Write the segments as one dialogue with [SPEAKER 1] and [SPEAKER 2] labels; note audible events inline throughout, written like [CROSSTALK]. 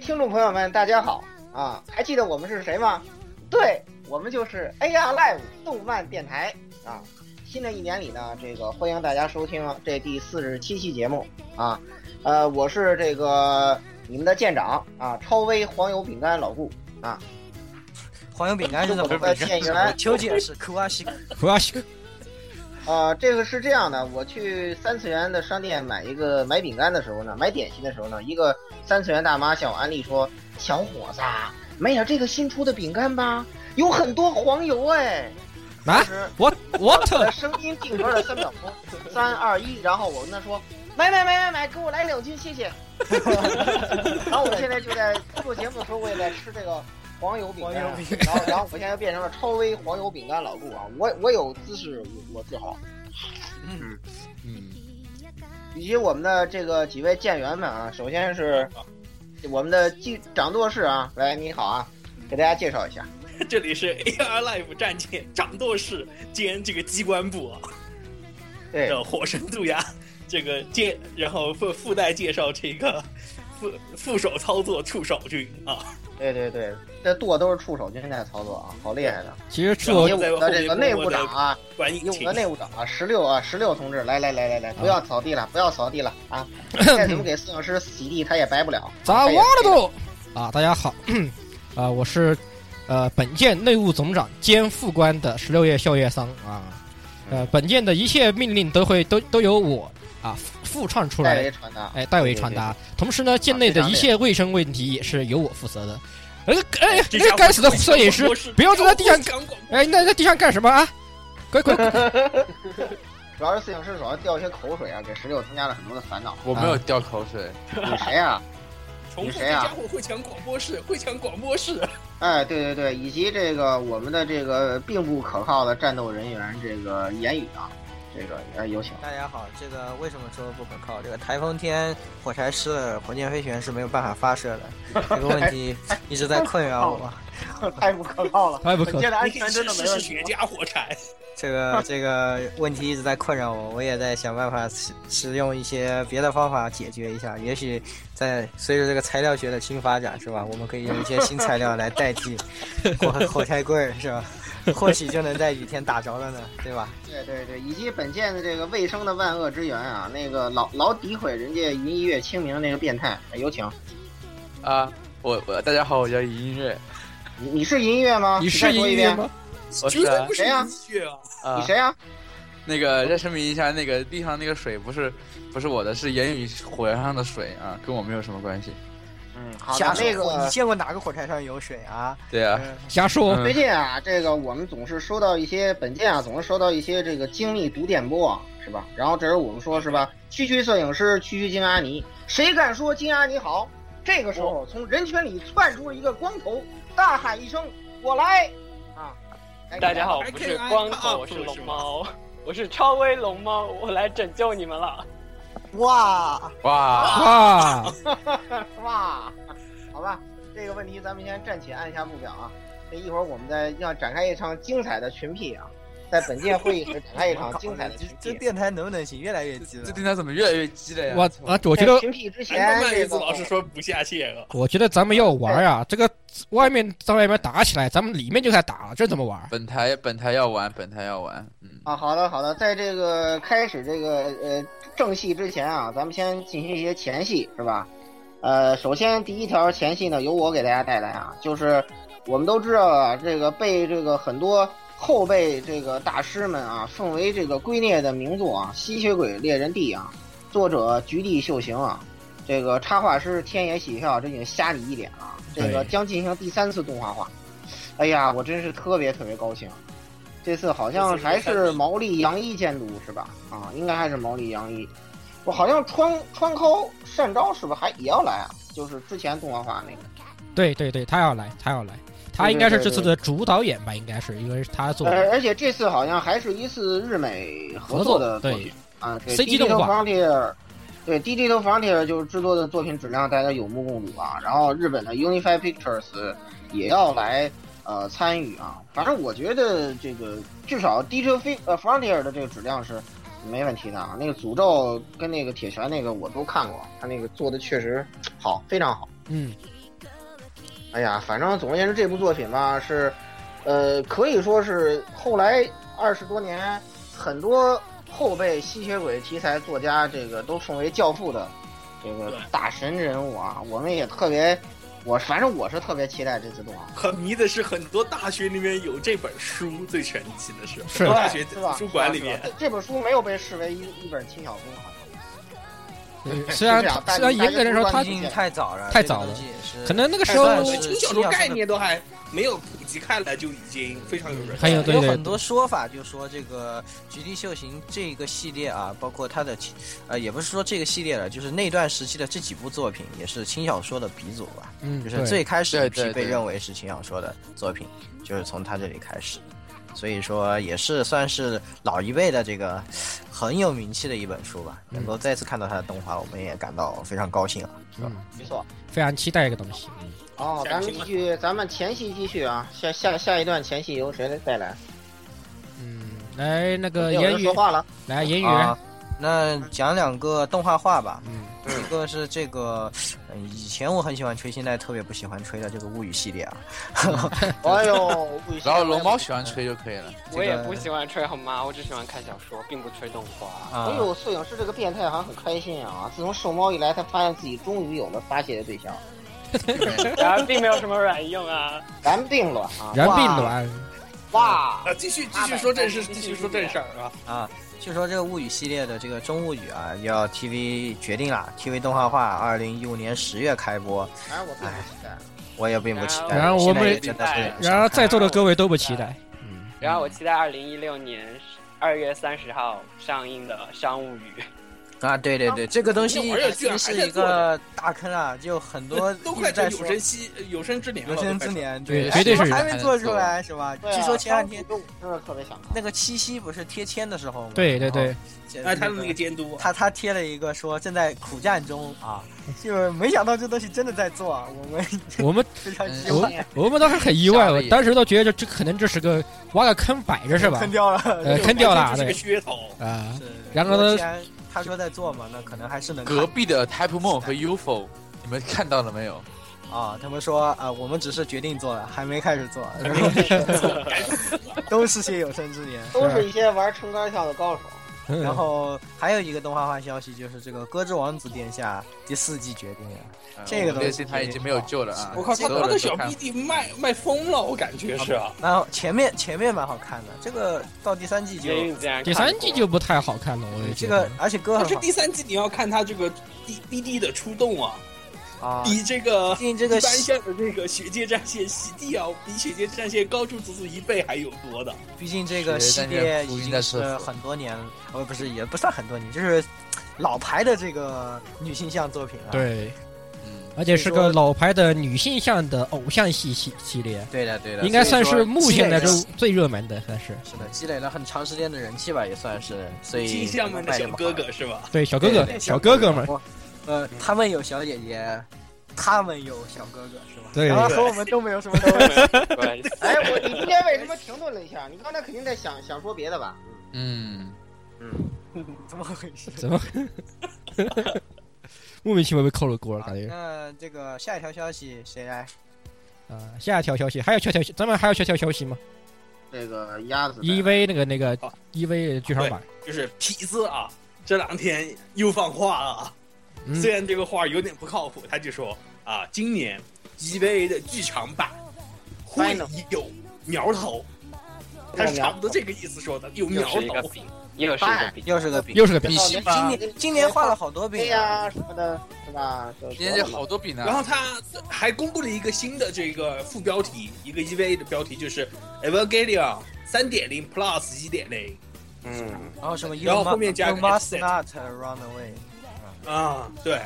[SPEAKER 1] 听众朋友们，大家好啊！还记得我们是谁吗？对，我们就是 AR Live 动漫电台啊！新的一年里呢，这个欢迎大家收听这第四十七期节目啊！呃，我是这个你们的舰长啊，超威黄油饼干老顾啊。
[SPEAKER 2] 黄油饼干是怎么回事？
[SPEAKER 1] 演员
[SPEAKER 2] 求解释，苦啊西。
[SPEAKER 3] 不要洗
[SPEAKER 1] 啊，这个是这样的，我去三次元的商店买一个买饼干的时候呢，买点心的时候呢，一个三次元大妈向我安利说：“小伙子啊，买点这个新出的饼干吧，有很多黄油哎。”
[SPEAKER 3] 啊
[SPEAKER 1] 当时
[SPEAKER 3] ，what
[SPEAKER 1] 我的
[SPEAKER 3] what？
[SPEAKER 1] 声音定格了三秒钟，三二一，然后我跟他说：“买买买买买，给我来两斤，谢
[SPEAKER 2] [LAUGHS]
[SPEAKER 1] 谢。”然后我现在就在做节目的时候，我也在吃这个黄油饼干啊，
[SPEAKER 2] 黄油饼
[SPEAKER 1] 然后然后我现在变成了超威黄油饼干老顾啊，我我有姿势，我我自豪。
[SPEAKER 3] 嗯，
[SPEAKER 1] 以及我们的这个几位舰员们啊，首先是我们的机掌舵士啊，来你好啊，给大家介绍一下。
[SPEAKER 4] [LAUGHS] 这里是 AR Live 战舰掌舵士兼这个机关部啊，
[SPEAKER 1] 对，
[SPEAKER 4] 呃，火神渡鸦这个兼，然后附附带介绍这个副副手操作触手君啊， [LAUGHS]
[SPEAKER 1] 对对对，这舵都是触手军在操作啊，好厉害的。
[SPEAKER 3] 其实触
[SPEAKER 1] 以
[SPEAKER 4] 我
[SPEAKER 1] 及
[SPEAKER 3] 手
[SPEAKER 1] 我们的这个内务长啊，
[SPEAKER 4] 管
[SPEAKER 1] 以
[SPEAKER 4] 引
[SPEAKER 1] 及我们
[SPEAKER 4] 擎
[SPEAKER 1] 的内务长啊，十六啊，十六同志，来来来来来，不要扫地了，不要扫地了啊！再怎么给孙老师洗地，他也白不了。
[SPEAKER 3] 咋
[SPEAKER 1] 他也
[SPEAKER 3] 挖了都啊！大家好，啊，我是呃本舰内务总长兼副官的十六叶孝月桑啊，呃，本舰的一切命令都会都都由我啊复唱出
[SPEAKER 1] 代
[SPEAKER 3] 来
[SPEAKER 1] 为，传达。
[SPEAKER 3] 哎，代为传达。同时呢，舰内的一切卫生问题也是由我负责的。哎哎，
[SPEAKER 4] 这
[SPEAKER 3] 那
[SPEAKER 4] 家
[SPEAKER 3] 个
[SPEAKER 4] 伙
[SPEAKER 3] 该死的摄影师，不要坐在地上
[SPEAKER 4] 香港
[SPEAKER 3] 哎，那在地上干什么啊？快快！
[SPEAKER 1] [LAUGHS] 主要是摄影师手上掉一些口水啊，给十六增加了很多的烦恼。啊
[SPEAKER 5] 我没有掉口水，
[SPEAKER 1] 你谁啊呀、
[SPEAKER 4] 重
[SPEAKER 1] 你
[SPEAKER 4] 复
[SPEAKER 1] 谁
[SPEAKER 4] 这
[SPEAKER 1] 啊
[SPEAKER 4] 家伙会抢广播室，会抢广播室，
[SPEAKER 1] 哎，对对对，以及这个我们的这个并不可靠的战斗人员，这个言语啊，这个呃有请。 [LAUGHS]
[SPEAKER 2] 大家好，这个为什么说不可靠？这个台风天火柴师的火箭飞行是没有办法发射的，这个问题一直在困扰我。
[SPEAKER 1] 太不可靠了，
[SPEAKER 3] 太不可靠
[SPEAKER 1] 本届的安
[SPEAKER 4] 你
[SPEAKER 1] 全
[SPEAKER 4] 可以
[SPEAKER 1] 真的没
[SPEAKER 4] 试试
[SPEAKER 1] 问
[SPEAKER 4] 雪
[SPEAKER 1] 题。
[SPEAKER 4] 茄火柴，
[SPEAKER 2] 这个这个问题一直在困扰我，我也在想办法使使用一些别的方法解决一下。也许在随着这个材料学的新发展，是吧？我们可以用一些新材料来代替火火柴棍儿，是吧？或许就能在雨天打着了呢，对吧？
[SPEAKER 1] 对对对，以及本届的这个卫生的万恶之源啊，那个老老诋毁人家云一月清明的那个变态，哎有请。
[SPEAKER 5] 啊！我我大家好，我叫尹音乐，
[SPEAKER 1] 你你是云一月吗？
[SPEAKER 3] 你
[SPEAKER 1] 再说
[SPEAKER 3] 是
[SPEAKER 1] 一
[SPEAKER 3] 音乐
[SPEAKER 1] 遍？
[SPEAKER 3] 吗？
[SPEAKER 5] 我
[SPEAKER 4] 绝
[SPEAKER 5] 是
[SPEAKER 4] 对
[SPEAKER 5] 啊
[SPEAKER 4] 不是
[SPEAKER 1] 谁呀
[SPEAKER 4] 音乐啊，
[SPEAKER 5] 啊
[SPEAKER 1] 你，谁呀、
[SPEAKER 5] 那个再声明一下，那个地上那个水不是不是我的，是言语火上的水啊，跟我没有什么关系。
[SPEAKER 1] 嗯，好的
[SPEAKER 2] 瞎，说
[SPEAKER 1] 那
[SPEAKER 2] 哦你
[SPEAKER 1] 个
[SPEAKER 2] 见过哪个火柴上有水啊？
[SPEAKER 5] 对啊，
[SPEAKER 3] 瞎说。
[SPEAKER 1] 最近啊，这个我们总是收到一些本届啊，总是收到一些这个精密毒电波啊，是吧？然后这时候我们说是
[SPEAKER 3] 嗯
[SPEAKER 1] 吧，区区摄影师，区区金阿尼，谁敢说金阿尼好？这个时候从人群里窜出了一个光头，大喊一声：“我来！”啊，来
[SPEAKER 6] 大家好，我
[SPEAKER 4] 还可以
[SPEAKER 6] 哦是
[SPEAKER 4] 按
[SPEAKER 6] 光
[SPEAKER 4] up
[SPEAKER 6] 头，我是
[SPEAKER 4] 是
[SPEAKER 6] 龙
[SPEAKER 4] 吗
[SPEAKER 6] 猫，我是超威龙猫，我来拯救你们了。
[SPEAKER 2] 哇，
[SPEAKER 5] 哇， [LAUGHS]
[SPEAKER 3] 哇，
[SPEAKER 1] 哇，好吧，这个问题咱们先暂且按下不表啊。这一会儿我们再要展开一场精彩的群 P 啊，在本届会议时展开一场哎精彩的
[SPEAKER 2] 这
[SPEAKER 1] 群 P
[SPEAKER 2] 这。电台能不能行？越来越激
[SPEAKER 5] 这
[SPEAKER 2] 了。
[SPEAKER 5] 电台怎么越来越鸡肋呀？
[SPEAKER 3] 我
[SPEAKER 5] 操
[SPEAKER 3] 啊，我觉得，
[SPEAKER 1] 群 P 之前
[SPEAKER 4] 难，怪
[SPEAKER 1] 哎这
[SPEAKER 4] 玉子
[SPEAKER 1] 个
[SPEAKER 4] 老师说不下线啊了。
[SPEAKER 3] 我觉得咱们要玩啊，这个外面在外面打起来，咱们里面就开始打了，这怎么玩？
[SPEAKER 5] 本台本台要玩，本台要玩，嗯，
[SPEAKER 1] 啊，好的好的，在这个开始这个呃正戏之前啊，咱们先进行一些前戏，是吧？呃，首先第一条前戏呢，由我给大家带来啊，就是我们都知道啊，这个被这个很多后辈这个大师们啊奉为这个圭臬的名作啊，《吸血鬼猎人 D》啊，作者菊地秀行啊，这个插画师天野喜孝，这已经瞎你一点了啊，这个
[SPEAKER 3] 对
[SPEAKER 1] 将进行第三次动画化。哎呀，我真是特别特别高兴，这次好像还是毛利杨一监督是吧？啊，应该还是毛利杨一。我好像川川口善昭是不是还也要来啊？就是之前动画化那个。
[SPEAKER 3] 对对对，他要来，他要来，他应该是这次的主导演吧？应该是，因为是他做的
[SPEAKER 1] 呃，而且这次好像还是一次日美合作的
[SPEAKER 3] 合作
[SPEAKER 1] 作品啊。对
[SPEAKER 3] CG 动画
[SPEAKER 1] Frontier，对 D G 头 Frontier 就是制作的作品质量大家有目共睹啊。然后日本的 Unify Pictures 也要来呃参与啊。反正我觉得这个至少 D G 飞呃 Frontier 的这个质量是没问题的啊。那个诅咒跟那个铁拳那个我都看过，他那个做的确实好，非常好。
[SPEAKER 3] 嗯，
[SPEAKER 1] 哎呀，反正总而言之，这部作品吧是，呃，可以说是后来二十多年，很多后辈吸血鬼题材作家这个都奉为教父的这个大神人物啊。我们也特别，我反正我是特别期待这次动画。
[SPEAKER 4] 很迷的是，很多大学里面有这本书，最神奇的是，
[SPEAKER 3] 是
[SPEAKER 4] 很多大学
[SPEAKER 1] 对是吧？
[SPEAKER 4] 图书馆里面
[SPEAKER 1] 是吧这这本书没有被视为一一本轻小说，好像
[SPEAKER 3] 呃虽然
[SPEAKER 1] [LAUGHS] 是这样
[SPEAKER 3] 它
[SPEAKER 1] 但
[SPEAKER 3] 虽
[SPEAKER 1] 大家
[SPEAKER 3] 然严格来说，
[SPEAKER 1] 就
[SPEAKER 3] 它
[SPEAKER 1] 关
[SPEAKER 2] 毕
[SPEAKER 1] 注
[SPEAKER 2] 竟太早了，
[SPEAKER 3] 太早了
[SPEAKER 2] 这个东西也是
[SPEAKER 3] 可能那个时
[SPEAKER 2] 太
[SPEAKER 3] 候
[SPEAKER 2] 早了
[SPEAKER 4] 轻小说概念都还没有普及开来，就已经非常有人
[SPEAKER 3] 很有对
[SPEAKER 2] 有
[SPEAKER 3] 对
[SPEAKER 2] 很多说法，就说这个《菊地秀行》这个系列啊，包括它的其，呃，也不是说这个系列了，就是那段时期的这几部作品，也是轻小说的鼻祖吧。
[SPEAKER 3] 嗯，
[SPEAKER 2] 就是
[SPEAKER 3] 对
[SPEAKER 2] 最开始一
[SPEAKER 5] 对
[SPEAKER 2] 批
[SPEAKER 5] 对
[SPEAKER 2] 被
[SPEAKER 5] 对
[SPEAKER 2] 认为是轻小说的作品，就是从他这里开始，所以说也是算是老一辈的这个很有名气的一本书吧。能够再次看到他的动画，我们也感到非常高兴啊。
[SPEAKER 3] 嗯，
[SPEAKER 1] 没错。
[SPEAKER 3] 非常期待这个东西。嗯
[SPEAKER 1] 哦，咱们继续，咱们前戏继续啊，下下下一段前戏由谁来带来？
[SPEAKER 3] 嗯，来那个
[SPEAKER 1] 没有人
[SPEAKER 3] 言语
[SPEAKER 1] 说，话了，
[SPEAKER 3] 来言语，
[SPEAKER 2] 啊，那讲两个动画化吧。
[SPEAKER 3] 嗯，
[SPEAKER 2] 一个是这个，呃以前我很喜欢吹，现在特别不喜欢吹的这个物语系列啊。
[SPEAKER 6] 嗯
[SPEAKER 2] [LAUGHS]
[SPEAKER 1] 哎
[SPEAKER 3] [LAUGHS]
[SPEAKER 1] 呦，
[SPEAKER 5] 然后龙猫喜欢吹就可以了。
[SPEAKER 2] 嗯
[SPEAKER 6] 我也不喜欢吹好吗？我只喜欢看小说，并不吹动画。
[SPEAKER 2] 啊
[SPEAKER 1] 哎，呦，摄影师这个变态好像很开心啊！自从瘦猫一来，他发现自己终于有了发泄的对象，
[SPEAKER 6] [LAUGHS] 然后并没有什么卵用啊。
[SPEAKER 1] 然并卵啊！
[SPEAKER 3] 然并卵，
[SPEAKER 1] 哇，
[SPEAKER 4] 啊，继续继续说正事，继续说正事儿啊！
[SPEAKER 2] 就说这个物语系列的这个中物语啊，要 TV 决定了，TV 动画化，二零一五年十月开播，
[SPEAKER 1] 反正我并不期待。
[SPEAKER 2] 我也并不期待。
[SPEAKER 3] 然而我们
[SPEAKER 2] 现在也真的是，
[SPEAKER 3] 然而在座的各位都不期待。
[SPEAKER 6] [LAUGHS] 然后我期待二零一六年二月三十号上映的《商务语》。
[SPEAKER 2] 啊，对对对，这个东西
[SPEAKER 4] 那玩意儿居然
[SPEAKER 2] 真是
[SPEAKER 4] 还在
[SPEAKER 2] 一个大坑啊，就很多
[SPEAKER 4] [LAUGHS] 都
[SPEAKER 2] 一
[SPEAKER 4] 快
[SPEAKER 2] 直在
[SPEAKER 4] 成有
[SPEAKER 2] 说
[SPEAKER 4] 生期有生之年了，
[SPEAKER 2] 有生之年，对
[SPEAKER 3] 对绝对
[SPEAKER 2] 哎怎
[SPEAKER 3] 是
[SPEAKER 2] 么还
[SPEAKER 5] 有
[SPEAKER 2] 没
[SPEAKER 5] 生
[SPEAKER 2] 做
[SPEAKER 5] 之
[SPEAKER 2] 出
[SPEAKER 5] 年
[SPEAKER 2] 来是吧？
[SPEAKER 1] 对啊
[SPEAKER 2] 哎据说前两天，
[SPEAKER 1] 上次我真的特别想看。
[SPEAKER 2] 那个七夕不是贴签的时候吗？
[SPEAKER 3] 对对对，
[SPEAKER 2] 然后
[SPEAKER 4] 哎，他的那个监督啊，
[SPEAKER 2] 他他贴了一个说正在苦战中啊，就是没想到这东西真的在做啊，我们
[SPEAKER 3] [LAUGHS] 我们
[SPEAKER 2] 非常意
[SPEAKER 3] 我
[SPEAKER 2] 外，
[SPEAKER 3] 们我们当时很意外，
[SPEAKER 5] 吓了
[SPEAKER 3] 我
[SPEAKER 5] 一
[SPEAKER 3] 当时都觉得这可能这是个挖个坑摆着是吧？
[SPEAKER 2] 坑掉了。
[SPEAKER 3] 呃，坑掉了，
[SPEAKER 4] 这
[SPEAKER 3] 对
[SPEAKER 4] 是个噱头。
[SPEAKER 3] 啊，
[SPEAKER 2] 是
[SPEAKER 3] 然后呢
[SPEAKER 2] 既然他说在做嘛，那可能还是能看
[SPEAKER 5] 隔壁的 Type Mo 和 UFO，你们看到了没有？
[SPEAKER 2] 啊。他们说啊、我们只是决定做了，还没开始做，
[SPEAKER 4] 赶紧
[SPEAKER 2] [LAUGHS] 都是些有生之年。
[SPEAKER 1] 都是一些玩撑杆跳的高手。
[SPEAKER 3] 嗯
[SPEAKER 2] 然后还有一个动画化消息，就是这个《歌之王子殿下》第四季决定了。
[SPEAKER 5] 嗯
[SPEAKER 2] 这个东西
[SPEAKER 5] 我相信他已经没有救了啊！
[SPEAKER 4] 我靠，他
[SPEAKER 5] 所有
[SPEAKER 4] 他
[SPEAKER 5] 人
[SPEAKER 4] 的
[SPEAKER 5] 都
[SPEAKER 4] 小
[SPEAKER 5] 看
[SPEAKER 4] 弟弟卖卖疯了，我感觉是啊。
[SPEAKER 2] 然后前面前面蛮好看的，这个到第三季就
[SPEAKER 6] 监狱竟然
[SPEAKER 3] 第三季就不太好看了，我也
[SPEAKER 2] 这
[SPEAKER 3] 觉
[SPEAKER 2] 个
[SPEAKER 3] 得，
[SPEAKER 2] 而且歌
[SPEAKER 4] 但
[SPEAKER 2] 很
[SPEAKER 4] 是
[SPEAKER 2] 好
[SPEAKER 4] 第三季你要看他这个 D D D 的出动啊，
[SPEAKER 2] 啊。
[SPEAKER 4] 比这个
[SPEAKER 2] 毕竟这
[SPEAKER 4] 一
[SPEAKER 2] 个
[SPEAKER 4] 般下的那个血界战线洗地啊，比血界战线高出足足一倍还有多的。
[SPEAKER 6] 嗯
[SPEAKER 2] 毕竟这个系列已经是很多年，呃，不是也不算很多年，就是老牌的这个女性向作品啊了。
[SPEAKER 3] 对，
[SPEAKER 5] 嗯，
[SPEAKER 3] 而且是个老牌的女性向的偶像系系系列，
[SPEAKER 2] 对的对的，
[SPEAKER 3] 应该算
[SPEAKER 2] 所以
[SPEAKER 3] 是
[SPEAKER 2] 说
[SPEAKER 3] 目前来
[SPEAKER 2] 积累
[SPEAKER 3] 说
[SPEAKER 2] 了
[SPEAKER 3] 最热门的，算是
[SPEAKER 2] 是的，积累了很长时间的人气吧，也算是。所以
[SPEAKER 4] 金项们的小哥嗯哥是吧？
[SPEAKER 3] 对小哥哥
[SPEAKER 2] 对对
[SPEAKER 3] 小哥哥们，
[SPEAKER 2] 我呃，他们有小姐姐，他们有小哥哥是吧？
[SPEAKER 3] 对
[SPEAKER 2] 然后和我们都没有什么关系。
[SPEAKER 6] 关系。
[SPEAKER 1] 哎，我你中间为什么停顿了一下？你刚才肯定在想想说别的吧？
[SPEAKER 5] 嗯，
[SPEAKER 2] 怎么回
[SPEAKER 3] [LAUGHS]
[SPEAKER 2] 事？
[SPEAKER 3] [LAUGHS] 怎么莫名其妙被扣了锅了，感觉。
[SPEAKER 2] 那这个下一条消息谁来？
[SPEAKER 3] 啊，下一条消息还有下条，咱们还有下条消息吗
[SPEAKER 1] 这个鸭子的
[SPEAKER 3] ？EV 那个那个
[SPEAKER 4] 好
[SPEAKER 3] EV 剧场版，
[SPEAKER 4] 就是痞子啊，这两天又放话了啊。
[SPEAKER 3] 嗯
[SPEAKER 4] 虽然这个话有点不靠谱，他就说啊，今年 EVA 的剧场版会
[SPEAKER 1] Final
[SPEAKER 4] 有苗头，他是差不多这个意思说的，有苗
[SPEAKER 6] 又是一个
[SPEAKER 4] 头。
[SPEAKER 6] 饼，又是一个饼。
[SPEAKER 2] 又是个饼。
[SPEAKER 3] 又是个饼
[SPEAKER 5] 比，西
[SPEAKER 2] 今
[SPEAKER 5] 吧，
[SPEAKER 2] 年今年画了好多
[SPEAKER 1] 对
[SPEAKER 2] 饼啊！
[SPEAKER 1] 呀什么的，是吧？就
[SPEAKER 5] 今天就好多饼
[SPEAKER 4] 然
[SPEAKER 5] 呢。
[SPEAKER 4] 后他还公布了一个新的这个副标题，一个 EVA 的标题就是 Evangelion 三点零 Plus 一点零
[SPEAKER 1] 嗯，
[SPEAKER 2] 然后什么 You
[SPEAKER 4] 然后后面
[SPEAKER 2] mu-
[SPEAKER 4] 加
[SPEAKER 2] You
[SPEAKER 4] 个
[SPEAKER 2] must
[SPEAKER 4] headset
[SPEAKER 2] not run away，
[SPEAKER 4] 啊，对，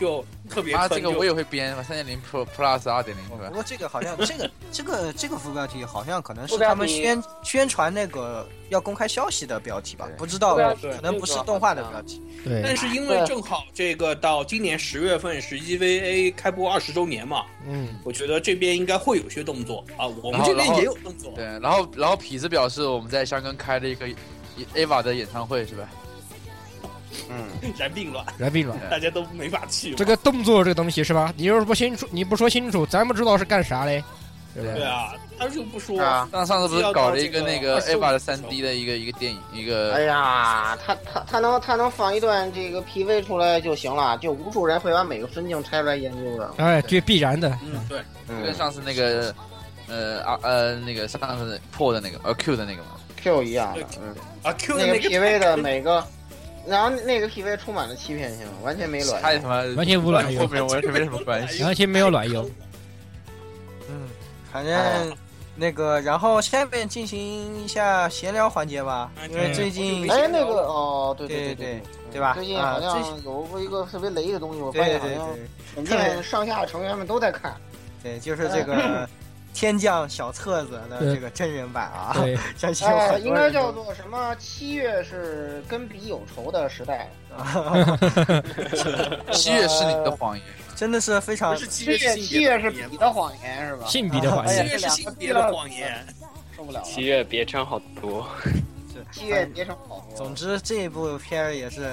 [SPEAKER 4] 就特别
[SPEAKER 5] 啊，
[SPEAKER 4] 坑
[SPEAKER 5] 这个
[SPEAKER 4] 就哦
[SPEAKER 5] 我也会编吧，三点零 Pro Plus 二点零是
[SPEAKER 2] 不
[SPEAKER 5] 吧？
[SPEAKER 2] 过这个好像这个这
[SPEAKER 4] [LAUGHS]
[SPEAKER 2] 个这个副标题好像可能是
[SPEAKER 6] 副标
[SPEAKER 2] 他
[SPEAKER 6] 题
[SPEAKER 2] 们宣宣传那个要公开消息的标题吧
[SPEAKER 5] 对，
[SPEAKER 2] 不知道
[SPEAKER 6] 副标
[SPEAKER 4] 题
[SPEAKER 2] 可能不是动画的标题。
[SPEAKER 3] 对
[SPEAKER 4] 但，是因
[SPEAKER 1] 哎
[SPEAKER 4] 为正好这个到今年十月份是 EVA 开播二十周年嘛，
[SPEAKER 3] 嗯，
[SPEAKER 4] 我觉得这边应该会有些动作啊，我们
[SPEAKER 5] 然后
[SPEAKER 4] 这边
[SPEAKER 5] 然后
[SPEAKER 4] 也有动作。
[SPEAKER 5] 对，然后然后痞子表示我们在香港开了一个 AVA 的演唱会是吧？
[SPEAKER 1] 嗯，
[SPEAKER 4] 然并卵，
[SPEAKER 3] 来并卵。
[SPEAKER 4] 大家都没法去嘛。
[SPEAKER 3] 这个动作这个东西是吧？你要是不清楚，你不说清楚，咱不知道是干啥嘞，对吧？
[SPEAKER 4] 对啊，他就不说
[SPEAKER 1] 是啊。
[SPEAKER 5] 上上次不是搞了一个那个
[SPEAKER 4] 要到这个
[SPEAKER 5] AVA 的三 D 的一个一个电影，一
[SPEAKER 1] 哎
[SPEAKER 5] 个
[SPEAKER 1] 呀，他他他能他能放一段这个 PV 出来就行了，就无数人会把每个分镜拆出来研究的。
[SPEAKER 3] 哎，这必然的。
[SPEAKER 4] 嗯，对，
[SPEAKER 5] 跟
[SPEAKER 1] 嗯
[SPEAKER 5] 上次那个呃啊呃那个上次的破的那个呃 Q 的那个嘛，
[SPEAKER 1] ，Q 一样的，嗯，
[SPEAKER 4] 啊，Q
[SPEAKER 1] 那
[SPEAKER 4] 的
[SPEAKER 1] 个
[SPEAKER 4] 那个
[SPEAKER 1] PV 的每个，然后那个 PV 充满了欺骗性，完全没哎卵
[SPEAKER 5] 太他
[SPEAKER 1] 用。
[SPEAKER 5] 妈
[SPEAKER 3] 完全无卵
[SPEAKER 5] 后
[SPEAKER 3] 用，
[SPEAKER 5] 面完全没什么关
[SPEAKER 4] [LAUGHS]
[SPEAKER 5] 系。
[SPEAKER 3] 完全没有卵用。
[SPEAKER 2] 嗯，反
[SPEAKER 1] 哎
[SPEAKER 2] 正那个，然后下面进行一下闲聊环节吧，因为
[SPEAKER 3] 嗯
[SPEAKER 2] 最近
[SPEAKER 1] 哎，那个哦，对对对
[SPEAKER 2] 对对，对吧？
[SPEAKER 1] 最近
[SPEAKER 2] 啊
[SPEAKER 1] 好
[SPEAKER 2] 最
[SPEAKER 1] 像有过一个特别雷的东西，我发
[SPEAKER 2] 对
[SPEAKER 1] 现好
[SPEAKER 2] 对
[SPEAKER 1] 像
[SPEAKER 2] 对
[SPEAKER 1] 本
[SPEAKER 2] 特别
[SPEAKER 1] 店上下成员们都在看。
[SPEAKER 2] 对，就是
[SPEAKER 1] [LAUGHS]
[SPEAKER 2] 这个天降小册子的这个真人版啊，
[SPEAKER 3] 对，
[SPEAKER 2] 相 [LAUGHS] 信有
[SPEAKER 1] 哎，
[SPEAKER 2] 很
[SPEAKER 1] 应
[SPEAKER 2] 多
[SPEAKER 1] 该
[SPEAKER 2] 人
[SPEAKER 1] 叫
[SPEAKER 2] 都
[SPEAKER 1] 做什么？七月是跟笔有仇的时代。
[SPEAKER 5] 七月是你的谎言，
[SPEAKER 2] 真的是非
[SPEAKER 4] 不
[SPEAKER 2] 常
[SPEAKER 4] 是七
[SPEAKER 1] 七
[SPEAKER 4] 月
[SPEAKER 1] 月，七月是笔的谎言是吧？
[SPEAKER 3] 性别的谎
[SPEAKER 1] 哎呀
[SPEAKER 4] 七
[SPEAKER 3] 言，
[SPEAKER 1] 这
[SPEAKER 4] 月是
[SPEAKER 1] 两个
[SPEAKER 4] 性别的谎言。
[SPEAKER 1] 受不了了。
[SPEAKER 6] 七月别穿好多，
[SPEAKER 1] 七月别成好多。
[SPEAKER 2] 总之这一部片儿也是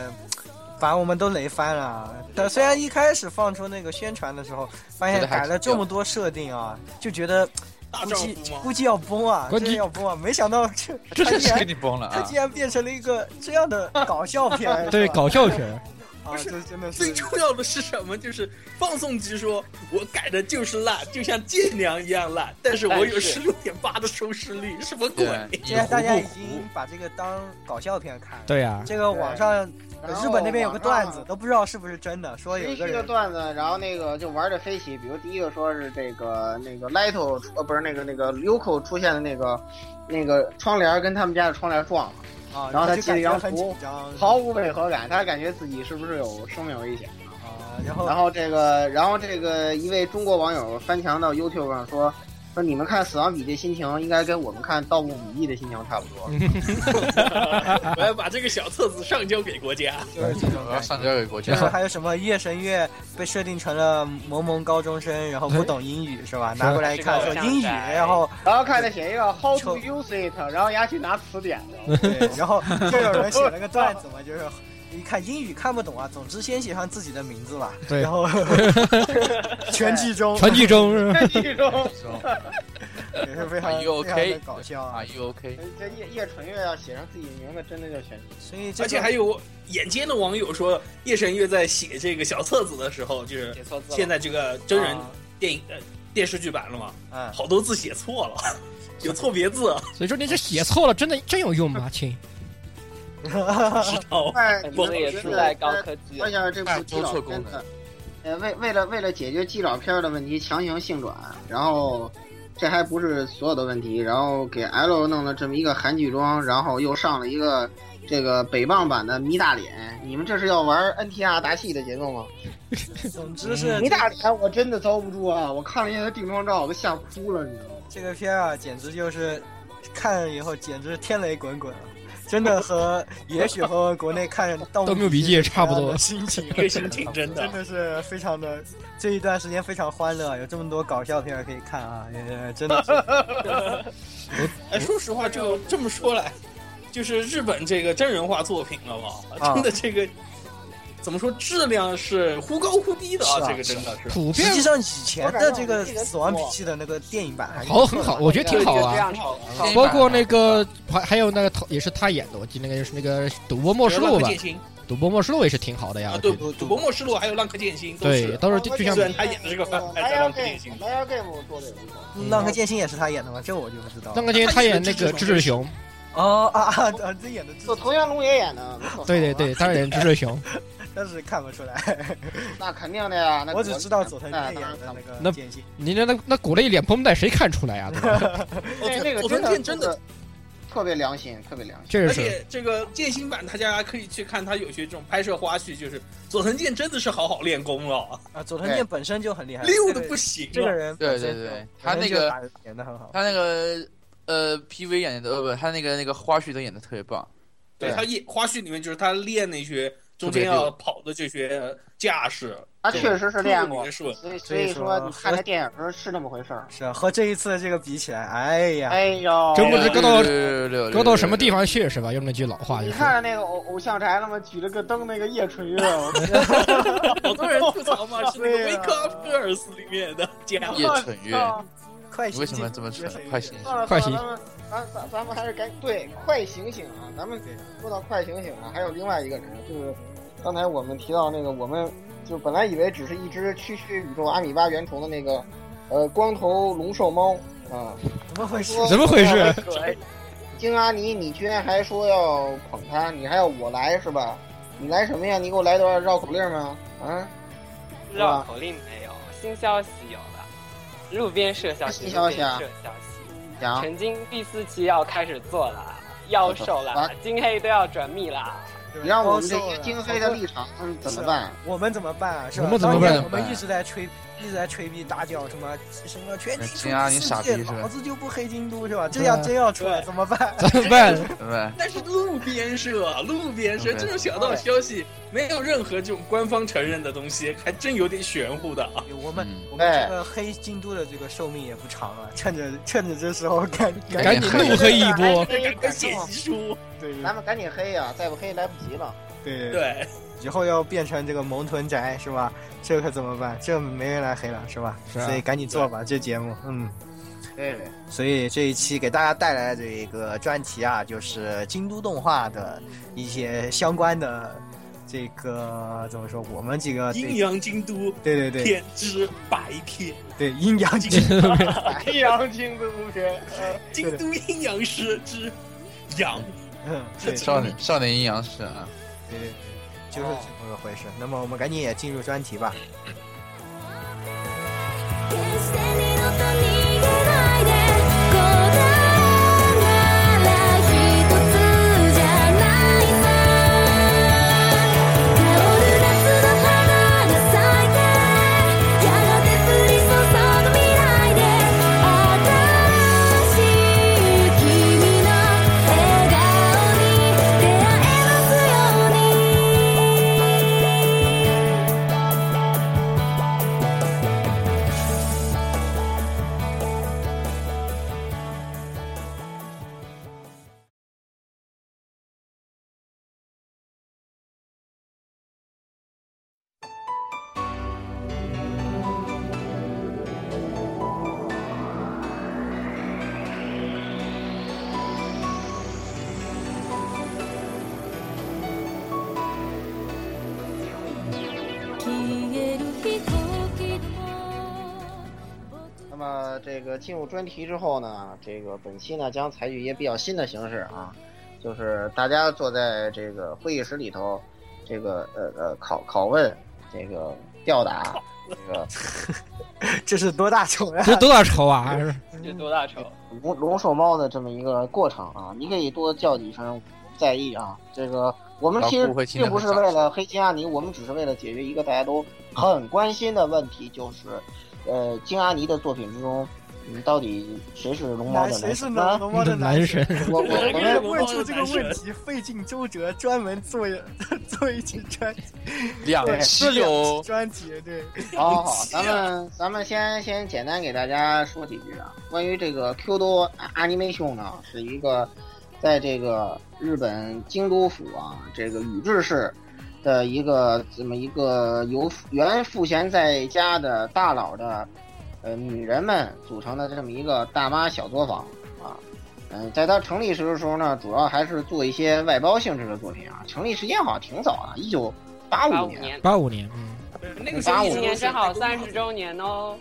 [SPEAKER 2] 把我们都雷翻了啊。但虽然一开始放出那个宣传的时候，发现
[SPEAKER 5] 觉得还
[SPEAKER 2] 改了这么多设定啊，就觉得
[SPEAKER 1] 啊
[SPEAKER 4] 大
[SPEAKER 2] 估
[SPEAKER 4] 丈
[SPEAKER 2] 计
[SPEAKER 4] 夫吗？
[SPEAKER 2] 估计要崩啊，
[SPEAKER 3] 关
[SPEAKER 2] 真
[SPEAKER 3] 键，
[SPEAKER 2] 的要崩啊！没想到这
[SPEAKER 5] 真
[SPEAKER 2] 他
[SPEAKER 5] 的
[SPEAKER 2] 竟
[SPEAKER 5] 是给
[SPEAKER 2] 然
[SPEAKER 5] 你崩了
[SPEAKER 2] 他
[SPEAKER 5] 啊
[SPEAKER 2] 竟！然变成了一个这样的搞笑片儿
[SPEAKER 3] [LAUGHS] 对
[SPEAKER 2] 是吧
[SPEAKER 3] 搞笑片儿，
[SPEAKER 2] 啊，这真的
[SPEAKER 4] 最
[SPEAKER 2] 是
[SPEAKER 4] 重要的是什么？就是放送局说，我改的就是烂，就像剑娘一样烂，但是我有十
[SPEAKER 6] 但是
[SPEAKER 4] 六点八的收视率，什么鬼？
[SPEAKER 5] 对，
[SPEAKER 2] 现在大家
[SPEAKER 5] 你
[SPEAKER 2] 已
[SPEAKER 5] 糊不
[SPEAKER 2] 经
[SPEAKER 5] 糊？
[SPEAKER 2] 把这个当搞笑片看了。
[SPEAKER 3] 对啊呀，
[SPEAKER 2] 这个网上呃
[SPEAKER 1] 然后
[SPEAKER 2] 日本那边有个段子
[SPEAKER 1] 网，上，
[SPEAKER 2] 都不知道是不是真的，说有
[SPEAKER 1] 谁
[SPEAKER 2] 一个
[SPEAKER 1] 是个
[SPEAKER 2] 人
[SPEAKER 1] 段子，然后那个就玩的飞起，比如第一个说是这个那个 Lito 出呃不是那个那个 Yuko 出现的那个那个窗帘跟他们家的窗帘撞了，
[SPEAKER 2] 啊，
[SPEAKER 1] 然后他
[SPEAKER 2] 就
[SPEAKER 1] 接了
[SPEAKER 2] 感
[SPEAKER 1] 一
[SPEAKER 2] 觉
[SPEAKER 1] 张
[SPEAKER 2] 很
[SPEAKER 1] 图
[SPEAKER 2] 紧张，
[SPEAKER 1] 毫无违和感，他感觉自己是不是有生命危险？
[SPEAKER 2] 啊，然后
[SPEAKER 1] 然后这个然后这个一位中国网友翻墙到 YouTube 上说。说你们看《死亡笔记》心情，应该跟我们看《盗墓笔记》的心情差不多。
[SPEAKER 4] 我要把这个小册子上交给国家。
[SPEAKER 2] 就是这种
[SPEAKER 5] 我要
[SPEAKER 2] 感觉。
[SPEAKER 5] 上交给国
[SPEAKER 2] 就
[SPEAKER 5] 家
[SPEAKER 2] 是。还有什么夜神月被设定成了萌萌高中生，然后
[SPEAKER 3] 哎
[SPEAKER 2] 不懂英语是吧？拿过来一看说英语，然后
[SPEAKER 3] [LAUGHS]
[SPEAKER 1] 然后看他写一个 “How to use it”，然后丫去拿词典了。
[SPEAKER 2] [LAUGHS] 对，然后就有人写了个段子嘛，就是一看英语看不懂啊，总之先写上自己的名字吧，
[SPEAKER 3] 对 [LAUGHS]
[SPEAKER 2] 然后全剧终
[SPEAKER 3] 传奇中是吧？
[SPEAKER 1] 这种
[SPEAKER 5] [LAUGHS]
[SPEAKER 2] 也是非常
[SPEAKER 4] 哎
[SPEAKER 5] Are you
[SPEAKER 2] 非常的
[SPEAKER 5] OK？
[SPEAKER 2] 搞笑啊
[SPEAKER 5] ？Are。you OK？
[SPEAKER 1] 这叶叶纯月要写上自己名字，真的就选
[SPEAKER 2] 所以这
[SPEAKER 4] 而且
[SPEAKER 2] 个
[SPEAKER 4] 还有眼尖的网友说，夜神月在写这个小册子的时候，就是
[SPEAKER 6] 写错字了。
[SPEAKER 4] 现在这个真人
[SPEAKER 2] 啊
[SPEAKER 4] 电影、呃电视剧版了嘛，
[SPEAKER 2] 嗯，
[SPEAKER 4] 好多字写错了， [LAUGHS] 有错别字，啊
[SPEAKER 3] [LAUGHS] 所以说你这写错了，真的真有用吗？亲，
[SPEAKER 4] 知道吗？
[SPEAKER 1] 哎，
[SPEAKER 6] 你
[SPEAKER 4] 我
[SPEAKER 6] 们也
[SPEAKER 1] 觉
[SPEAKER 6] 出
[SPEAKER 1] 得
[SPEAKER 6] 来高科技
[SPEAKER 1] 而
[SPEAKER 6] 了，
[SPEAKER 1] 且这部基佬
[SPEAKER 5] 哎多错
[SPEAKER 1] 片
[SPEAKER 5] 功
[SPEAKER 1] 子
[SPEAKER 5] 能，
[SPEAKER 1] 呃，为为了为了解决基佬片的问题，强行性转，然后这还不是所有的问题，然后给 L 弄了这么一个韩剧装，然后又上了一个这个北棒版的迷大脸，你们这是要玩 NTR 达戏的节奏吗？
[SPEAKER 2] 总之是
[SPEAKER 1] 迷
[SPEAKER 3] 嗯
[SPEAKER 1] 大脸我真的遭不住啊！我看了一下他定妆照，我都吓哭了，你知道吗？
[SPEAKER 2] 这个片儿啊，简直就是看了以后简直天雷滚滚啊！真的和也许和国内
[SPEAKER 3] [LAUGHS]
[SPEAKER 2] 看《盗
[SPEAKER 3] 盗墓笔记也差不多
[SPEAKER 2] 心情啊
[SPEAKER 4] 这个心情真
[SPEAKER 2] 真
[SPEAKER 4] 的，
[SPEAKER 2] 的是非常的这一段时间非常欢乐，有这么多搞笑片儿可以看啊，也真的是
[SPEAKER 4] 哎，说实话，就这么说来，就是日本这个真人化作品了吧？
[SPEAKER 2] 啊
[SPEAKER 4] 真的这个怎么说，质量是忽高忽低的
[SPEAKER 2] 是啊
[SPEAKER 4] 这个真的是。
[SPEAKER 3] 普遍
[SPEAKER 2] 实际上以前的这个《死亡笔记》的那个电影版还是
[SPEAKER 3] 好很好，我觉得挺好
[SPEAKER 6] 这
[SPEAKER 3] 啊。
[SPEAKER 6] 样炒
[SPEAKER 5] 对
[SPEAKER 3] 包括那个还还有那个头也是他演的，我记得那个就是那个《赌博默示录》
[SPEAKER 4] 浪客
[SPEAKER 3] 吧，
[SPEAKER 4] 剑心
[SPEAKER 3] 《赌博默示录》也是挺好的呀。
[SPEAKER 4] 啊，
[SPEAKER 3] 我
[SPEAKER 4] 对，
[SPEAKER 3] 觉得
[SPEAKER 4] 赌博默示录还有浪客剑心都
[SPEAKER 3] 对，
[SPEAKER 4] 是。
[SPEAKER 3] 到时候就就像
[SPEAKER 4] 虽然他演的是个反派，但浪客剑心
[SPEAKER 1] Liar Game 做的有一个。
[SPEAKER 2] 《浪客剑心》也是他演的吗？这我就不知道了。
[SPEAKER 3] 那个今天他演那个智志雄，
[SPEAKER 2] 哦啊啊啊！这演的
[SPEAKER 1] 就藤原龙也演的，没错
[SPEAKER 3] 对对，对，他演智志雄，
[SPEAKER 2] 但是看不出来，
[SPEAKER 1] 那肯定的呀。那哎
[SPEAKER 2] 我只知道佐藤
[SPEAKER 1] 那
[SPEAKER 2] 健演的那
[SPEAKER 3] 那
[SPEAKER 2] 个剑心。
[SPEAKER 3] 你那那那鼓了一脸绷带，谁看出来呀？对吧哦
[SPEAKER 1] 那那个
[SPEAKER 4] 哦佐藤
[SPEAKER 1] 的
[SPEAKER 4] 健真的，
[SPEAKER 1] 特别良心，特别良心。
[SPEAKER 3] 这
[SPEAKER 4] 而
[SPEAKER 3] 是
[SPEAKER 4] 且这个剑心版大家可以去看，他有些这种拍摄花絮，就是佐藤健真的是好好练功了，
[SPEAKER 2] 啊，佐藤健本身就很厉害，
[SPEAKER 4] 溜
[SPEAKER 2] 哎这
[SPEAKER 4] 的
[SPEAKER 2] 个
[SPEAKER 4] 不行
[SPEAKER 2] 这个
[SPEAKER 4] 了。
[SPEAKER 2] 人
[SPEAKER 5] 对
[SPEAKER 2] 本身
[SPEAKER 5] 对
[SPEAKER 2] 就
[SPEAKER 5] 对
[SPEAKER 2] 本身
[SPEAKER 5] 他那
[SPEAKER 2] 就
[SPEAKER 5] 个
[SPEAKER 2] 打得演的很好，
[SPEAKER 5] 他那个呃 PV 演的呃不，他那个那个花絮都演的特别棒。
[SPEAKER 4] 对
[SPEAKER 1] 对
[SPEAKER 4] 他演花絮里面就是他练那些中间要跑的这些架势，
[SPEAKER 1] 他确实是练
[SPEAKER 4] 特
[SPEAKER 1] 过
[SPEAKER 4] 别，顺。
[SPEAKER 1] 所以所
[SPEAKER 2] 所以
[SPEAKER 1] 以说
[SPEAKER 2] 说
[SPEAKER 1] 你
[SPEAKER 3] 呃
[SPEAKER 1] 看这电影儿是那么回事儿。
[SPEAKER 2] 是啊，和这一次这个比起来，哎呀，
[SPEAKER 1] 哎呦，
[SPEAKER 3] 真不知搁到搁
[SPEAKER 5] 搁
[SPEAKER 3] 到什么地方去是吧？用那句老话
[SPEAKER 1] 哎
[SPEAKER 3] 就
[SPEAKER 1] 你
[SPEAKER 3] 是。
[SPEAKER 1] 看那个偶偶像宅，他妈举着个灯，那个叶纯月，
[SPEAKER 3] [LAUGHS]
[SPEAKER 1] [LAUGHS] 我
[SPEAKER 4] 好多人吐槽嘛，是那个《
[SPEAKER 1] [LAUGHS] 对啊
[SPEAKER 4] Wake Up Girls》里面的家伙
[SPEAKER 5] 叶蠢月，
[SPEAKER 1] 操
[SPEAKER 2] 快
[SPEAKER 5] 你为什么这么蠢？快醒醒！
[SPEAKER 1] 算了
[SPEAKER 3] 快
[SPEAKER 1] 算
[SPEAKER 3] 醒
[SPEAKER 1] 啊了，咱们咱咱咱们还是赶对快醒醒啊！咱们说到快醒醒啊，还有另外一个人，就是刚才我们提到那个，我们就本来以为只是一只区区宇宙阿米巴原虫的那个，呃，光头龙兽猫啊，
[SPEAKER 2] 怎么回事？
[SPEAKER 1] 说
[SPEAKER 3] 怎么回事？
[SPEAKER 6] 对，
[SPEAKER 1] 京阿尼，你居然还说要捧他，你还要我来是吧？你来什么呀？你给我来段绕口令吗？啊，
[SPEAKER 6] 绕口令没有，新消息有了，路边社消息，
[SPEAKER 1] 新消息啊啊
[SPEAKER 6] 路边社消息，
[SPEAKER 1] 讲
[SPEAKER 6] 曾经第四期要开始做了，要售
[SPEAKER 1] 啊
[SPEAKER 6] 啦，金黑都要转密啦，
[SPEAKER 1] 你让
[SPEAKER 2] 哦
[SPEAKER 1] 我们这些京黑的立场嗯
[SPEAKER 3] 啊
[SPEAKER 1] 怎么办？
[SPEAKER 2] 我们怎么办啊？是吧？
[SPEAKER 3] 我们怎么办
[SPEAKER 2] 当年我们一直在吹，一直在吹逼打脚，什么什么全体
[SPEAKER 5] 哎金阿你傻逼是吧
[SPEAKER 2] 老子就不黑京都是吧？
[SPEAKER 3] 对
[SPEAKER 2] 这
[SPEAKER 3] 啊
[SPEAKER 2] 要真要出来
[SPEAKER 4] 对
[SPEAKER 2] 怎么办？
[SPEAKER 3] 怎 [LAUGHS] 么办？
[SPEAKER 5] 对，
[SPEAKER 4] 但是路边社，路边社，这种小道消息，没有任何这种官方承认的东西，还真有点玄乎的啊。
[SPEAKER 2] 我们
[SPEAKER 5] 嗯
[SPEAKER 2] 我们这个黑京都的这个寿命也不长啊，趁着趁着这时候赶赶
[SPEAKER 3] 赶紧怒黑一波！
[SPEAKER 1] 哎
[SPEAKER 3] 啊
[SPEAKER 4] 赶
[SPEAKER 1] 啊
[SPEAKER 4] 快写遗书，
[SPEAKER 2] 对
[SPEAKER 1] 咱们赶紧黑呀、再不黑来不及了。
[SPEAKER 2] 对，
[SPEAKER 4] 对，
[SPEAKER 2] 以后要变成这个萌豚宅是吧？这可怎么办？这没人来黑了是吧？
[SPEAKER 3] 是啊
[SPEAKER 2] 所以赶紧做吧，这节目嗯。
[SPEAKER 1] 对
[SPEAKER 3] [LAUGHS]
[SPEAKER 1] 对。
[SPEAKER 2] 所以这一期给大家带来的这个专题啊，就是京都动画的一些相关的这个怎么说？我们几个
[SPEAKER 4] 阴
[SPEAKER 2] 对
[SPEAKER 4] 阳京都
[SPEAKER 2] 对对对
[SPEAKER 4] 天之白天，
[SPEAKER 2] 对阴阳
[SPEAKER 4] 京 [LAUGHS]
[SPEAKER 2] 镜
[SPEAKER 1] [LAUGHS] 白羊精都不偏，
[SPEAKER 4] 京都阴阳师之阳，
[SPEAKER 2] 嗯对对
[SPEAKER 5] 少年少年阴阳师啊，
[SPEAKER 2] 对对，就是这么个回事。那么我们赶紧也进入专题吧。
[SPEAKER 7] 決して二度と逃げないで答えなら一つじゃないさ香る夏の花が咲いてやがて降り注ぐ未来で新しい君の笑顔に出会えますように消える飛行機の
[SPEAKER 1] [LAUGHS] 那么这个进入专题之后呢，这个本期呢将采取一些比较新的形式啊，就是大家坐在这个会议室里头，这个呃呃拷拷问，这个吊打，这个
[SPEAKER 2] 这是多大仇呀、
[SPEAKER 3] 这多少仇啊！是
[SPEAKER 6] 这多大仇？
[SPEAKER 1] 龙龙首猫的这么一个过程啊，你可以多叫几声，不在意啊。这个我们其实
[SPEAKER 5] 老顾会听得
[SPEAKER 1] 并不是
[SPEAKER 5] 很少
[SPEAKER 1] 为了黑金阿尼，我们只是为了解决一个大家都很关心的问题，就是，呃，金阿尼的作品之中，嗯，到底谁是龙猫
[SPEAKER 2] 男
[SPEAKER 1] 的
[SPEAKER 2] 谁
[SPEAKER 1] 男
[SPEAKER 2] 是
[SPEAKER 1] 神呢？ [LAUGHS]
[SPEAKER 2] 龙龙
[SPEAKER 3] 你
[SPEAKER 2] 猫
[SPEAKER 3] 的
[SPEAKER 2] 的
[SPEAKER 3] 男神
[SPEAKER 2] 神？，
[SPEAKER 1] 我我我
[SPEAKER 4] 我
[SPEAKER 2] 为
[SPEAKER 4] 们
[SPEAKER 2] 了
[SPEAKER 1] 们
[SPEAKER 2] 问出这个问题，费尽周折，专门做一 [LAUGHS] 做一期专题，
[SPEAKER 5] 两期
[SPEAKER 2] 做两
[SPEAKER 5] 哦
[SPEAKER 2] 期，专题，对，
[SPEAKER 1] 好好好，咱们咱们先先简单给大家说几句啊，关于这个 Q 多 Animation 呢，是一个在这个日本京都府啊，这个宇治市的一个这么一个由原赋闲在家的大佬的呃女人们组成的这么一个大妈小作坊啊。嗯，在它成立时的时候呢，主要还是做一些外包性质的作品啊。成立时间好像挺早啊，一九八
[SPEAKER 6] 八
[SPEAKER 1] 五
[SPEAKER 6] 五年，
[SPEAKER 3] 八五年，嗯，
[SPEAKER 4] 那个时候一直都
[SPEAKER 6] 今年
[SPEAKER 4] 是
[SPEAKER 6] 正好
[SPEAKER 4] 在
[SPEAKER 6] 三
[SPEAKER 4] 公
[SPEAKER 6] 十
[SPEAKER 4] 司
[SPEAKER 6] 周年哦。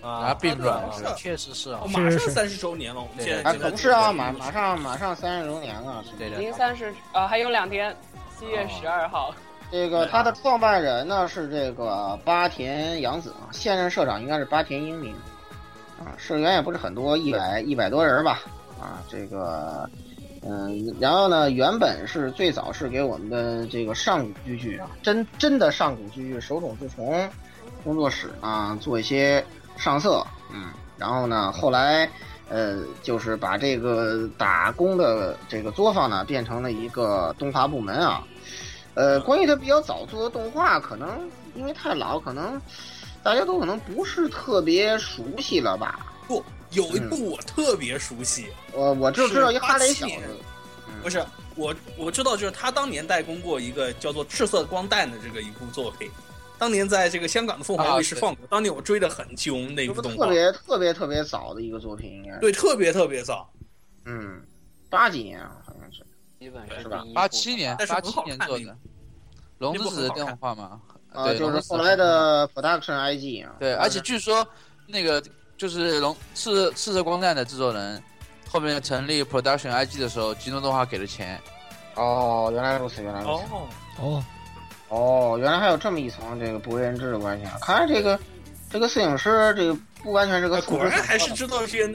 [SPEAKER 5] 啊，并卵了，
[SPEAKER 2] 确实是啊
[SPEAKER 4] 哦，马上三十周年了，我们现在
[SPEAKER 1] 啊，
[SPEAKER 4] 正在
[SPEAKER 1] 可不是啊，
[SPEAKER 4] 准备
[SPEAKER 1] 马马上马上三十周年了。是
[SPEAKER 5] 对
[SPEAKER 6] 零
[SPEAKER 5] 的，
[SPEAKER 6] 三十呃还有两天，七月十二号。
[SPEAKER 1] 这个他的创办人呢是这个八田洋子啊，现任社长应该是八田英明啊，社员也不是很多，一百一百多人吧啊，这个嗯，然后呢，原本是最早是给我们的这个上古巨剧啊，真真的上古巨剧手冢治虫工作室啊做一些上色，嗯，然后呢，后来呃，就是把这个打工的这个作坊呢变成了一个动画部门啊。呃，关于它比较早做的动画，可能因为太老，可能大家都可能不是特别熟悉了吧。
[SPEAKER 4] 不，有一
[SPEAKER 1] 嗯
[SPEAKER 4] 部我特别熟悉，
[SPEAKER 1] 我我就知道一
[SPEAKER 4] 是
[SPEAKER 1] 哈雷小
[SPEAKER 4] 87年
[SPEAKER 1] 子，
[SPEAKER 4] 不是我我知道，就是他当年代工过一个叫做《赤色光弹》的这个一部作品，当年在这个香港的凤凰卫视
[SPEAKER 5] 啊对
[SPEAKER 4] 放过，当年我追得很凶
[SPEAKER 1] 这
[SPEAKER 4] 那部
[SPEAKER 1] 不
[SPEAKER 4] 动
[SPEAKER 1] 特
[SPEAKER 4] 画，
[SPEAKER 1] 别特别特别早的一个作品，应该是
[SPEAKER 4] 对，特别特别早，
[SPEAKER 1] 嗯，八几年啊，好像是。
[SPEAKER 6] 基本是
[SPEAKER 1] 是吧
[SPEAKER 6] 第一
[SPEAKER 5] 八七年
[SPEAKER 4] 但是
[SPEAKER 5] 八
[SPEAKER 4] 很
[SPEAKER 5] 七
[SPEAKER 4] 好
[SPEAKER 5] 年
[SPEAKER 4] 看
[SPEAKER 5] 做
[SPEAKER 4] 那
[SPEAKER 5] 的《龙之
[SPEAKER 4] 那部很
[SPEAKER 5] 子》的
[SPEAKER 4] 好
[SPEAKER 5] 电
[SPEAKER 4] 看
[SPEAKER 5] 话嘛，
[SPEAKER 1] 啊，
[SPEAKER 5] 对
[SPEAKER 1] 就
[SPEAKER 5] 龙
[SPEAKER 1] 是
[SPEAKER 5] 之
[SPEAKER 1] 后
[SPEAKER 5] 子
[SPEAKER 1] 来的 Production IG 啊。
[SPEAKER 5] 对，
[SPEAKER 1] 当
[SPEAKER 5] 而且
[SPEAKER 1] 时
[SPEAKER 5] 据说那个就是龙赤赤色光弹的制作人，后面成立 Production IG 的时候，吉诺动画给的钱。
[SPEAKER 1] 哦，原来如此，原来如此。
[SPEAKER 4] 哦，
[SPEAKER 3] 哦，
[SPEAKER 1] 哦，原来还有这么一层这个不为人知的关系啊！看来这个这个摄影师，这个不完全是个
[SPEAKER 4] 啊
[SPEAKER 1] 素
[SPEAKER 4] 果
[SPEAKER 1] 质
[SPEAKER 4] 然
[SPEAKER 1] 很
[SPEAKER 4] 还
[SPEAKER 1] 高
[SPEAKER 4] 是
[SPEAKER 1] 的
[SPEAKER 4] 知道些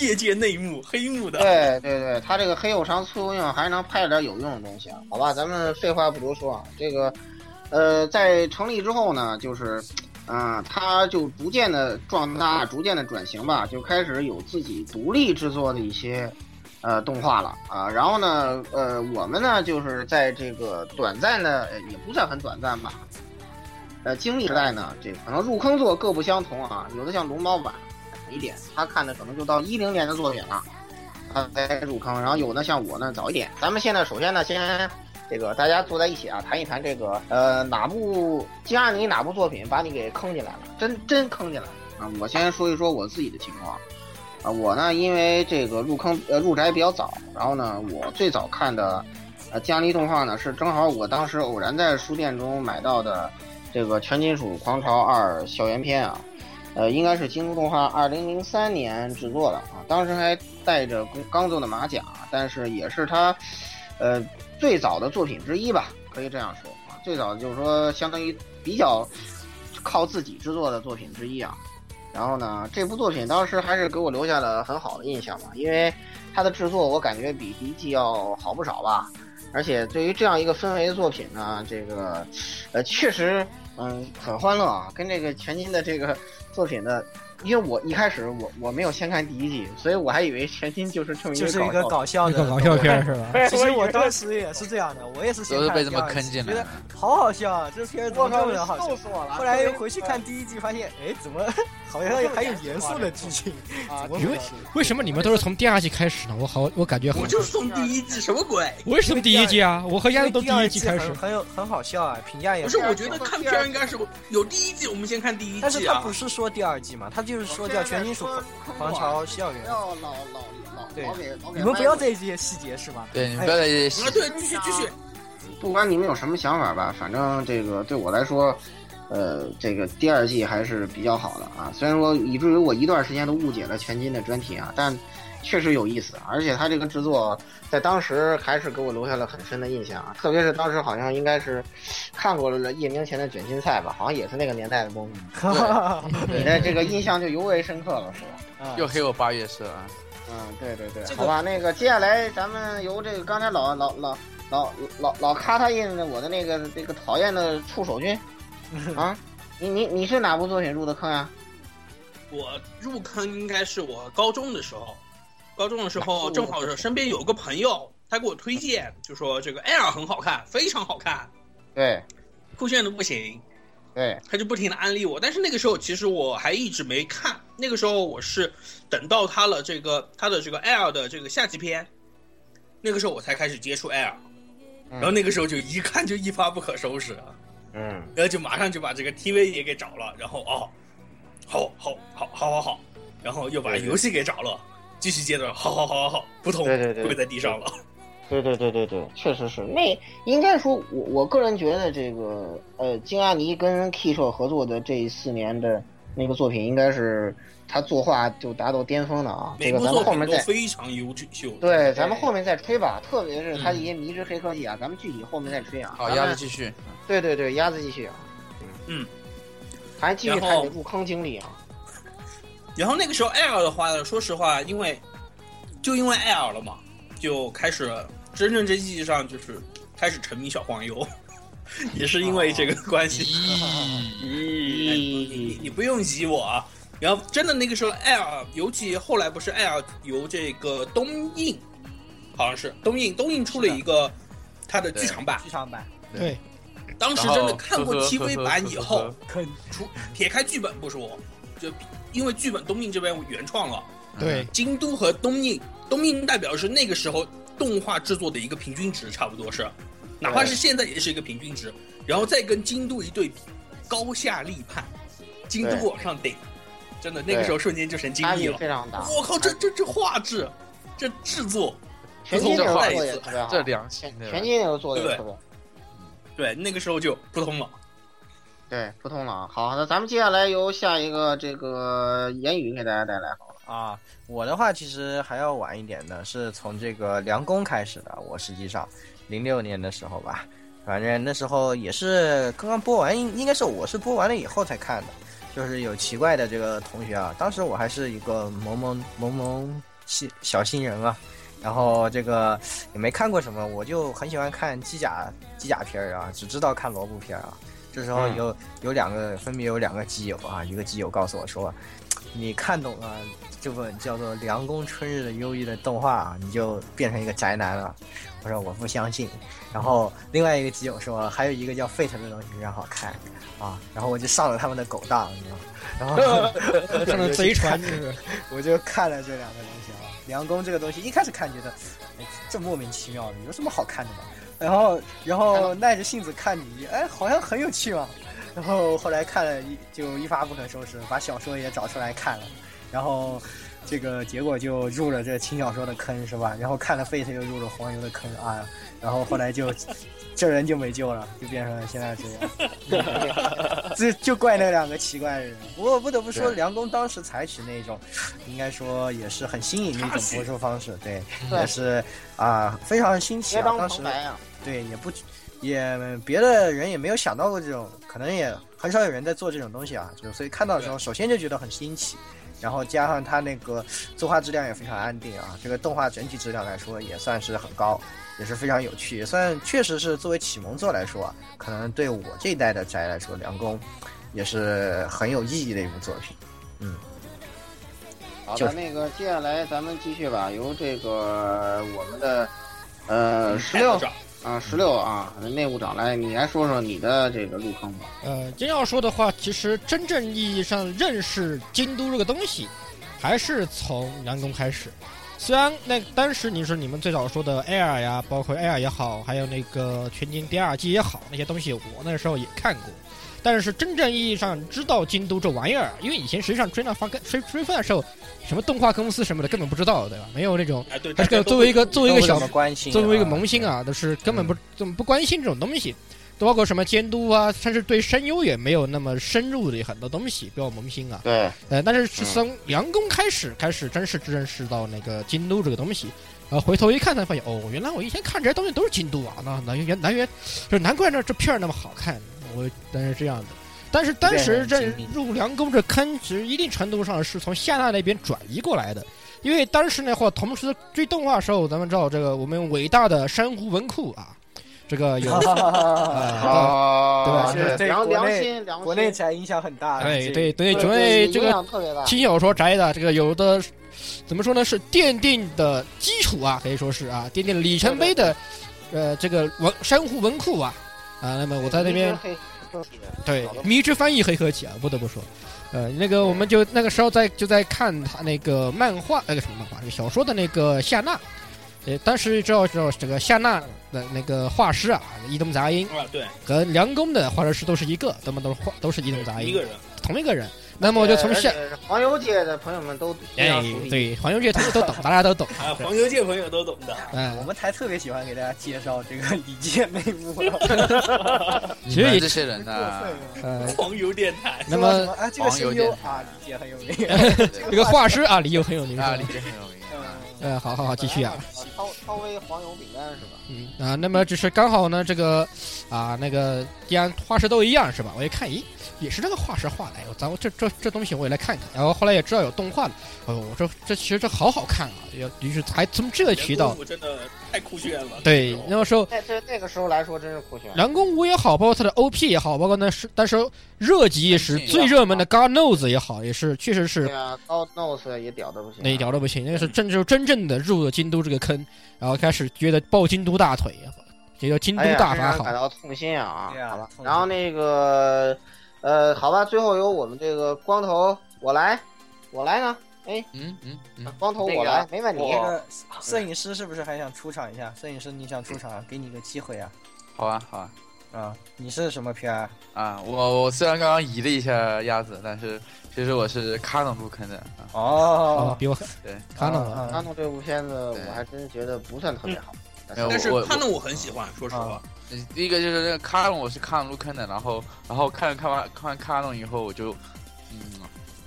[SPEAKER 4] [LAUGHS] 业界内幕黑幕的。
[SPEAKER 1] 对对对，他这个黑又长粗又硬，还能拍点有用的东西啊。好吧，咱们废话不多说啊。这个，呃，在成立之后呢，就是，啊、他就逐渐的壮大，逐渐的转型吧，就开始有自己独立制作的一些，呃，动画了啊。然后呢，呃，我们呢就是在这个短暂的，呃也不算很短暂吧。呃，经历时代呢，这可能入坑作各不相同啊，有的像龙猫晚一点，他看的可能就到一零年的作品了，他才入坑。然后有的像我呢早一点。咱们现在首先呢，先这个大家坐在一起啊，谈一谈这个呃哪部既让你哪部作品把你给坑进来了，真真坑进来了啊！我先说一说我自己的情况啊，我呢因为这个入坑呃入宅比较早，然后呢我最早看的呃江离动画呢是正好我当时偶然在书店中买到的这个《全金属狂潮二校园篇》啊。呃，应该是京都动画二零零三年制作的啊，当时还带着刚刚做的马甲，但是也是他，呃，最早的作品之一吧，可以这样说啊，最早就是说相当于比较靠自己制作的作品之一啊。然后呢，这部作品当时还是给我留下了很好的印象嘛，因为它的制作我感觉比第一季要好不少吧。而且对于这样一个氛围的作品呢，这个，呃，确实，嗯，很欢乐啊，跟这个全新的这个作品的，因为我一开始我我没有先看第一季，所以我还以为全新就是这么一
[SPEAKER 2] 就
[SPEAKER 1] 个
[SPEAKER 2] 是一个
[SPEAKER 1] 搞笑
[SPEAKER 2] 搞笑
[SPEAKER 3] 一
[SPEAKER 2] 的
[SPEAKER 3] 个搞笑片儿。是 [LAUGHS]
[SPEAKER 2] [LAUGHS]
[SPEAKER 3] 吧？
[SPEAKER 2] 其实我当时也是这样的，我也是先
[SPEAKER 5] 都是
[SPEAKER 2] 看
[SPEAKER 5] 被
[SPEAKER 2] 第
[SPEAKER 5] 这么
[SPEAKER 2] 二
[SPEAKER 5] 坑
[SPEAKER 2] 季
[SPEAKER 5] 进
[SPEAKER 2] 觉
[SPEAKER 5] 来
[SPEAKER 2] 得
[SPEAKER 5] 的。
[SPEAKER 2] 好好笑啊！这片儿怎
[SPEAKER 1] 我
[SPEAKER 2] 么
[SPEAKER 1] 靠，
[SPEAKER 2] 这么好笑
[SPEAKER 1] 笑？死我了！
[SPEAKER 2] 后来又回去看第一季，发现哎，怎 [LAUGHS] 么好像还有严肃的剧 [LAUGHS] 情？
[SPEAKER 1] 啊，
[SPEAKER 2] 怎么
[SPEAKER 1] 这
[SPEAKER 2] 回
[SPEAKER 1] 个
[SPEAKER 2] 事
[SPEAKER 3] 为什么你们都是从第二季开始呢？我好，我感觉好
[SPEAKER 4] 我就是送第一季，什么鬼？
[SPEAKER 3] 我也是从第一季啊，我和丫头都
[SPEAKER 2] 第
[SPEAKER 3] 第
[SPEAKER 2] 二
[SPEAKER 3] 一季开始
[SPEAKER 2] 很。很有很好笑啊，评价也
[SPEAKER 4] 不是，
[SPEAKER 2] 很
[SPEAKER 4] 我觉得看片儿应该是有第一季，我们先看第一
[SPEAKER 2] 但是
[SPEAKER 4] 季
[SPEAKER 2] 他
[SPEAKER 4] 啊
[SPEAKER 2] 不。是说第二季嘛，他就是说叫《全金属狂潮校园
[SPEAKER 1] 不》。要老老老
[SPEAKER 2] 对
[SPEAKER 1] 老给老给
[SPEAKER 2] 你们不要
[SPEAKER 1] 这，
[SPEAKER 2] 在意这些细节是吧？
[SPEAKER 5] 对，你们不要在意这些
[SPEAKER 4] 啊，对，继续继续，
[SPEAKER 1] 不管你们有什么想法吧，反正这个对我来说，呃，这个第二季还是比较好的啊。虽然说以至于我一段时间都误解了全金的专题啊，但确实有意思，啊而且他这个制作在当时还是给我留下了很深的印象啊。特别是当时好像应该是看过了叶明前的《卷心菜》吧，好像也是那个年代的东西，
[SPEAKER 2] [LAUGHS]
[SPEAKER 1] 你的这个印象就尤为深刻了，是吧？
[SPEAKER 2] 嗯
[SPEAKER 5] 又黑我八月社啊！
[SPEAKER 1] 嗯，对对对，
[SPEAKER 4] 这个
[SPEAKER 1] 好吧，那个接下来咱们由这个刚才老老老老老老咔嚓印的我的那个这个讨厌的触手
[SPEAKER 4] [LAUGHS]
[SPEAKER 1] 君啊，你你你是哪部作品入的坑啊？
[SPEAKER 4] 我入坑应该是我高中的时候，高中的时候正好是身边有个朋友，他给我推荐，就说这个 Air 很好看，非常好看，
[SPEAKER 1] 对
[SPEAKER 4] 酷炫的不行，
[SPEAKER 1] 对，
[SPEAKER 4] 他就不停的安利我。但是那个时候其实我还一直没看，那个时候我是等到他了这个他的这个 Air 的这个夏季篇，那个时候我才开始接触 Air，
[SPEAKER 1] 嗯
[SPEAKER 4] 然后那个时候就一看就一发不可收拾啊。
[SPEAKER 1] 嗯，
[SPEAKER 4] 然后就马上就把这个 TV 也给找了，然后哦，好好好好好好，然后又把
[SPEAKER 1] 对对
[SPEAKER 4] 游戏给找了，继续接着好好好好好，扑通
[SPEAKER 1] 对对对
[SPEAKER 4] 跪在地上了。
[SPEAKER 1] 对对对对对，确实是。那应该说，我我个人觉得这个呃，金阿尼跟 K 社合作的这四年的那个作品，应该是他作画就达到巅峰的啊。这
[SPEAKER 4] 每
[SPEAKER 1] 个
[SPEAKER 4] 部
[SPEAKER 1] 咱们
[SPEAKER 4] 作
[SPEAKER 1] 后
[SPEAKER 4] 品
[SPEAKER 1] 面
[SPEAKER 4] 都
[SPEAKER 1] 再
[SPEAKER 4] 非常优秀。哎
[SPEAKER 1] 对，咱们后面再吹吧，特别是它一些迷之黑科技啊，咱们具体后面再吹啊。
[SPEAKER 5] 好，
[SPEAKER 1] 咱
[SPEAKER 5] 鸭
[SPEAKER 1] 们
[SPEAKER 5] 子继续。
[SPEAKER 1] 对对对，鸭子继续啊。
[SPEAKER 4] 嗯，
[SPEAKER 1] 还继续
[SPEAKER 4] 然后
[SPEAKER 1] 看你的入坑经历啊。
[SPEAKER 4] 然后那个时候 Air 的话呢，说实话，因为就因为 Air 了嘛，就开始真正真意义上就是开始沉迷小黄油， [LAUGHS] 也是因为这个关系。
[SPEAKER 5] 哦咦，
[SPEAKER 4] 哎你 [LAUGHS] 你你不用挤我啊。然后真的那个时候，Air，尤其后来不是 Air 由这个东映，好像是东映，东映出了一个它的剧场版，
[SPEAKER 2] 剧场版
[SPEAKER 3] 对，
[SPEAKER 4] 当时
[SPEAKER 5] 然
[SPEAKER 4] 真
[SPEAKER 5] 后
[SPEAKER 4] 的看过
[SPEAKER 5] 呵呵
[SPEAKER 4] TV
[SPEAKER 5] 呵呵
[SPEAKER 4] 版
[SPEAKER 5] 呵
[SPEAKER 4] 以
[SPEAKER 5] 呵
[SPEAKER 4] 后，肯除撇开剧本不说，就因为剧本东映这边原创了，
[SPEAKER 3] 对，
[SPEAKER 4] 京都和东映，东映代表是那个时候动画制作的一个平均值，差不多是，哪怕是现在也是一个平均值，然后再跟京都一对比，高下立判，京
[SPEAKER 1] 对
[SPEAKER 4] 都往上顶，真的那个时候瞬间就成京
[SPEAKER 1] 差
[SPEAKER 4] 一
[SPEAKER 1] 距
[SPEAKER 4] 了，
[SPEAKER 1] 非常大。
[SPEAKER 4] 我靠，这这这画质，这制作，
[SPEAKER 1] 全金
[SPEAKER 5] 这
[SPEAKER 1] 牛做
[SPEAKER 5] 画
[SPEAKER 1] 的也
[SPEAKER 4] 质
[SPEAKER 1] 特别好，
[SPEAKER 5] 这良心
[SPEAKER 1] 全
[SPEAKER 5] 的，
[SPEAKER 1] 全金牛做的也
[SPEAKER 4] 对
[SPEAKER 1] 特别好。
[SPEAKER 4] 对，那个时候就扑通了。
[SPEAKER 1] 对，不通了啊。好，那咱们接下来由下一个这个言语给大家带来。
[SPEAKER 2] 啊，我的话其实还要晚一点的，是从这个梁工开始的。我实际上零六年的时候吧，反正那时候也是刚刚播完，应应该是我是播完了以后才看的。就是有奇怪的这个同学啊，当时我还是一个萌萌萌萌新小新人啊，然后这个也没看过什么，我就很喜欢看机甲机甲片儿啊，只知道看萝卜片儿啊。这时候有、有两个分别有两个基友啊，一个基友告诉我说，你看懂了这本叫做《凉宫春日的忧郁》的动画啊，你就变成一个宅男了。我说我不相信。然后另外一个基友说，还有一个叫 Fate 的东西非常好看啊，然后我就上了他们的狗当，你知道吗？然后
[SPEAKER 3] 上了贼船就是，
[SPEAKER 2] 我就看了这两个东西啊，梁工这个东西一开始看觉得，哎，这莫名其妙的，有什么好看的嘛？然后然后耐着性子看你一眼，哎，好像很有趣嘛。然后后来看了一就一发不可收拾，把小说也找出来看了，然后这个结果就入了这轻小说的坑是吧？然后看了 Fate 又入了黄油的坑啊，然后后
[SPEAKER 1] [LAUGHS]
[SPEAKER 2] 来就这人就没救了，就变成了现在这样。
[SPEAKER 1] [LAUGHS]
[SPEAKER 2] 这就怪那两个奇怪的人。不过不得不说，
[SPEAKER 5] 对
[SPEAKER 2] 梁工当时采取那种，应该说也是很新颖的一种播出方式，对，
[SPEAKER 1] 对
[SPEAKER 2] 也是啊、非常新奇
[SPEAKER 1] 别
[SPEAKER 2] 啊。
[SPEAKER 1] 当
[SPEAKER 2] 当时
[SPEAKER 1] 旁白啊！
[SPEAKER 2] 对也不也别的人也没有想到过这种，可能也很少有人在做这种东西啊，就是所以看到的时候，首先就觉得很新奇。然后加上它那个作画质量也非常安定啊，这个动画整体质量来说也算是很高，也是非常有趣，也算确实是作为启蒙作来说啊，可能对我这一代的宅来说，《梁工》也是很有意义的一部作品。
[SPEAKER 1] 好
[SPEAKER 2] 就
[SPEAKER 1] 的，
[SPEAKER 2] 是
[SPEAKER 1] 那个接下来咱们继续吧，由这个我们的呃十六
[SPEAKER 4] 哎太不长
[SPEAKER 1] 啊十六啊内务长来，你来说说你的这个入坑吧。
[SPEAKER 3] 呃，真要说的话，其实真正意义上认识京都这个东西，还是从南宫开始。虽然那当时你说你们最早说的 Air 呀，包括 Air 也好，还有那个全金第二季也好，那些东西我那时候也看过，但是真正意义上知道京都这玩意儿，啊因为以前实际上追那发跟追追番的时候，什么动画公司什么的根本不知道，对吧？没有那种，
[SPEAKER 4] 哎，对，
[SPEAKER 3] 它
[SPEAKER 4] 大家
[SPEAKER 3] 这个
[SPEAKER 4] 都
[SPEAKER 3] 作为一个作为一个
[SPEAKER 2] 都不
[SPEAKER 3] 小
[SPEAKER 2] 怎么关心啊，嗯
[SPEAKER 3] 作为一个萌新啊，都是根本不怎么不关心这种东西，包括什么监督啊，甚至对声优也没有那么深入的很多东西，比较萌新啊。
[SPEAKER 1] 对，
[SPEAKER 3] 呃，但是
[SPEAKER 2] 嗯
[SPEAKER 3] 是从梁工开始，开始真是认识到那个京都这个东西，然后回头一看才发现，哦，原来我以前看这些东西都是京都啊，那南原南原，就是难怪那这片儿那么好看，我当然是这样的。但是当
[SPEAKER 2] 对
[SPEAKER 3] 时这
[SPEAKER 2] 很精密
[SPEAKER 3] 入梁工这坑，其实一定程度上是从夏娜那边转移过来的，因为当时那会儿同时追动画的时候，咱们知道这个我们伟大的珊瑚文库啊，这个
[SPEAKER 2] [LAUGHS]
[SPEAKER 3] 有啊，
[SPEAKER 1] 哦
[SPEAKER 3] 对
[SPEAKER 2] 对吧对
[SPEAKER 1] 良
[SPEAKER 2] 国
[SPEAKER 1] 良
[SPEAKER 2] 内
[SPEAKER 1] 心良
[SPEAKER 2] 国内
[SPEAKER 1] 心，
[SPEAKER 2] 才影响很大。
[SPEAKER 3] 对
[SPEAKER 2] 这
[SPEAKER 3] 哎对对，
[SPEAKER 1] 对
[SPEAKER 3] 因为
[SPEAKER 1] 对
[SPEAKER 3] 这个
[SPEAKER 1] 影响特别大。
[SPEAKER 3] 轻小说宅的这个有的是怎么说呢？是奠定的基础啊，可以说是啊，奠定了里程碑的呃这个文珊瑚文库啊啊。那么我在那边
[SPEAKER 1] 黑黑体的
[SPEAKER 3] 对
[SPEAKER 1] 搞得
[SPEAKER 3] 迷之翻译黑科技啊，不得不说，呃，那个我们就那个时候在就在看他那个漫画那个什么漫画，那个小说的那个夏娜。呃，当时知道知道这个夏娜的那个画师啊，伊东杂音
[SPEAKER 4] 啊，对，
[SPEAKER 3] 和梁工的画师都是一个，他们都是画都是伊东杂
[SPEAKER 4] 一
[SPEAKER 3] 音
[SPEAKER 4] 个，人，
[SPEAKER 3] 同一个人。那么我就从夏
[SPEAKER 1] 而且黄油界的朋友们都非
[SPEAKER 3] 哎
[SPEAKER 1] 常熟，悉。
[SPEAKER 3] 对，黄油界他们都懂，大家 [LAUGHS] 都懂。
[SPEAKER 4] 啊，黄油界朋友都懂的。
[SPEAKER 2] 我
[SPEAKER 3] 嗯，
[SPEAKER 2] 们台特别喜欢给大家介绍这个李健内
[SPEAKER 3] [LAUGHS]
[SPEAKER 2] 部啊，
[SPEAKER 3] 其
[SPEAKER 5] 你
[SPEAKER 3] 实
[SPEAKER 5] 们
[SPEAKER 3] 也
[SPEAKER 5] 这些人啊呢，
[SPEAKER 3] 呃，
[SPEAKER 4] 黄油电台，
[SPEAKER 3] 那
[SPEAKER 2] 说什
[SPEAKER 3] 么
[SPEAKER 2] 么啊，这个
[SPEAKER 5] 网友
[SPEAKER 2] 声优
[SPEAKER 5] 电
[SPEAKER 2] 啊，李健很有名。
[SPEAKER 3] 这个画师啊，李友很有名是
[SPEAKER 5] 啊，李
[SPEAKER 3] 吧？
[SPEAKER 5] 健很有名啊，
[SPEAKER 2] 嗯
[SPEAKER 3] 呃，好好好，继续啊。
[SPEAKER 1] 超超威黄油饼干是吧？
[SPEAKER 3] 嗯啊，那么只是刚好呢，这个啊，那个既然画师都一样是吧？我一看，咦，也是这个画师画的，哎我咱这这这东西我也来看看。然后后来也知道有动画了，哎呦，这这其实这好好看啊！也于是还从这个渠道，
[SPEAKER 4] 我哎真的太酷炫了。
[SPEAKER 3] 对，那个时候
[SPEAKER 1] 那对那个时候来说真是酷炫。
[SPEAKER 3] 蓝宫舞也好，包括他的 OP 也好，包括那是但是热极一时
[SPEAKER 5] 嗯
[SPEAKER 3] 最热门的 God Knows 也好，也是确实是
[SPEAKER 1] 对啊，高 nose 也屌的不行、啊。
[SPEAKER 3] 那聊的不行，那个是真就是真正的入了京都这个坑，然后开始觉得抱京都大腿，也叫京都
[SPEAKER 1] 哎呀，
[SPEAKER 3] 大
[SPEAKER 1] 非
[SPEAKER 3] 法
[SPEAKER 1] 常
[SPEAKER 3] 好
[SPEAKER 1] 感。到痛心啊！
[SPEAKER 2] 对啊
[SPEAKER 1] 好吧
[SPEAKER 2] 痛，心
[SPEAKER 1] 然后那个，呃，好吧，最后由我们这个光头我来，我来呢？哎，
[SPEAKER 5] 嗯嗯嗯，
[SPEAKER 1] 光头
[SPEAKER 6] 那个
[SPEAKER 1] 我来，没问题。
[SPEAKER 2] 这
[SPEAKER 6] 我
[SPEAKER 2] 个摄影师是不是还想出场一下？摄影师，你想出场，给你个机会啊！
[SPEAKER 5] 好啊好啊
[SPEAKER 2] 啊，你是什么片儿？
[SPEAKER 5] 啊！我我虽然刚刚移了一下鸭子，但是其实我是卡农入坑的啊。
[SPEAKER 3] 哦
[SPEAKER 2] 哦，， [LAUGHS]
[SPEAKER 3] 比我
[SPEAKER 5] 对，
[SPEAKER 3] 看到了。
[SPEAKER 2] 啊
[SPEAKER 1] 刚头这部片子
[SPEAKER 5] 对
[SPEAKER 1] 我还真觉得不算特别好，
[SPEAKER 2] 嗯哎
[SPEAKER 5] 没有
[SPEAKER 4] 但是
[SPEAKER 5] 我
[SPEAKER 4] 他呢，我很喜欢，
[SPEAKER 1] 啊
[SPEAKER 4] 说实话，
[SPEAKER 5] 呃第一个就是那个卡农，我是看入坑的，然后然后看看完看完卡农以后，我就嗯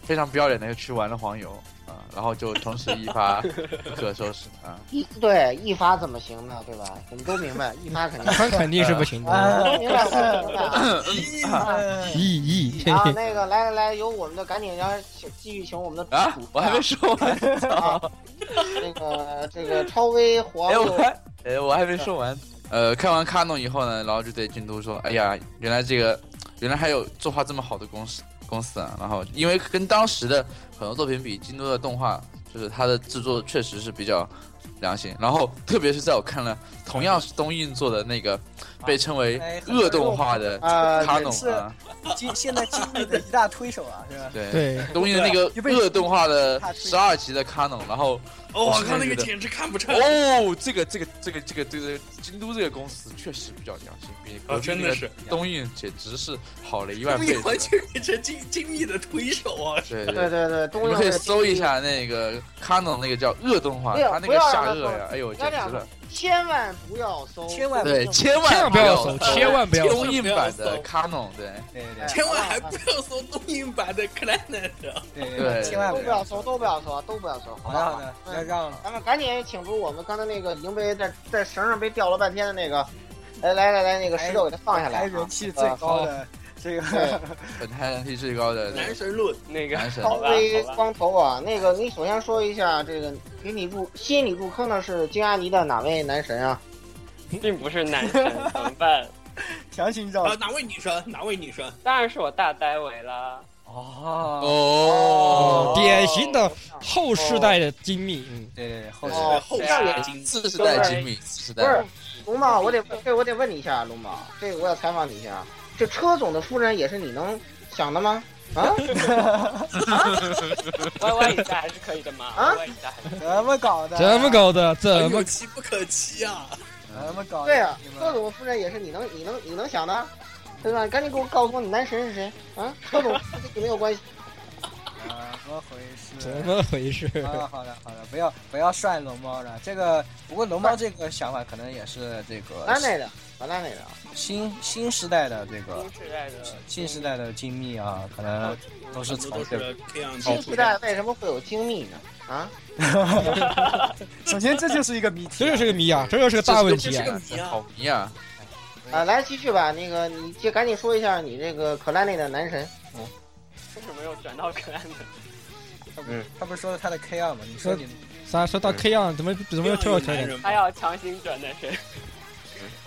[SPEAKER 5] 非常不要脸的又去玩了黄油啊，然后就同时一发不可收拾啊。
[SPEAKER 1] 一对一发怎么行呢？对吧？我们都明白，一发肯
[SPEAKER 2] [LAUGHS]
[SPEAKER 1] 定。
[SPEAKER 3] 那肯定是不行的。
[SPEAKER 1] 我明白，我明白啊。
[SPEAKER 2] 哎
[SPEAKER 3] 咦咦，
[SPEAKER 1] 然后
[SPEAKER 3] 嘿嘿
[SPEAKER 1] 那个，来来来，由我们的赶紧让请继续请我们的
[SPEAKER 5] 啊
[SPEAKER 1] 主持人！
[SPEAKER 5] 我还没说完，
[SPEAKER 1] 啊，那个这个超威黄
[SPEAKER 5] 哎，
[SPEAKER 1] 油
[SPEAKER 5] 我还哎，我还没说完。 [LAUGHS] 呃，看完卡农以后呢，然后就对京都说：“哎呀，原来这个，原来还有作画这么好的公司公司啊！”然后因为跟当时的很多作品比，京都的动画就是它的制作确实是比较良心。然后特别是在我看了同样是东映做的那个被称为
[SPEAKER 2] 哎很
[SPEAKER 5] 恶动画的
[SPEAKER 1] 啊
[SPEAKER 5] 卡农
[SPEAKER 2] 是
[SPEAKER 5] 啊，
[SPEAKER 2] 今现在今日的一大推手啊，是吧？
[SPEAKER 5] 对。
[SPEAKER 3] 对，
[SPEAKER 5] 东映的那个
[SPEAKER 2] 就被
[SPEAKER 5] 恶动画的
[SPEAKER 2] 他推
[SPEAKER 5] 十二集的卡农，然后
[SPEAKER 4] 哦，
[SPEAKER 5] 我
[SPEAKER 4] 我
[SPEAKER 5] 是
[SPEAKER 4] 靠，那
[SPEAKER 5] 觉
[SPEAKER 4] 个
[SPEAKER 5] 得
[SPEAKER 4] 简直看不成。
[SPEAKER 5] 哦，这个这个这个这个这个京都这个公司确实比较良心，比
[SPEAKER 3] 啊
[SPEAKER 4] 哦真的是
[SPEAKER 5] 东映简直是好了一万
[SPEAKER 4] 东
[SPEAKER 5] 倍
[SPEAKER 4] 野
[SPEAKER 5] 的。
[SPEAKER 4] 完全变成精精密的推手啊！
[SPEAKER 5] 对
[SPEAKER 1] 对
[SPEAKER 5] 对，
[SPEAKER 1] 对对，东
[SPEAKER 5] 你
[SPEAKER 1] 映
[SPEAKER 5] 们可以
[SPEAKER 1] 的
[SPEAKER 5] 搜一下那个 Canon 那个叫恶动画，
[SPEAKER 1] 不要
[SPEAKER 5] 他那
[SPEAKER 1] 不
[SPEAKER 5] 个
[SPEAKER 1] 要让
[SPEAKER 5] 下
[SPEAKER 1] 他
[SPEAKER 5] 颚呀，
[SPEAKER 1] 搜
[SPEAKER 5] 哎呦
[SPEAKER 1] 不要
[SPEAKER 5] 简直
[SPEAKER 1] 这样
[SPEAKER 5] 了！
[SPEAKER 1] 千万不要搜，
[SPEAKER 2] 千万
[SPEAKER 5] 对，千
[SPEAKER 3] 千
[SPEAKER 5] 万
[SPEAKER 3] 万不要搜，
[SPEAKER 5] 搜
[SPEAKER 3] 千万不要搜。
[SPEAKER 5] 东映版的
[SPEAKER 4] 不
[SPEAKER 5] Canon，对
[SPEAKER 2] 对对
[SPEAKER 4] 千万还不要搜东映版的 Clanet，
[SPEAKER 2] 对
[SPEAKER 5] 对
[SPEAKER 2] 千万
[SPEAKER 1] 都
[SPEAKER 2] 不
[SPEAKER 1] 不
[SPEAKER 2] 要
[SPEAKER 1] 要。搜，都不要搜，都不要搜，
[SPEAKER 2] 好
[SPEAKER 1] 好
[SPEAKER 2] 的
[SPEAKER 1] 吧？
[SPEAKER 2] 好
[SPEAKER 1] 好
[SPEAKER 2] 的
[SPEAKER 1] 吧，
[SPEAKER 2] 要让
[SPEAKER 1] 咱们赶紧请出我们刚才那个已经被在在绳上被吊了半天的那个，来来来来，那个石头给他放下来
[SPEAKER 2] 排
[SPEAKER 1] 啊！
[SPEAKER 2] 人哎气最高的这
[SPEAKER 1] 对
[SPEAKER 2] 个，
[SPEAKER 5] 本台人气最高的
[SPEAKER 4] 男神论，
[SPEAKER 6] 那个
[SPEAKER 5] 男
[SPEAKER 3] 哦
[SPEAKER 5] 神。
[SPEAKER 1] 超
[SPEAKER 6] 好吧
[SPEAKER 1] 威
[SPEAKER 6] 好吧
[SPEAKER 1] 光头啊，那个你首先说一下这个给你入吸引你入坑的是金阿尼的哪位男神啊？
[SPEAKER 6] 并不是男 [LAUGHS] 神，怎么办？
[SPEAKER 2] [LAUGHS] 强行
[SPEAKER 4] 啊，
[SPEAKER 2] 绕
[SPEAKER 4] 哪位女生？哪位女生？
[SPEAKER 6] 当然是我大呆伟啦。
[SPEAKER 2] 哦，
[SPEAKER 5] 哦，
[SPEAKER 3] 典型的后世代的精密，嗯，
[SPEAKER 2] 对对对，后
[SPEAKER 1] 哦
[SPEAKER 4] 呃后
[SPEAKER 6] 对啊
[SPEAKER 4] 世的精
[SPEAKER 5] 次世代精密，次世代
[SPEAKER 1] 不是龙猫，我得这我得问你一下，龙猫，这个我要采访你一下，啊这车总的夫人也是你能想的吗？啊？
[SPEAKER 6] 歪歪一下还是可以的嘛，
[SPEAKER 1] 啊
[SPEAKER 6] 歪歪一下还是
[SPEAKER 2] 怎么搞的？
[SPEAKER 3] 怎么？搞的？怎么
[SPEAKER 4] 有妻不可欺啊！
[SPEAKER 2] 怎么搞的？
[SPEAKER 1] 对啊
[SPEAKER 2] 你，
[SPEAKER 1] 车
[SPEAKER 2] 们
[SPEAKER 1] 总夫人也是你能你能你能想的，对吧？你赶紧给我告诉我你男神是谁啊？车总跟你没有关系。
[SPEAKER 2] 啊怎么回
[SPEAKER 3] 怎
[SPEAKER 2] 事？
[SPEAKER 3] 么回事？
[SPEAKER 2] [LAUGHS] 啊，好的好的，不要不要涮龙猫了。这个不过龙猫这个想法可能也是这
[SPEAKER 1] 完
[SPEAKER 2] 个
[SPEAKER 1] 内的，啊完蛋内的。
[SPEAKER 2] 新新时代的这个呃
[SPEAKER 6] 新时代的
[SPEAKER 2] 新时代的精密啊，可能都是
[SPEAKER 4] 很
[SPEAKER 2] 从
[SPEAKER 4] 多都
[SPEAKER 2] 这个。
[SPEAKER 4] 是这样
[SPEAKER 1] 新时代为什么会有精密呢？啊？
[SPEAKER 2] [LAUGHS] 首先这就是一个谜题
[SPEAKER 3] 这
[SPEAKER 2] 啊，
[SPEAKER 3] 就是个谜啊，这就是个大问题啊！
[SPEAKER 4] 这是个谜啊
[SPEAKER 5] 好迷啊！
[SPEAKER 1] 啊，来继续吧，那个你就赶紧说一下你这个可拉内的男神。
[SPEAKER 6] 为什么又转到可爱的？
[SPEAKER 2] [LAUGHS] 他不是说了他的 K 二吗？你说你
[SPEAKER 3] 啥说到 K 样，怎么怎么又跳
[SPEAKER 4] 这
[SPEAKER 3] 出来
[SPEAKER 4] 样一个男
[SPEAKER 3] 了？
[SPEAKER 4] 人吗
[SPEAKER 6] 他要强行转男神。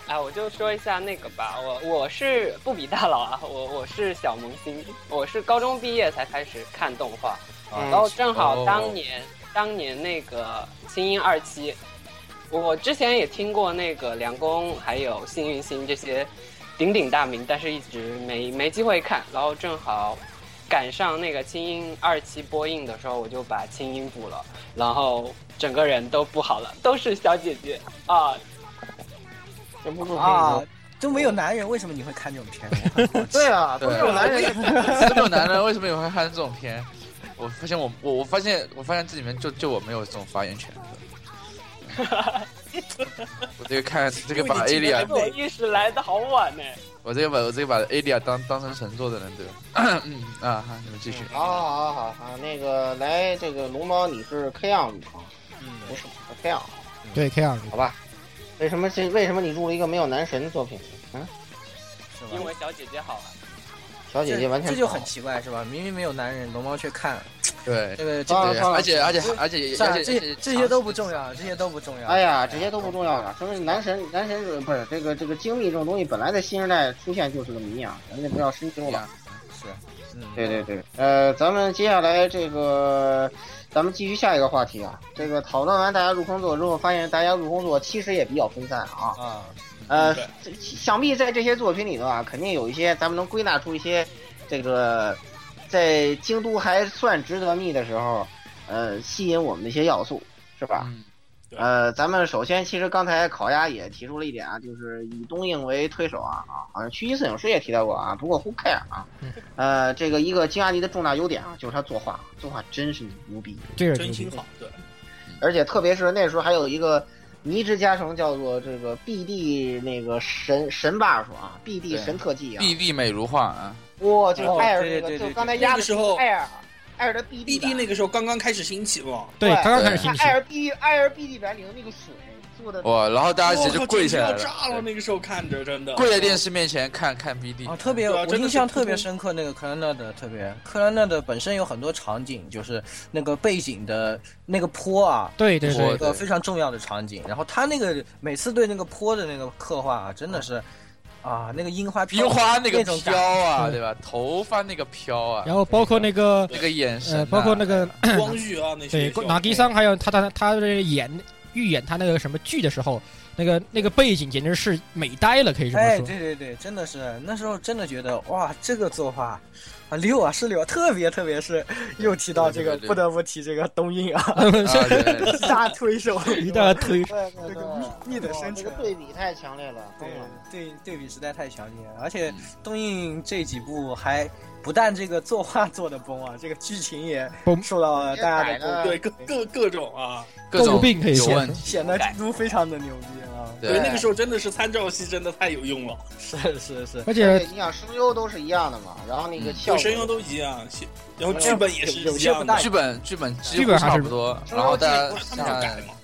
[SPEAKER 6] 哎，我就说一下那个吧，我我是不比大佬啊，我我是小萌新，我是高中毕业才开始看动画，
[SPEAKER 1] 嗯
[SPEAKER 6] 然后正
[SPEAKER 5] 哦
[SPEAKER 6] 好当年、当年那个《新英二期》，我之前也听过那个梁工还有幸运星这些鼎鼎大名，但是一直没没机会看。然后正好赶上那个《清音二期》播映的时候，我就把《清音》补了，然后整个人都不好了，都是小姐姐啊！
[SPEAKER 1] 忍不住
[SPEAKER 2] 啊，都没有男人，为什么你会看这种片？ [LAUGHS] 我很好奇
[SPEAKER 1] 对啊，都
[SPEAKER 5] 对
[SPEAKER 1] 是有男人。
[SPEAKER 5] [LAUGHS] 这种男人为什么也会看这种片？我发现我我我发现我发现这里面就就我没有这种发言权。我这个看这个把
[SPEAKER 4] 因为你
[SPEAKER 5] Alia，
[SPEAKER 4] 今
[SPEAKER 6] 我意识来的好晚呢、
[SPEAKER 5] 我这个把我这个把 Alia 当当成神作的人对吧？ [COUGHS] 嗯啊，好，你们继续。
[SPEAKER 1] 嗯好好好好好，那个来这个龙猫，你是 K 样入坑，
[SPEAKER 2] 嗯
[SPEAKER 1] 不是 K 样，
[SPEAKER 3] 对 K 样，
[SPEAKER 1] 好吧？为什么这为什么你入了一个没有男神的作品？嗯，
[SPEAKER 2] 是吧
[SPEAKER 6] 因为小姐姐好啊，
[SPEAKER 1] 小姐姐完全
[SPEAKER 2] 这就很
[SPEAKER 1] 不好
[SPEAKER 2] 奇怪是吧？明明没有男人，龙猫却看
[SPEAKER 5] 对
[SPEAKER 2] 这个这
[SPEAKER 1] 啊
[SPEAKER 5] 对，
[SPEAKER 2] 个
[SPEAKER 1] 算了
[SPEAKER 5] 而且而且而且
[SPEAKER 2] 算
[SPEAKER 5] 而
[SPEAKER 2] 了，
[SPEAKER 5] 且
[SPEAKER 2] 这些这些都不重要，这些都不重要。
[SPEAKER 1] 哎呀，这些都不重要了。说明男神，男神是不是这个这个精密这种东西，本来在新时代出现就是个谜啊，咱们不要深究了。
[SPEAKER 2] 是，嗯，
[SPEAKER 1] 对对对，呃，咱们接下来这个，咱们继续下一个话题啊。这个讨论完大家入坑作之后，发现大家入坑作其实也比较分散啊。
[SPEAKER 2] 啊，
[SPEAKER 1] 呃
[SPEAKER 4] 对，
[SPEAKER 1] 这想必在这些作品里头啊，肯定有一些咱们能归纳出一些这个在京都还算值得觅的时候，呃，吸引我们的一些要素，是吧？
[SPEAKER 5] 嗯
[SPEAKER 4] 对
[SPEAKER 1] 呃，咱们首先，其实刚才烤鸭也提出了一点啊，就是以东映为推手啊啊，好像区一摄影师也提到过啊，不过 who care 啊
[SPEAKER 3] 嗯，
[SPEAKER 1] 呃，这个一个金阿尼的重大优点啊，就是他作画，作画真是牛逼，
[SPEAKER 3] 这个
[SPEAKER 4] 真心好，对，
[SPEAKER 1] 而且特别是那时候还有一个迷之加成，叫做这个 BD 那个神神 buff 啊，BD
[SPEAKER 5] 对
[SPEAKER 1] 神特技啊，
[SPEAKER 5] ，B D 美如画啊，
[SPEAKER 1] 哇，就是
[SPEAKER 2] 哦
[SPEAKER 1] 艾尔那
[SPEAKER 2] 对对
[SPEAKER 1] 个，
[SPEAKER 2] 对
[SPEAKER 1] 就
[SPEAKER 2] 对
[SPEAKER 1] 刚才
[SPEAKER 2] 对
[SPEAKER 1] 压
[SPEAKER 4] 那个时候
[SPEAKER 1] 艾尔艾尔的
[SPEAKER 4] B
[SPEAKER 1] BD
[SPEAKER 4] D
[SPEAKER 1] 版
[SPEAKER 4] 那个时候刚刚开始兴起嘛，
[SPEAKER 3] 对
[SPEAKER 1] 对哎
[SPEAKER 3] 刚刚开始
[SPEAKER 5] 对
[SPEAKER 1] 看
[SPEAKER 3] 兴起
[SPEAKER 1] 艾，尔 B 艾尔 BD 版里头那个水做的，
[SPEAKER 5] 哇，然后大家直接就跪下来
[SPEAKER 4] 我靠简直要炸了，
[SPEAKER 5] 了，
[SPEAKER 4] 那个时候看着真的
[SPEAKER 5] 跪在电视面前看看 B D
[SPEAKER 2] 啊，特别
[SPEAKER 4] 对啊
[SPEAKER 2] 我
[SPEAKER 4] 真
[SPEAKER 2] 印
[SPEAKER 4] 的是
[SPEAKER 2] 象
[SPEAKER 4] 普
[SPEAKER 2] 特别
[SPEAKER 4] 通
[SPEAKER 2] 深刻，那个克兰勒的特别，克兰勒的本身有很多场景，就是那个背景的那个坡啊，
[SPEAKER 3] 对对
[SPEAKER 2] 是
[SPEAKER 5] 我
[SPEAKER 2] 一
[SPEAKER 3] 对，
[SPEAKER 2] 个非常重要的场景。然后他那个每次对那个坡的那个刻画啊，真的是啊，那个樱花飘
[SPEAKER 5] 樱花那个
[SPEAKER 2] 种
[SPEAKER 5] 飘
[SPEAKER 2] 感
[SPEAKER 5] 啊，
[SPEAKER 3] 嗯
[SPEAKER 5] 对吧？头发那个飘啊，
[SPEAKER 3] 然后包括那个
[SPEAKER 5] 那个眼神
[SPEAKER 3] 呃，
[SPEAKER 5] 啊，
[SPEAKER 3] 包括那个
[SPEAKER 4] 光绪啊那些
[SPEAKER 3] 对
[SPEAKER 4] 小朋友，
[SPEAKER 3] 拿迪桑，还有他他他这演预演他那个什么剧的时候，那个那个背景简直是美呆了，可以这么
[SPEAKER 2] 哎，
[SPEAKER 3] 说。
[SPEAKER 2] 对对对，真的是那时候真的觉得哇，这个作画啊六啊是六啊，特别特别是又提到这个，
[SPEAKER 5] 对对对
[SPEAKER 2] 不得不提这个东映
[SPEAKER 3] [LAUGHS]
[SPEAKER 2] 啊，
[SPEAKER 5] 啊，对
[SPEAKER 2] 一大推手，
[SPEAKER 3] 一大推
[SPEAKER 1] 对对
[SPEAKER 2] 那个密密的深
[SPEAKER 1] 这
[SPEAKER 2] 沉啊
[SPEAKER 1] 个对比太强烈了，疯
[SPEAKER 2] 对
[SPEAKER 1] 了。
[SPEAKER 2] 对对比实在太强烈了，而且
[SPEAKER 5] 嗯
[SPEAKER 2] 东映这几部还不但这个作画做的崩啊，这个剧情也
[SPEAKER 3] 崩
[SPEAKER 2] 受到呃了大家的诟病，
[SPEAKER 4] 对各各各种啊，
[SPEAKER 5] 各种
[SPEAKER 3] 诟病可以
[SPEAKER 5] 有
[SPEAKER 3] 说
[SPEAKER 5] 问题，
[SPEAKER 2] 显得京都非常的牛逼啊！
[SPEAKER 5] 对
[SPEAKER 4] 那个时候真的是参照系真的太有用了，
[SPEAKER 2] 是是
[SPEAKER 3] [LAUGHS]
[SPEAKER 2] 是，
[SPEAKER 3] 而
[SPEAKER 1] 而
[SPEAKER 3] 且
[SPEAKER 1] 且你想声优都是一样的嘛，然后那个
[SPEAKER 5] 嗯
[SPEAKER 1] 效
[SPEAKER 4] 对
[SPEAKER 1] 果，
[SPEAKER 4] 声优都一样，然后
[SPEAKER 2] 有
[SPEAKER 4] 剧本也是
[SPEAKER 2] 有
[SPEAKER 4] 一
[SPEAKER 2] 些不
[SPEAKER 4] 样的
[SPEAKER 2] 大，
[SPEAKER 5] 剧本剧本几
[SPEAKER 3] 剧
[SPEAKER 5] 乎
[SPEAKER 3] 本还是
[SPEAKER 5] 差不多，
[SPEAKER 1] 主要
[SPEAKER 5] 然后大
[SPEAKER 1] 剧
[SPEAKER 5] 家
[SPEAKER 4] 不是他们
[SPEAKER 5] 下
[SPEAKER 4] 就改
[SPEAKER 5] 来
[SPEAKER 4] 嘛，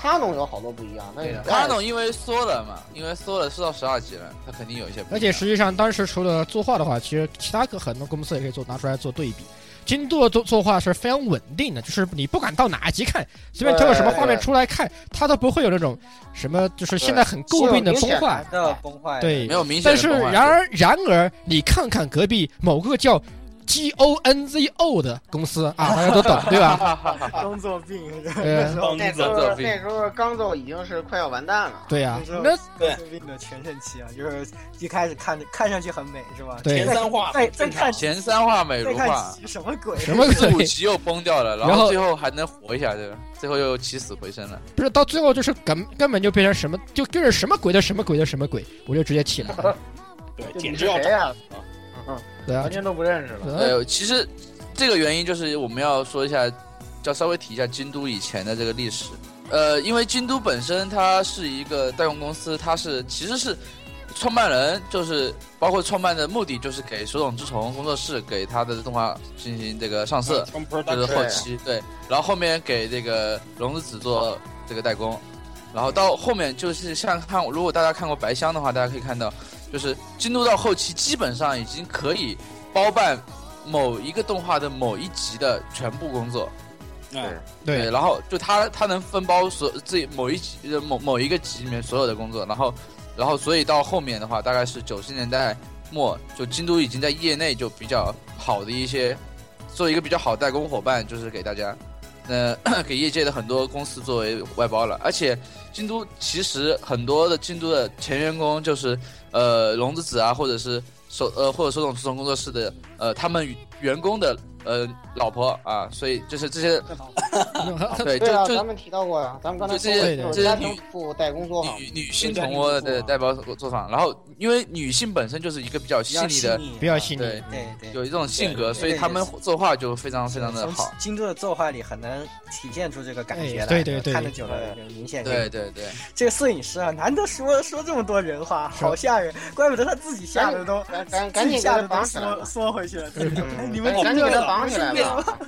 [SPEAKER 1] 他能有好多不一样。那
[SPEAKER 2] 对的
[SPEAKER 5] 他那种因为缩了嘛，因为缩了缩到十二级了，他肯定有一些不一样。
[SPEAKER 3] 而且实际上，当时除了作画的话，其实其他个很多公司也可以做拿出来做对比。京都的作作画是非常稳定的，就是你不管到哪一集看，随便挑个什么画面出来看，它都不会有那种什么就是现在很诟病的崩坏。
[SPEAKER 2] 的崩坏，
[SPEAKER 3] 对
[SPEAKER 5] 没，有明显
[SPEAKER 3] 但
[SPEAKER 5] 的
[SPEAKER 3] 是
[SPEAKER 5] 动画
[SPEAKER 1] 啊
[SPEAKER 3] 然而然而，你看看隔壁某个叫 G O N Z O 的公司啊，大家都懂对吧？
[SPEAKER 1] [LAUGHS]
[SPEAKER 2] 工作病，
[SPEAKER 3] 呃，
[SPEAKER 4] 帮
[SPEAKER 1] 那时
[SPEAKER 4] 子
[SPEAKER 5] 走
[SPEAKER 1] 候
[SPEAKER 5] 走
[SPEAKER 1] 那时候刚奏已经是快要完蛋了。
[SPEAKER 3] 对呀、
[SPEAKER 2] 就是
[SPEAKER 3] 那
[SPEAKER 2] 工作病的全盛期啊，就是一开始看着看上去很美是吧？
[SPEAKER 3] 对
[SPEAKER 4] 前三话
[SPEAKER 2] 再再看
[SPEAKER 5] 前三话美
[SPEAKER 2] 再
[SPEAKER 5] 如
[SPEAKER 2] 看
[SPEAKER 5] 画，
[SPEAKER 2] 几什么鬼？
[SPEAKER 3] 什么
[SPEAKER 5] 四五
[SPEAKER 3] 鬼？ [LAUGHS]
[SPEAKER 5] 集又崩掉了，
[SPEAKER 3] 然
[SPEAKER 5] 然
[SPEAKER 3] 后
[SPEAKER 5] 后最后还能活一下，对吧？最后又起死回生了。
[SPEAKER 3] 不是到最后就是根根本就变成什么，就跟着什么鬼的什么鬼的什么鬼，我就直接起来了。
[SPEAKER 4] 对，
[SPEAKER 1] 就
[SPEAKER 4] 简
[SPEAKER 1] 你
[SPEAKER 4] 直
[SPEAKER 1] 是
[SPEAKER 4] 要
[SPEAKER 1] 谁啊呀？
[SPEAKER 3] 对啊
[SPEAKER 1] 完，全都不认识了。
[SPEAKER 3] 呃
[SPEAKER 5] 呃，其实这个原因就是我们要说一下，要稍微提一下京都以前的这个历史。呃，因为京都本身它是一个代控公司，它是其实是创办人就是包括创办的目的就是给手冢治虫工作室给他的动画进行这个上色，就是
[SPEAKER 4] 哎
[SPEAKER 5] 后期对，然后后面给这个龙子子做这个代工，然后到后面就是像看，如果大家看过《白箱》的话，大家可以看到，就是京都到后期基本上已经可以包办某一个动画的某一集的全部工作，
[SPEAKER 4] 哎
[SPEAKER 3] 对，
[SPEAKER 5] 然后就他他能分包所自己某一集呃某某一个集里面所有的工作，然后然后所以到后面的话，大概是九十年代末，就京都已经在业内就比较好的一些，做一个比较好的代工伙伴，就是给大家，呃， [COUGHS] 给业界的很多公司作为外包了。而且京都其实很多的京都的前员工就是呃龙之子啊，或者是手呃或者手冢治虫工作室的呃他们员工的呃老婆啊，所以就是这些
[SPEAKER 3] 很很
[SPEAKER 5] 对就
[SPEAKER 1] 对啊，
[SPEAKER 5] 就
[SPEAKER 1] 咱们提到过呀，咱们刚才
[SPEAKER 5] 就
[SPEAKER 1] 说
[SPEAKER 5] 这
[SPEAKER 3] 些
[SPEAKER 1] 过
[SPEAKER 3] 这
[SPEAKER 1] 就
[SPEAKER 3] 些
[SPEAKER 1] 是家
[SPEAKER 5] 女
[SPEAKER 1] 庭妇代工作坊，
[SPEAKER 5] 女女性同窝的代表作坊，然后因为女性本身就是一个比较
[SPEAKER 2] 比
[SPEAKER 5] 细
[SPEAKER 2] 较
[SPEAKER 5] 腻
[SPEAKER 2] 细
[SPEAKER 5] 的，
[SPEAKER 2] 腻，啊
[SPEAKER 3] 比较细腻。
[SPEAKER 5] 对，
[SPEAKER 2] 对对。
[SPEAKER 5] 有一种性格，
[SPEAKER 2] 对
[SPEAKER 5] 所以他们作画就非常非常的
[SPEAKER 2] 从
[SPEAKER 5] 好。
[SPEAKER 2] 京都的作画里很能体现出这个感觉来，
[SPEAKER 3] 哎对对对
[SPEAKER 2] 看得久了就明显。
[SPEAKER 5] 对，对对，
[SPEAKER 2] 这个摄影师啊，难得说说这么多人话，好吓人，怪不得他自己吓得都
[SPEAKER 1] 赶赶赶
[SPEAKER 2] 自
[SPEAKER 1] 紧给
[SPEAKER 2] 己吓
[SPEAKER 1] 他
[SPEAKER 2] 得都
[SPEAKER 1] 绑起来吧
[SPEAKER 2] 缩。缩回去了。自己都哎
[SPEAKER 1] 嗯
[SPEAKER 2] 你们
[SPEAKER 1] 赶
[SPEAKER 2] 这
[SPEAKER 1] 紧
[SPEAKER 2] 个
[SPEAKER 1] 给他绑起来
[SPEAKER 2] 顺便
[SPEAKER 1] 吧！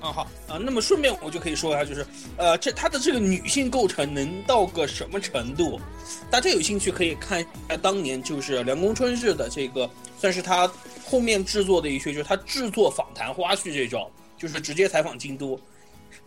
[SPEAKER 4] 啊好啊，那么顺便我就可以说一下，就是呃，这它的这个女性构成能到个什么程度？大家有兴趣可以看一下当年就是梁公春日的这个，算是他后面制作的一些，就是他制作访谈花絮这种，就是直接采访京都，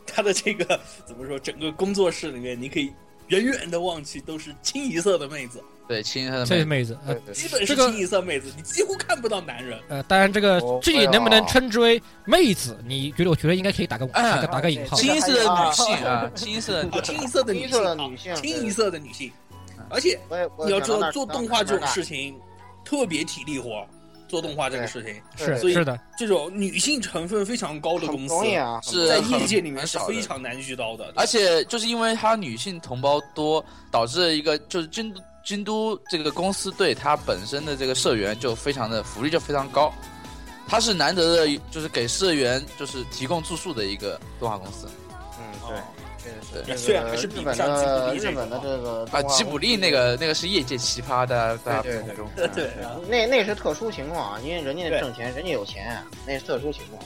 [SPEAKER 4] 他的这个怎么说，整个工作室里面你可以。远远的望去都是清一色的妹子，
[SPEAKER 5] 对，亲他的
[SPEAKER 3] 这
[SPEAKER 5] 妹
[SPEAKER 3] 是
[SPEAKER 5] 妹，
[SPEAKER 3] 妹子，呃
[SPEAKER 5] 对对
[SPEAKER 4] 基本
[SPEAKER 3] 这
[SPEAKER 4] 是
[SPEAKER 3] 个
[SPEAKER 4] 清一色妹子，你几乎看不到
[SPEAKER 1] [LAUGHS]
[SPEAKER 4] 男人。
[SPEAKER 3] 呃，当然这个
[SPEAKER 5] 哦
[SPEAKER 3] 至于能不能称之为妹子，你觉得？我觉得应该可以打个打个打个引号
[SPEAKER 2] 对。
[SPEAKER 5] 清一色的女性啊，清一色
[SPEAKER 4] 啊，
[SPEAKER 5] 的女性
[SPEAKER 4] 清一色的
[SPEAKER 1] 清
[SPEAKER 4] 女
[SPEAKER 1] 一色
[SPEAKER 4] 性
[SPEAKER 1] 的
[SPEAKER 4] 啊
[SPEAKER 1] 女性，
[SPEAKER 4] 清一色的女性，而且
[SPEAKER 1] 我也我
[SPEAKER 4] 你要知
[SPEAKER 1] 想到那
[SPEAKER 4] 道，
[SPEAKER 1] 儿
[SPEAKER 4] 做动画这种事情特别体力活，做动画这个事情，
[SPEAKER 3] 是
[SPEAKER 4] 所以
[SPEAKER 3] 是的，
[SPEAKER 4] 这种女性成分非常高的
[SPEAKER 1] 很
[SPEAKER 4] 公司
[SPEAKER 1] 容，易啊，
[SPEAKER 5] 是
[SPEAKER 4] 在
[SPEAKER 5] 很
[SPEAKER 4] 业界里面
[SPEAKER 5] 很
[SPEAKER 4] 是
[SPEAKER 5] 少的
[SPEAKER 4] 非常难遇到的。
[SPEAKER 5] 而且就是因为它女性同胞多，导致一个就是京京都这个公司对它本身的这个社员就非常的福利就非常高，它是难得的，就是给社员就是提供住宿的一个动画公司
[SPEAKER 1] 嗯
[SPEAKER 4] 哦
[SPEAKER 1] 对。
[SPEAKER 5] 对
[SPEAKER 1] 这个
[SPEAKER 4] 虽然还是比
[SPEAKER 1] 日
[SPEAKER 4] 不
[SPEAKER 1] 本
[SPEAKER 4] 上
[SPEAKER 1] 的
[SPEAKER 4] 吉卜力这
[SPEAKER 1] 日
[SPEAKER 4] 一
[SPEAKER 1] 本的
[SPEAKER 4] 套
[SPEAKER 1] 这个
[SPEAKER 5] 啊，
[SPEAKER 1] 动画
[SPEAKER 5] 吉卜力那个那个是业界奇葩，大家大家
[SPEAKER 1] 对对
[SPEAKER 5] 不同
[SPEAKER 1] 对
[SPEAKER 5] 嗯
[SPEAKER 4] 对啊，
[SPEAKER 1] 那那是特殊情况啊，因为人家
[SPEAKER 4] 对
[SPEAKER 1] 挣钱，人家有钱，那是特殊情况。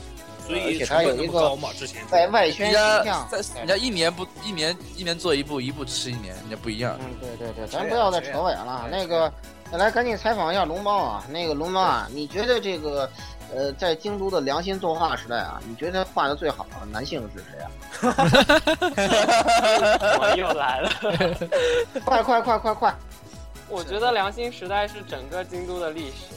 [SPEAKER 4] 所
[SPEAKER 1] 而
[SPEAKER 4] 以
[SPEAKER 1] 且
[SPEAKER 4] 成
[SPEAKER 1] 它
[SPEAKER 4] 本
[SPEAKER 1] 有
[SPEAKER 4] 那
[SPEAKER 1] 一
[SPEAKER 4] 么
[SPEAKER 1] 个
[SPEAKER 4] 高嘛，之前
[SPEAKER 1] 在外圈
[SPEAKER 5] 人
[SPEAKER 1] 形
[SPEAKER 5] 家
[SPEAKER 1] 象，
[SPEAKER 5] 在人家一年不一年一年做一部，一部吃一年，人家不一样。
[SPEAKER 1] 嗯，对对对，咱不要再扯尾了。
[SPEAKER 4] 这
[SPEAKER 1] 那
[SPEAKER 4] 样
[SPEAKER 1] 个，来赶紧采访一下龙猫啊。那个龙猫啊，你觉得这个，呃，在京都的良心动画时代啊，你觉得他画的最好的男性是 [LAUGHS] 谁啊？
[SPEAKER 6] 我又来了。
[SPEAKER 1] 快快快快快！
[SPEAKER 6] 我觉得良心时代是整个京都的历史，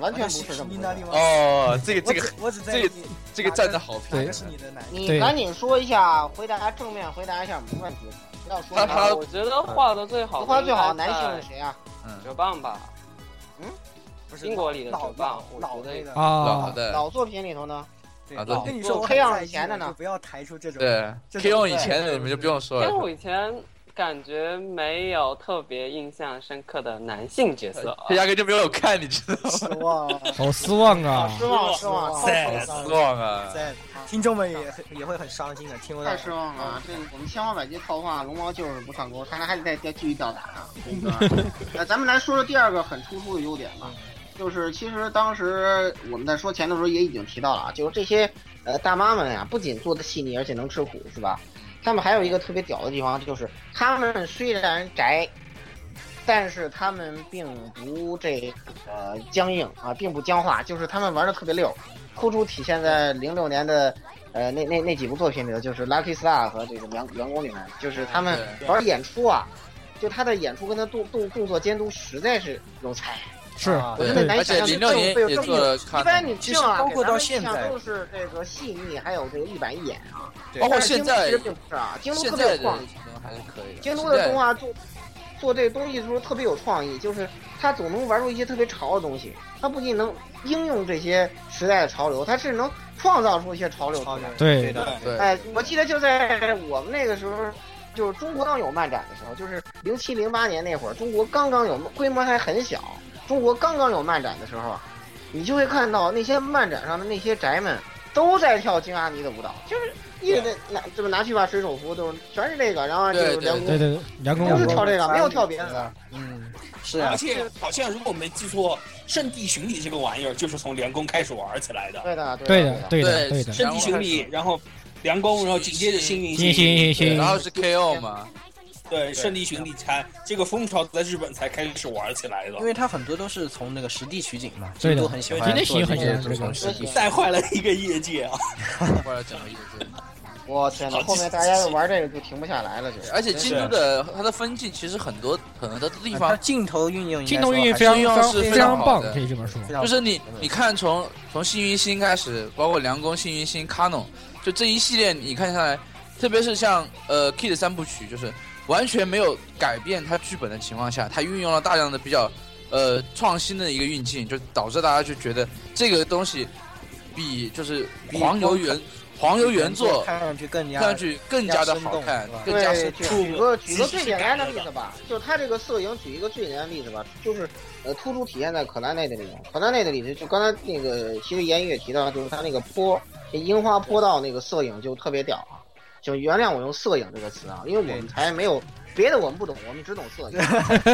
[SPEAKER 1] 完全不是这么回事。
[SPEAKER 2] 吗？
[SPEAKER 5] 哦，这个
[SPEAKER 2] 我
[SPEAKER 5] 这个
[SPEAKER 2] 只我只在
[SPEAKER 5] 这
[SPEAKER 2] 意
[SPEAKER 5] 个这个站着好
[SPEAKER 2] 哪
[SPEAKER 5] 评
[SPEAKER 2] 个，是你的奶油
[SPEAKER 1] 你
[SPEAKER 3] 对
[SPEAKER 1] 赶紧说一下，回答正面回答一下我们的问题，不要
[SPEAKER 6] [LAUGHS]
[SPEAKER 1] 说啥
[SPEAKER 5] 那他
[SPEAKER 6] 啊我觉得画的最好的
[SPEAKER 1] 画最好的
[SPEAKER 6] 应该
[SPEAKER 1] 男性
[SPEAKER 6] 在
[SPEAKER 1] 是谁啊？
[SPEAKER 5] 嗯，
[SPEAKER 6] 哲棒吧，
[SPEAKER 2] 不是
[SPEAKER 6] 英国里的
[SPEAKER 2] 老
[SPEAKER 6] 哲棒，我
[SPEAKER 2] 老
[SPEAKER 6] 觉
[SPEAKER 2] 那
[SPEAKER 6] 得
[SPEAKER 2] 个
[SPEAKER 5] 老
[SPEAKER 3] 啊，
[SPEAKER 5] 的
[SPEAKER 1] 哦老作品里头呢？
[SPEAKER 2] 对
[SPEAKER 5] 啊
[SPEAKER 2] 老
[SPEAKER 5] 对
[SPEAKER 2] 跟你说我
[SPEAKER 1] 黑曜
[SPEAKER 2] 很在
[SPEAKER 1] 以
[SPEAKER 2] 意
[SPEAKER 1] 前的呢
[SPEAKER 2] 就不要抬出这种
[SPEAKER 5] 对
[SPEAKER 2] 这
[SPEAKER 5] 可以用
[SPEAKER 2] 种
[SPEAKER 5] 以前的你们就不用说
[SPEAKER 6] 但我
[SPEAKER 5] 了。
[SPEAKER 6] 以前感觉没有特别印象深刻的男性角色啊
[SPEAKER 5] 他。压根就没有看，你知道
[SPEAKER 1] [LAUGHS]
[SPEAKER 2] 失
[SPEAKER 5] 吗？
[SPEAKER 2] 望啊。
[SPEAKER 3] 好失望啊！
[SPEAKER 1] 失望失望，
[SPEAKER 2] 哇
[SPEAKER 1] 超
[SPEAKER 4] 塞
[SPEAKER 1] 失望
[SPEAKER 5] 失望啊！
[SPEAKER 2] 在听众们也很也会很伤心的，听不到
[SPEAKER 1] 太失望了！这我们千方百计套话，龙猫就是不上钩，看来还得再再继续吊打啊！这个，那咱们来说说第二个很突出的优点吧，就是其实当时我们在说前的时候也已经提到了啊，就是这些呃大妈们呀、不仅做的细腻，而且能吃苦，是吧？他们还有一个特别屌的地方，就是他们虽然宅，但是他们并不这个僵硬啊，并不僵化，就是他们玩的特别溜，突出体现在零六年的呃那那那几部作品里头，就是《Lucky Star》和这个员员工里面，就是他们
[SPEAKER 5] 对
[SPEAKER 1] 玩演出啊，就他的演出跟他动动动作监督实在是有才。
[SPEAKER 3] 是
[SPEAKER 1] 我觉
[SPEAKER 5] 对
[SPEAKER 1] 得难以
[SPEAKER 5] 而
[SPEAKER 1] 想象
[SPEAKER 5] 且
[SPEAKER 1] 这
[SPEAKER 5] 零六
[SPEAKER 1] 种
[SPEAKER 5] 年
[SPEAKER 1] 被有
[SPEAKER 5] 也
[SPEAKER 1] 这
[SPEAKER 5] 做
[SPEAKER 1] 么有
[SPEAKER 5] 了卡
[SPEAKER 1] 一般你
[SPEAKER 5] 农，
[SPEAKER 1] 听啊，
[SPEAKER 2] 其实包括到现在
[SPEAKER 1] 给咱们印象都是这个细腻，还有这个一板一眼啊。
[SPEAKER 2] 对
[SPEAKER 5] 包括
[SPEAKER 1] 但是
[SPEAKER 5] 现
[SPEAKER 1] 京都
[SPEAKER 5] 在
[SPEAKER 1] 其实并不是啊，京都
[SPEAKER 5] 现
[SPEAKER 1] 特
[SPEAKER 5] 在
[SPEAKER 1] 别
[SPEAKER 5] 的
[SPEAKER 1] 有创意。
[SPEAKER 5] 京东还是可以的。
[SPEAKER 1] 京都
[SPEAKER 5] 现
[SPEAKER 1] 的
[SPEAKER 5] 在
[SPEAKER 1] 动画做做这东西的时候特别有创意，就是他总能玩出一些特别潮的东西。他不仅能应用这些时代的潮流，他是能创造出一些潮流出
[SPEAKER 2] 超
[SPEAKER 1] 来
[SPEAKER 2] 人。
[SPEAKER 3] 对
[SPEAKER 2] 对的，
[SPEAKER 5] 对
[SPEAKER 1] 哎，我记得就在我们那个时候，就是中国刚有漫展的时候，就是零七零八年那会儿，中国刚刚有规模还很小，中国刚刚有漫展的时候，你就会看到那些漫展上的那些宅们都在跳京阿尼的舞蹈，就是一直在拿这么拿去吧，水手服都是全是这个，然后就
[SPEAKER 5] 对
[SPEAKER 1] 是梁
[SPEAKER 3] 对
[SPEAKER 1] 工，
[SPEAKER 3] 对对，梁公
[SPEAKER 1] 都是
[SPEAKER 3] 武
[SPEAKER 1] 跳这个，没有跳别的。
[SPEAKER 2] 嗯，是
[SPEAKER 4] 而
[SPEAKER 2] 啊，
[SPEAKER 4] 且好像如果没记错，圣地巡礼这个玩意儿就是从梁公开始玩起来的。
[SPEAKER 1] 对的，
[SPEAKER 3] 对
[SPEAKER 1] 的
[SPEAKER 3] 的，，对的，
[SPEAKER 5] 对
[SPEAKER 3] 对的。
[SPEAKER 4] 圣地巡礼，然后梁公，然后紧接着星云
[SPEAKER 3] 行行行
[SPEAKER 5] 对
[SPEAKER 3] 行，
[SPEAKER 5] 然后是 KO 嘛，
[SPEAKER 4] 对，圣地巡礼才这个风潮在日本才开始玩起来的
[SPEAKER 2] 因。为它很多都是从那个实地取景嘛，
[SPEAKER 3] 对的
[SPEAKER 2] 都很喜欢
[SPEAKER 4] 对
[SPEAKER 2] 做
[SPEAKER 3] 真
[SPEAKER 2] 这
[SPEAKER 3] 的喜
[SPEAKER 2] 些，
[SPEAKER 3] 欢
[SPEAKER 2] 都
[SPEAKER 3] 这个
[SPEAKER 2] 从实地取景。
[SPEAKER 4] 带坏了一个业界啊！
[SPEAKER 5] 或者整个意思。
[SPEAKER 1] 我天哪，后面大家玩这个就停不下来了，就。
[SPEAKER 5] 而且京都的它的分镜其实很多很多地
[SPEAKER 2] 它
[SPEAKER 5] 方，
[SPEAKER 2] 镜头运用应该说还是，
[SPEAKER 3] 镜头运非常非常
[SPEAKER 5] 是
[SPEAKER 3] 非
[SPEAKER 5] 非常
[SPEAKER 3] 常棒
[SPEAKER 5] 好，的
[SPEAKER 3] 可以这么说。
[SPEAKER 2] 非常
[SPEAKER 5] 就是你你看从从幸运星开始，包括梁宫、幸运星、卡农，就这一系列你看下来，特别是像呃 Kid 三部曲，就是完全没有改变它剧本的情况下，它运用了大量的比较呃创新的一个运镜，就导致大家就觉得这个东西比就是
[SPEAKER 2] 比
[SPEAKER 5] 黄油原黄油原作
[SPEAKER 2] 看上去更加
[SPEAKER 5] 看上去更加的好看，更加
[SPEAKER 1] 对，
[SPEAKER 5] 深
[SPEAKER 1] 举
[SPEAKER 5] 处。
[SPEAKER 1] 举个举个
[SPEAKER 4] 即
[SPEAKER 1] 最
[SPEAKER 4] 视
[SPEAKER 1] 简单
[SPEAKER 4] 感
[SPEAKER 1] 的
[SPEAKER 4] 的
[SPEAKER 1] 例子吧，就是它这个摄影，举一个最简单的例子吧，就是呃，突出体现在可兰内的里面。可兰内的里头，就刚才那个，其实言语也提到，就是它那个坡，那樱花坡道那个摄影就特别屌啊。就原谅我用摄影这个词啊，因为我们才没有别的，我们不懂，我们只懂摄影。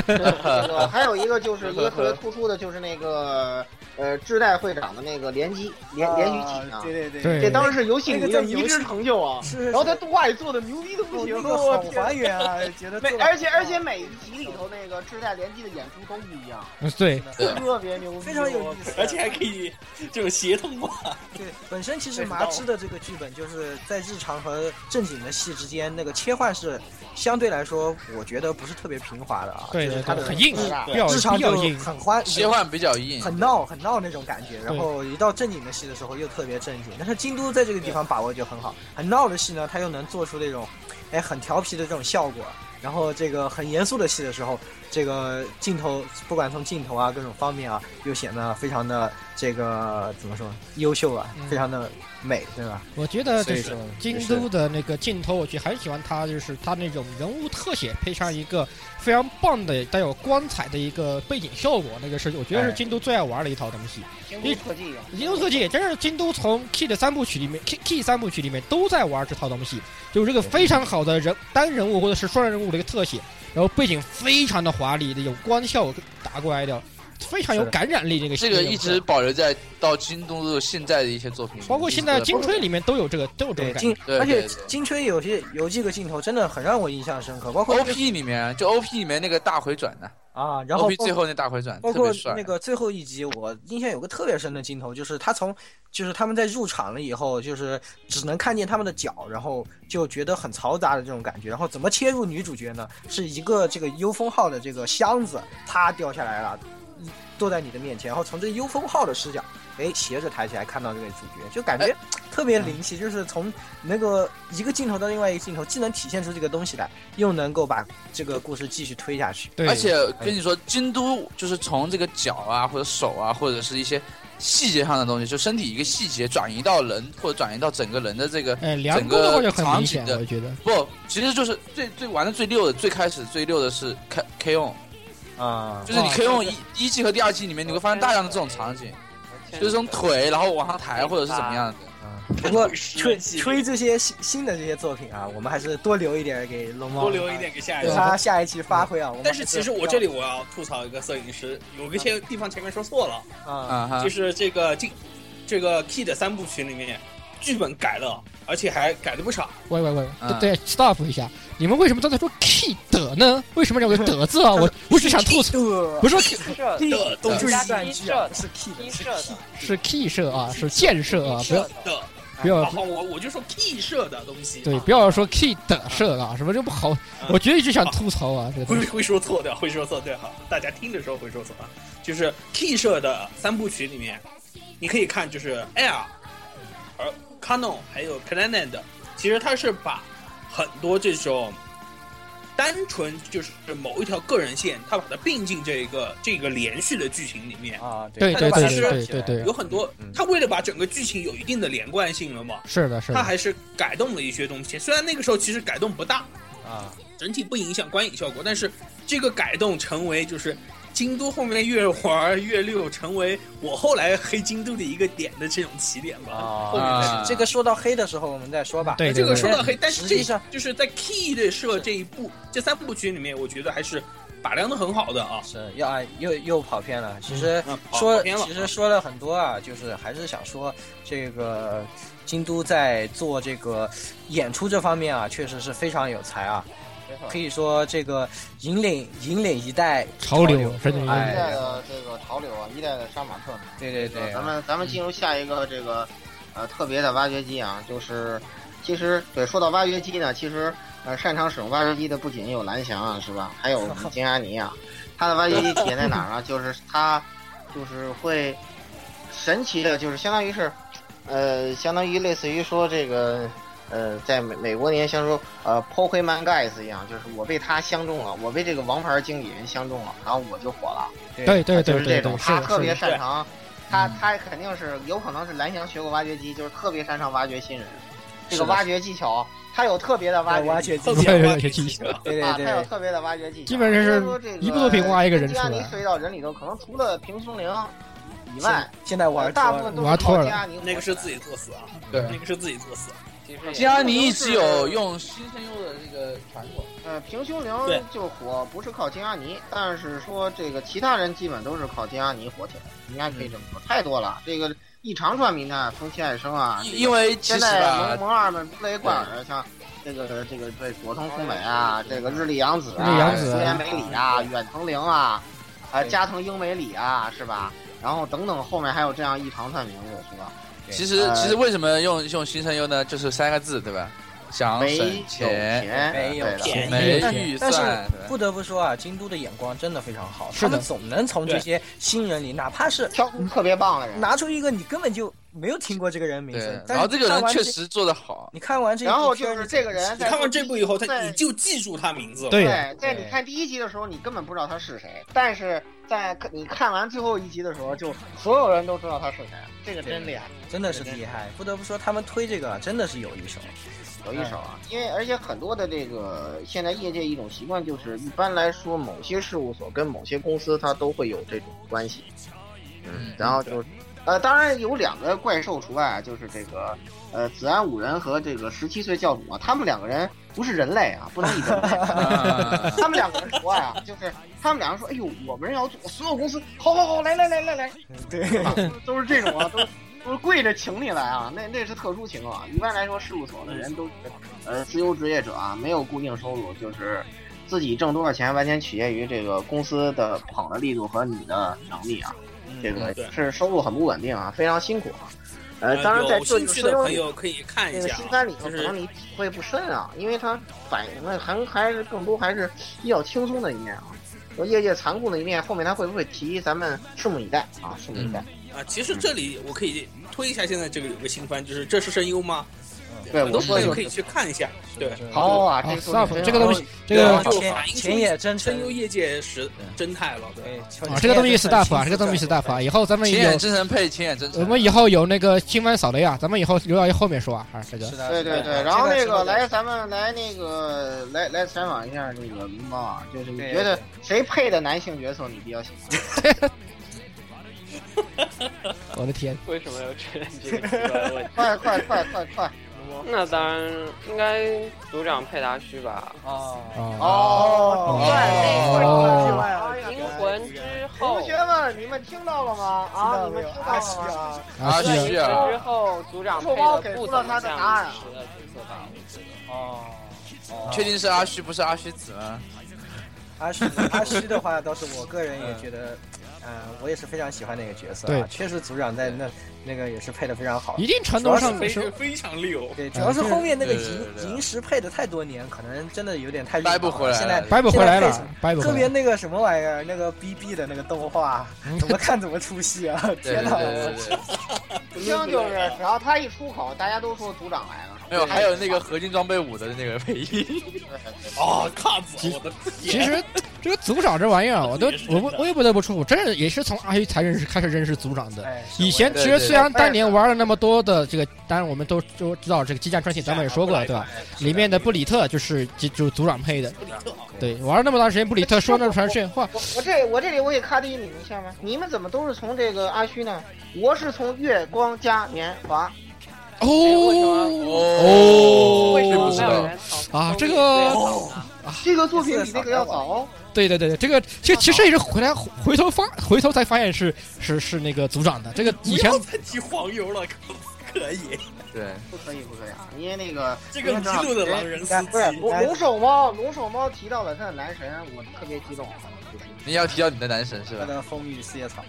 [SPEAKER 1] 这个还有一个就是一个特别突出的，就是那个呃，志代会长的那个联机联联举体啊，
[SPEAKER 2] 对对
[SPEAKER 3] 对
[SPEAKER 1] 这当时是游戏迷
[SPEAKER 2] 那个
[SPEAKER 1] 的
[SPEAKER 2] 在
[SPEAKER 1] 迷
[SPEAKER 2] 游
[SPEAKER 1] 之
[SPEAKER 2] 戏
[SPEAKER 1] 成就啊。
[SPEAKER 2] 是
[SPEAKER 1] 然后他动画也做的牛逼的不
[SPEAKER 2] 那
[SPEAKER 1] 行，
[SPEAKER 2] 个
[SPEAKER 1] 我
[SPEAKER 2] 好
[SPEAKER 1] 天！
[SPEAKER 2] 还原
[SPEAKER 3] [LAUGHS]
[SPEAKER 2] 啊，觉得
[SPEAKER 1] 每
[SPEAKER 2] 做得
[SPEAKER 1] 而且而且每一集里头那个志在联机的演出都不一样，
[SPEAKER 3] 嗯对，
[SPEAKER 5] 对
[SPEAKER 1] 特别牛逼，
[SPEAKER 2] 非常有意思，
[SPEAKER 4] 而且还可以这种协同化，
[SPEAKER 2] 对，本身其实麻枝的这个剧本就是在日常和正经的戏之间那个切换是相对来说，我觉得不是特别平滑的啊。
[SPEAKER 3] 对
[SPEAKER 2] 就是
[SPEAKER 3] 对
[SPEAKER 2] 它
[SPEAKER 3] 对，
[SPEAKER 2] 的
[SPEAKER 3] 很硬，
[SPEAKER 1] 是吧
[SPEAKER 3] 比较
[SPEAKER 2] 日常
[SPEAKER 3] 比较
[SPEAKER 2] 就
[SPEAKER 3] 硬，
[SPEAKER 2] 很欢
[SPEAKER 5] 切换比较硬，
[SPEAKER 2] 很闹很闹那种感觉，然后一到正经的戏的时候又特别正经。但是京都在这个地方把握就很好，很闹的戏呢，它又能做出那种，哎，很调皮的这种效果，然后这个很严肃的戏的时候，这个镜头不管从镜头啊各种方面啊，又显得非常的这个怎么说优秀啊
[SPEAKER 3] 嗯，
[SPEAKER 2] 非常的美，对吧？
[SPEAKER 3] 我觉得
[SPEAKER 2] 所
[SPEAKER 3] 就
[SPEAKER 2] 以
[SPEAKER 3] 是
[SPEAKER 2] 说
[SPEAKER 3] 京
[SPEAKER 2] 就是
[SPEAKER 3] 都的那个镜头，我觉得很喜欢它，就是它那种人物特写配上一个非常棒的带有光彩的一个背景效果，那个是我觉得是
[SPEAKER 2] 哎
[SPEAKER 3] 京都最爱玩的一套东西。
[SPEAKER 1] 京都特技啊，
[SPEAKER 3] 京都特技真是京都从 Key 的三部曲里面，Key Key 三部曲里面都在玩这套东西，就是这个非常好的人单人物或者是双人物的一个特写，然后背景非常的华丽的有光效打过来的，非常有
[SPEAKER 2] 是
[SPEAKER 3] 感染力。这个
[SPEAKER 5] 这个
[SPEAKER 3] 这
[SPEAKER 5] 一直保留在到京东的现在的一些作品里面，
[SPEAKER 3] 包括现在金吹里面都有这个都有这
[SPEAKER 2] 对，
[SPEAKER 3] 种感觉
[SPEAKER 2] 金，
[SPEAKER 5] 对
[SPEAKER 2] 而且
[SPEAKER 5] 对对
[SPEAKER 2] 金吹有些有几个镜头真的很让我印象深刻，包括
[SPEAKER 5] O P 里面，啊就 O P 里面那个大回转的
[SPEAKER 2] 啊，然
[SPEAKER 5] ，O
[SPEAKER 2] 后
[SPEAKER 5] P
[SPEAKER 2] 包
[SPEAKER 5] 最后那大回转
[SPEAKER 2] 包
[SPEAKER 5] 特
[SPEAKER 2] 括
[SPEAKER 5] 别帅
[SPEAKER 2] 那。个最后一集，我印象有个特别深的镜头，就是他从，就是他们在入场了以后，就是只能看见他们的脚，然后就觉得很嘈杂的这种感觉。然后怎么切入女主角呢？是一个这个幽风号的这个箱子，啪掉下来了，一坐在你的面前，然后从这幽风号的视角，哎，斜着抬起来看到这个主角，就感
[SPEAKER 5] 哎
[SPEAKER 2] 觉特
[SPEAKER 5] 嗯
[SPEAKER 2] 别灵奇，就是从那个一个镜头到另外一个镜头，既能体现出这个东西来，又能够把这个故事继续推下去。
[SPEAKER 3] 对，
[SPEAKER 5] 而且跟你说，京都就是从这个脚啊，或者手啊，或者是一些细节上的东西，就身体一个细节转移到人，或者转移到整个人的这个
[SPEAKER 3] 哎，梁
[SPEAKER 5] 整
[SPEAKER 3] 工的话
[SPEAKER 5] 个
[SPEAKER 3] 就很
[SPEAKER 5] 场
[SPEAKER 3] 明
[SPEAKER 5] 景
[SPEAKER 3] 显，
[SPEAKER 5] 的
[SPEAKER 3] 我觉得。
[SPEAKER 5] 不，其实就是最最玩的最溜的，最开始最溜的是 K K O，
[SPEAKER 2] 啊、
[SPEAKER 5] 就是你
[SPEAKER 3] 哇
[SPEAKER 5] K O 一一季和第二季里面，你会发现大量的这种场景，就是从腿然后往上抬或者是怎么样的。
[SPEAKER 2] 啊不
[SPEAKER 4] [LAUGHS]
[SPEAKER 2] 过
[SPEAKER 4] 吹
[SPEAKER 2] 吹吹这些新新的这些作品啊，我们还是多留一点给龙猫，
[SPEAKER 4] 多留一点，给下一
[SPEAKER 2] 让
[SPEAKER 4] 次。
[SPEAKER 2] 他下一期发挥啊。我们
[SPEAKER 4] 但
[SPEAKER 2] 还
[SPEAKER 4] 是
[SPEAKER 2] 是
[SPEAKER 4] 其实我这里我要吐槽一个摄影师，有个些地方前面说错了，
[SPEAKER 2] 啊，
[SPEAKER 5] 啊哈
[SPEAKER 4] 就，是这个这这个 Key 的三部曲里面，剧本改了，而且还改的不少。
[SPEAKER 3] 喂喂喂，
[SPEAKER 5] 嗯
[SPEAKER 3] 对对，stop 一下！你们为什么都在说 key 的呢？为什么要有个的字啊？我我只想吐槽，
[SPEAKER 2] 的
[SPEAKER 3] 不是说 key
[SPEAKER 6] 社
[SPEAKER 2] 地
[SPEAKER 4] 的东
[SPEAKER 2] 就
[SPEAKER 4] 西
[SPEAKER 2] 呃是
[SPEAKER 6] 加
[SPEAKER 2] 断
[SPEAKER 6] T
[SPEAKER 2] 句
[SPEAKER 6] 社
[SPEAKER 2] 啊，是 key
[SPEAKER 6] 的
[SPEAKER 2] 的，是 key
[SPEAKER 3] 是
[SPEAKER 6] T 社的
[SPEAKER 3] key 社啊，是建设啊，不要
[SPEAKER 4] 的，
[SPEAKER 3] 不要
[SPEAKER 2] 呃
[SPEAKER 4] 然后我我就说 Key 社的东西，
[SPEAKER 3] 对，不要说 key 的社啊，什么这不好，我觉得一直想吐槽啊，这
[SPEAKER 4] 会 [LAUGHS]
[SPEAKER 3] 个
[SPEAKER 4] 会说错的，会说错对哈，大家听的时候会说错啊。就是 Key 社的三部曲里面，你可以看就是 Air，而 Canon 还有 Planet，其实它是把很多这种单纯就是某一条个人线，它把它并进这一个这个连续的剧情里面，
[SPEAKER 2] 啊，
[SPEAKER 3] 对
[SPEAKER 4] 对对
[SPEAKER 3] 对对对
[SPEAKER 4] 有很多
[SPEAKER 2] 嗯，
[SPEAKER 4] 它为了把整个剧情有一定的连贯性了嘛，
[SPEAKER 3] 是的，是
[SPEAKER 4] 它
[SPEAKER 3] 的，
[SPEAKER 4] 还是改动了一些东西。虽然那个时候其实改动不大，
[SPEAKER 2] 啊，
[SPEAKER 4] 整体不影响观影效果，但是这个改动成为就是京都后面越玩越溜，成为我后来黑京都的一个点的这种起点吧。
[SPEAKER 2] 啊
[SPEAKER 4] 后面再
[SPEAKER 5] 啊
[SPEAKER 2] 这个说到黑的时候我们再说吧。
[SPEAKER 3] 对
[SPEAKER 4] 哎这个
[SPEAKER 3] 对
[SPEAKER 4] 说到黑，但是
[SPEAKER 2] 实
[SPEAKER 4] 这
[SPEAKER 2] 际上
[SPEAKER 4] 就是在 Key 的社这一部这三部曲里面，我觉得还是把量的很好的啊。
[SPEAKER 2] 是要啊，又又跑偏了。其实
[SPEAKER 4] 嗯跑
[SPEAKER 2] 说
[SPEAKER 4] 跑，偏了
[SPEAKER 2] 其实说了很多啊，就是还是想说，这个京都在做这个演出这方面啊，确实是非常有才啊，可以说这个引领引领一代
[SPEAKER 3] 潮流
[SPEAKER 2] 流。
[SPEAKER 3] 真的
[SPEAKER 2] 哎
[SPEAKER 1] 一
[SPEAKER 3] 是
[SPEAKER 1] 代的这个潮流啊，一代的杀马特。
[SPEAKER 2] 对对对，嗯
[SPEAKER 1] 咱们咱们进入下一个这个呃特别的挖掘机啊，就是其实对说到挖掘机呢，其实呃擅长使用挖掘机的不仅有蓝翔啊，是吧？还
[SPEAKER 2] [LAUGHS]
[SPEAKER 1] 有金阿尼啊，他的挖掘机体现在哪儿呢？就是他就是会神奇的，就是相当于是呃相当于类似于说这个。呃，在美美国年像说呃 Pokemon Guys 一样，就是我被他相中了，我被这个王牌经理人相中了，然后我就火了。
[SPEAKER 3] 对对
[SPEAKER 1] 啊就
[SPEAKER 3] 对
[SPEAKER 1] 是
[SPEAKER 3] 对
[SPEAKER 1] 这
[SPEAKER 3] 对，
[SPEAKER 1] 种，
[SPEAKER 3] 是
[SPEAKER 1] 他
[SPEAKER 3] 的，
[SPEAKER 1] 特
[SPEAKER 3] 是
[SPEAKER 1] 别
[SPEAKER 3] 的，
[SPEAKER 1] 擅长，他
[SPEAKER 2] 嗯
[SPEAKER 1] 他肯定是有可能是蓝翔学过挖掘机，就是特别擅长挖掘新人，这个
[SPEAKER 2] 是的
[SPEAKER 1] 挖掘技巧，他有特别的
[SPEAKER 2] 对
[SPEAKER 1] 挖
[SPEAKER 2] 挖
[SPEAKER 1] 掘
[SPEAKER 2] 掘
[SPEAKER 1] 技
[SPEAKER 2] 机
[SPEAKER 4] 特，别挖掘
[SPEAKER 3] 技
[SPEAKER 4] 机
[SPEAKER 3] 巧
[SPEAKER 4] 啊
[SPEAKER 2] 对
[SPEAKER 1] 啊，
[SPEAKER 2] 对
[SPEAKER 1] 他有
[SPEAKER 2] 对，
[SPEAKER 1] 特别的挖掘技巧，
[SPEAKER 3] 基本上是
[SPEAKER 1] 虽然说这个
[SPEAKER 3] 一部作品挖一个人
[SPEAKER 1] 基亚尼
[SPEAKER 3] 出来
[SPEAKER 1] 涉及到人里头，可能除了平松龄以外，
[SPEAKER 2] 现在玩
[SPEAKER 1] 大
[SPEAKER 2] 脱
[SPEAKER 1] 部
[SPEAKER 2] 了
[SPEAKER 1] 分都
[SPEAKER 3] 玩
[SPEAKER 1] 是
[SPEAKER 3] 脱
[SPEAKER 1] 靠
[SPEAKER 3] 了
[SPEAKER 1] 基亚尼火
[SPEAKER 4] 那个是
[SPEAKER 1] 起来
[SPEAKER 4] 自己作死啊，
[SPEAKER 5] 对
[SPEAKER 4] 那个是自己作死。
[SPEAKER 6] 其实也
[SPEAKER 5] 既然你一直有用新声优的这个传统，
[SPEAKER 1] 呃，平胸
[SPEAKER 4] 对
[SPEAKER 1] 龄就火不是靠金阿尼，但是说这个其他人基本都是靠金阿尼火起来，应该可以这么说，太多了。这个一长串名单，风七爱生啊，这个
[SPEAKER 5] 因因为其
[SPEAKER 1] 现
[SPEAKER 5] 实
[SPEAKER 1] 在
[SPEAKER 5] 吧
[SPEAKER 1] 萌，萌二们布雷贯耳，像这个这个对佐藤红美啊，这个日立阳子啊，
[SPEAKER 3] 日立阳子
[SPEAKER 1] 福原美里啊，远藤绫啊，呃加藤英美里啊，是吧？然后等等，后面还有这样一长串名字，是吧？
[SPEAKER 5] 其实
[SPEAKER 1] 呃
[SPEAKER 5] 其实为什么用用新声优呢？就是三个字，对吧？想
[SPEAKER 1] 没有
[SPEAKER 5] 省钱，
[SPEAKER 1] 钱，
[SPEAKER 2] 没哎有
[SPEAKER 1] 对的
[SPEAKER 2] 钱
[SPEAKER 5] 没
[SPEAKER 2] 但
[SPEAKER 5] 预
[SPEAKER 2] 但
[SPEAKER 5] 算
[SPEAKER 2] 是，不得不说啊，京都的眼光真的非常好，他们总能从这
[SPEAKER 4] 对
[SPEAKER 2] 些新人里，哪怕是
[SPEAKER 1] 挑出特别棒的人。
[SPEAKER 2] 拿出一个你根本就没有听过这个人名
[SPEAKER 5] 对
[SPEAKER 2] 声，，但
[SPEAKER 5] 然
[SPEAKER 2] 是
[SPEAKER 5] 后这个
[SPEAKER 2] 看
[SPEAKER 5] 人
[SPEAKER 2] 完
[SPEAKER 5] 确实做
[SPEAKER 2] [LAUGHS]
[SPEAKER 5] 得好，
[SPEAKER 2] 你看完这，
[SPEAKER 1] 然后就是这个人
[SPEAKER 4] 你
[SPEAKER 1] 在
[SPEAKER 4] 看完这部以后，他
[SPEAKER 1] 在
[SPEAKER 4] 你就记住他名字了。
[SPEAKER 3] 对呀
[SPEAKER 1] 对，在你看第一集的时候，你根本不知道他是谁，但是在你看完最后一集的时候，就所有人都知道他是谁，这个真厉害，
[SPEAKER 2] 真的是厉害，不得不说他们推这个真的是有一手。
[SPEAKER 1] 有一手啊。因为而且很多的这个现在业界一种习惯就是，一般来说某些事务所跟某些公司它都会有这种关系，嗯，然后就是，呃，当然有两个怪兽除外，啊，就是这个。呃，子安五人和这个十七岁教主啊，他们两个人不是人类啊，不能以人类 [LAUGHS]
[SPEAKER 5] 嗯
[SPEAKER 1] 他们两个人除外啊，就是他们两个人说：“哎呦，我们要做所有公司，好好好，来来来来来，
[SPEAKER 2] 对，
[SPEAKER 1] 啊都是这种啊，都是都是跪着请你来啊，那那是特殊情况。啊一般来说，事务所的人都是呃自由职业者啊，没有固定收入，就是自己挣多少钱，完全取决于这个公司的捧的力度和你的能力啊。这个
[SPEAKER 4] 嗯对
[SPEAKER 1] 是收入很不稳定啊，非常辛苦啊。呃，
[SPEAKER 4] 呃
[SPEAKER 1] 当然在
[SPEAKER 4] 有
[SPEAKER 1] 这
[SPEAKER 4] 兴
[SPEAKER 1] 就
[SPEAKER 4] 趣
[SPEAKER 1] 是
[SPEAKER 4] 的
[SPEAKER 1] 有
[SPEAKER 4] 朋友可以看一
[SPEAKER 1] 这个
[SPEAKER 4] 下
[SPEAKER 1] 新
[SPEAKER 4] 啊，
[SPEAKER 1] 番里头可
[SPEAKER 4] 就是
[SPEAKER 1] 能你体会不深啊，因为它反映的还还是更多还是比较轻松的一面啊，有业界残酷的一面，后面他会不会提，咱们拭目以待啊，拭目以待。
[SPEAKER 4] 啊，其实这里我可以推一下，现在这个有个新番，就是《这是声优吗》，
[SPEAKER 1] 对，
[SPEAKER 4] 很
[SPEAKER 1] 我
[SPEAKER 4] 多
[SPEAKER 1] 说
[SPEAKER 4] 朋
[SPEAKER 1] 的
[SPEAKER 4] 友
[SPEAKER 1] 就
[SPEAKER 4] 可以
[SPEAKER 1] 是
[SPEAKER 4] 去看一下。对，
[SPEAKER 1] [LAUGHS] 好啊，
[SPEAKER 3] 啊
[SPEAKER 1] 这个作品真
[SPEAKER 3] stop，这个
[SPEAKER 1] 好
[SPEAKER 3] 东西，这个
[SPEAKER 4] 然后
[SPEAKER 2] 前前野真哎诚
[SPEAKER 4] 声优业界实侦探了，对。
[SPEAKER 2] 对，
[SPEAKER 3] 啊，这个东西 staff 啊，这个东西 staff 啊，以后咱们
[SPEAKER 5] 情
[SPEAKER 3] 有
[SPEAKER 5] 眼真诚配情眼真
[SPEAKER 3] 我
[SPEAKER 5] 诚，
[SPEAKER 3] 们以后有那个新番扫雷啊，咱们以后留到后面说啊，啊这个
[SPEAKER 2] 是的，
[SPEAKER 1] 对对
[SPEAKER 2] 哎
[SPEAKER 1] 对，然后那个来咱们来那个来来采访一下那个龙猫啊，就是你
[SPEAKER 2] 对
[SPEAKER 1] 觉得谁配的男性角色你比较喜欢？
[SPEAKER 3] 我的天，
[SPEAKER 6] 为什么要这这个奇怪
[SPEAKER 5] [LAUGHS]
[SPEAKER 6] 的问题？
[SPEAKER 1] 快快快快快！
[SPEAKER 6] 那当然应该组长佩达须吧。
[SPEAKER 3] 啊
[SPEAKER 2] 哦，
[SPEAKER 1] 哦
[SPEAKER 3] 对
[SPEAKER 6] 啊
[SPEAKER 3] 那会
[SPEAKER 5] 哦
[SPEAKER 3] 儿之
[SPEAKER 1] 哎
[SPEAKER 6] 灵哦魂之后
[SPEAKER 1] 同，学们，你们听到了吗？啊，你们听到了吗？
[SPEAKER 3] 啊
[SPEAKER 5] 啊
[SPEAKER 3] 是
[SPEAKER 6] 对
[SPEAKER 5] 是
[SPEAKER 3] 啊
[SPEAKER 6] 灵魂之后组长配的不怎么像
[SPEAKER 1] 啊
[SPEAKER 6] 当时的角色吧？我觉得
[SPEAKER 2] 哦，
[SPEAKER 5] 确定是阿虚不是阿虚子吗？
[SPEAKER 2] 阿
[SPEAKER 3] [LAUGHS]
[SPEAKER 2] 虚阿虚的话，倒是我个人也觉得，呃，我也是非常喜欢那个角色，
[SPEAKER 3] 嗯对
[SPEAKER 2] 啊，确实组长在那那个也是配的非常好
[SPEAKER 3] 一。定嗯程度上
[SPEAKER 4] 非
[SPEAKER 3] 是
[SPEAKER 4] 非常溜，
[SPEAKER 2] 对，主要是后面那个
[SPEAKER 5] 对对对对
[SPEAKER 2] 银银石配的太多年，可能真的有点太
[SPEAKER 5] 掰不回来了
[SPEAKER 2] 现在
[SPEAKER 3] 掰不回来
[SPEAKER 2] 现在
[SPEAKER 3] 了
[SPEAKER 2] 配置，
[SPEAKER 3] 掰不
[SPEAKER 2] 特
[SPEAKER 3] 回
[SPEAKER 2] 别
[SPEAKER 3] 来了。
[SPEAKER 2] 那个什么玩意儿，那个 BB 的那个动画，
[SPEAKER 3] 嗯
[SPEAKER 2] 怎么看怎么出戏啊！ [LAUGHS]
[SPEAKER 5] 对
[SPEAKER 2] 天
[SPEAKER 5] 对
[SPEAKER 2] 哪！
[SPEAKER 5] 对对对，
[SPEAKER 1] 听就是，只要他一出口，大家都说组长来了。
[SPEAKER 5] 没有，还有那个合金装备五的那个配音，
[SPEAKER 4] 哦，卡子，我的
[SPEAKER 3] 其
[SPEAKER 4] 天！
[SPEAKER 3] 实这个组长这玩意儿啊，我都
[SPEAKER 4] 也是
[SPEAKER 3] 我不我也不得不说，我真的也是从阿虚才认识开始认识组长的。
[SPEAKER 2] 哎，是
[SPEAKER 3] 以前
[SPEAKER 5] 对
[SPEAKER 3] 其
[SPEAKER 5] 对
[SPEAKER 3] 实
[SPEAKER 5] 对
[SPEAKER 3] 虽然当年
[SPEAKER 1] 哎
[SPEAKER 3] 玩了那么多的这个，当然我们都都知道这个激战专题，咱们也说过了，对吧？里面的布里特就是就就是组长配的，
[SPEAKER 4] 布里特啊，
[SPEAKER 3] 对，玩了那么长时间，布里特说那么长时间话，
[SPEAKER 1] 我我这我这里我给咔滴你们一下吗？你们怎么都是从这个阿虚呢？我是从月光嘉年华，
[SPEAKER 4] 哎
[SPEAKER 3] 哦
[SPEAKER 5] 哦
[SPEAKER 6] 为什么
[SPEAKER 5] 不知
[SPEAKER 6] 没有
[SPEAKER 5] 道
[SPEAKER 6] 人从
[SPEAKER 3] 啊
[SPEAKER 6] 从
[SPEAKER 3] 这个
[SPEAKER 6] 里面找呢
[SPEAKER 1] 这个作品比那个要早哦。
[SPEAKER 3] 对对对对，这个这其实也是回来回头发回头才发现是是是那个组长的，这个
[SPEAKER 4] 不
[SPEAKER 3] 以前
[SPEAKER 4] 要再提黄油了，可可以？
[SPEAKER 5] 对，
[SPEAKER 1] 不可以不可以啊！因为那个
[SPEAKER 4] 这个迷路
[SPEAKER 1] 啊
[SPEAKER 4] 的狼人司
[SPEAKER 2] 哎
[SPEAKER 4] 机
[SPEAKER 1] 不是龙龙首猫，龙首猫提到了他的男神，我特别激动。啊
[SPEAKER 5] 你要提到你的男神是
[SPEAKER 2] 他
[SPEAKER 5] 吧？
[SPEAKER 2] 的风雨四叶草，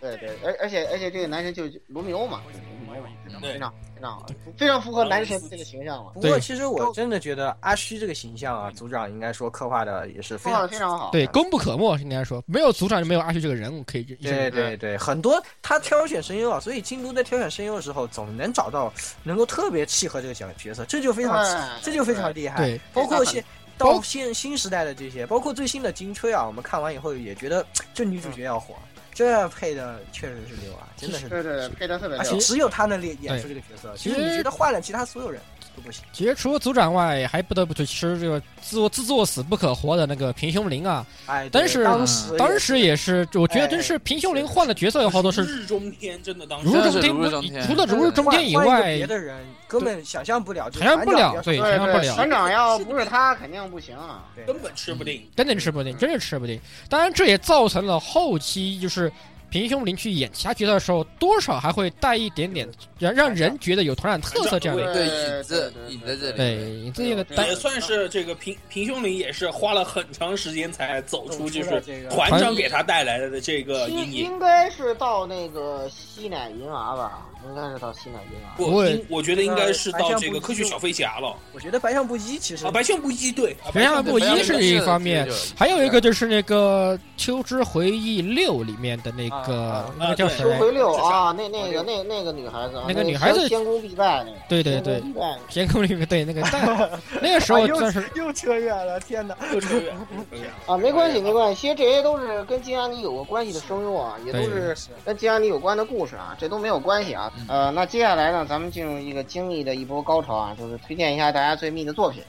[SPEAKER 1] 对对，而而且而且这个男神就是罗密欧嘛，罗密欧嘛，
[SPEAKER 4] 对
[SPEAKER 1] 非常非常非常符合男神这个形象了，
[SPEAKER 2] 不过
[SPEAKER 3] 对
[SPEAKER 2] 其实我真的觉得阿虚这个形象啊，组长应该说刻画的也是非
[SPEAKER 1] 说的
[SPEAKER 2] 常
[SPEAKER 1] 非常好。
[SPEAKER 3] 对功不可没，应该说没有组长就没有阿虚这个人物可以一生
[SPEAKER 2] 对对对，很多他挑选声优啊，所以京都在挑选声优的时候，总能找到能够特别契合这个角角色，这就非常
[SPEAKER 1] 对
[SPEAKER 2] 这就非常厉害。
[SPEAKER 3] 对，
[SPEAKER 2] 包括现
[SPEAKER 3] 包
[SPEAKER 2] 到现新时代的这些，包括最新的《金吹》啊，我们看完以后也觉得这女主角要火，这配的确实是牛啊，真的是。
[SPEAKER 1] 对对对，配的特别
[SPEAKER 2] 而
[SPEAKER 1] 溜
[SPEAKER 2] 且。只有她能演演
[SPEAKER 3] 对
[SPEAKER 2] 出这个角色，
[SPEAKER 3] 其
[SPEAKER 2] 其
[SPEAKER 3] 实
[SPEAKER 2] 实你觉得换了其他所有人都不行。
[SPEAKER 3] 其实除了组长外，还不得不提吃这个自我自作死不可活的那个平胸灵啊，
[SPEAKER 2] 哎，
[SPEAKER 3] 但
[SPEAKER 2] 对
[SPEAKER 3] 是
[SPEAKER 2] 当时
[SPEAKER 3] 当时也是，我觉得真是
[SPEAKER 2] 哎
[SPEAKER 3] 平胸灵换了角色以后都是
[SPEAKER 4] 日中天，真的当时
[SPEAKER 3] 如
[SPEAKER 5] 真
[SPEAKER 3] 日中
[SPEAKER 5] 的是
[SPEAKER 3] 天
[SPEAKER 5] 如日中
[SPEAKER 3] 不，
[SPEAKER 5] 天
[SPEAKER 3] 除了如日
[SPEAKER 2] 换
[SPEAKER 3] 中天以
[SPEAKER 2] 换一个
[SPEAKER 3] 外
[SPEAKER 2] 别，的人根本想象不了，就
[SPEAKER 3] 想象不
[SPEAKER 2] 反角
[SPEAKER 3] 了，
[SPEAKER 2] 角
[SPEAKER 3] 对，想
[SPEAKER 1] 对
[SPEAKER 3] 象不
[SPEAKER 1] 对，
[SPEAKER 3] 了。
[SPEAKER 1] 船长要不是他肯定不行啊。
[SPEAKER 2] 对
[SPEAKER 3] 嗯
[SPEAKER 4] 根本吃不定。
[SPEAKER 3] 真的吃不定，真是吃不定。当然，这也造成了后期就是平胸林去演其他角色的时候，多少还会带一点点让让人觉得有传染特色这样的一个。
[SPEAKER 5] 对
[SPEAKER 1] 对
[SPEAKER 5] 影子
[SPEAKER 1] 对对
[SPEAKER 5] 影在这里，
[SPEAKER 3] 对，你自己的单
[SPEAKER 4] 也算是这个平平胸林也是花了很长时间才走出，
[SPEAKER 2] 走
[SPEAKER 4] 就是
[SPEAKER 2] 出了这个
[SPEAKER 4] 团长给他带来的这个
[SPEAKER 1] 应
[SPEAKER 4] 阴影。
[SPEAKER 1] 应该是到那个西乃银娃吧，应该是到西乃银娃。
[SPEAKER 4] 我
[SPEAKER 3] 我
[SPEAKER 4] 应我觉得应该是
[SPEAKER 2] 白
[SPEAKER 4] 到
[SPEAKER 2] 象
[SPEAKER 4] 这个
[SPEAKER 2] 不
[SPEAKER 4] 科学
[SPEAKER 2] 就
[SPEAKER 4] 小飞侠了
[SPEAKER 2] 我觉得白象不一其实
[SPEAKER 4] 啊，白象不一对，啊
[SPEAKER 3] 白象不一是一方面，还有一个
[SPEAKER 5] 就
[SPEAKER 3] 就是那个《秋之回忆六》里面的那个
[SPEAKER 2] 啊
[SPEAKER 3] 那个叫谁
[SPEAKER 1] 秋
[SPEAKER 4] 对？
[SPEAKER 1] 回六啊，那那个那那个女孩子啊，那
[SPEAKER 3] 那个女孩子
[SPEAKER 1] 天宫必败那个，
[SPEAKER 3] 对对对
[SPEAKER 1] 天，宫必败
[SPEAKER 3] 天空里面对那个，但那个时候算是
[SPEAKER 2] 又扯远了，天哪！
[SPEAKER 4] 又扯远了又扯远了
[SPEAKER 1] 啊，没关系没关系，其实这些都是跟金安妮有过关系的声优啊，也都是跟金安妮有关的故事啊，这都没有关系啊。呃，那接下来呢，咱们进入一个经历的一波高潮啊，就是推荐一下大家最密的作品。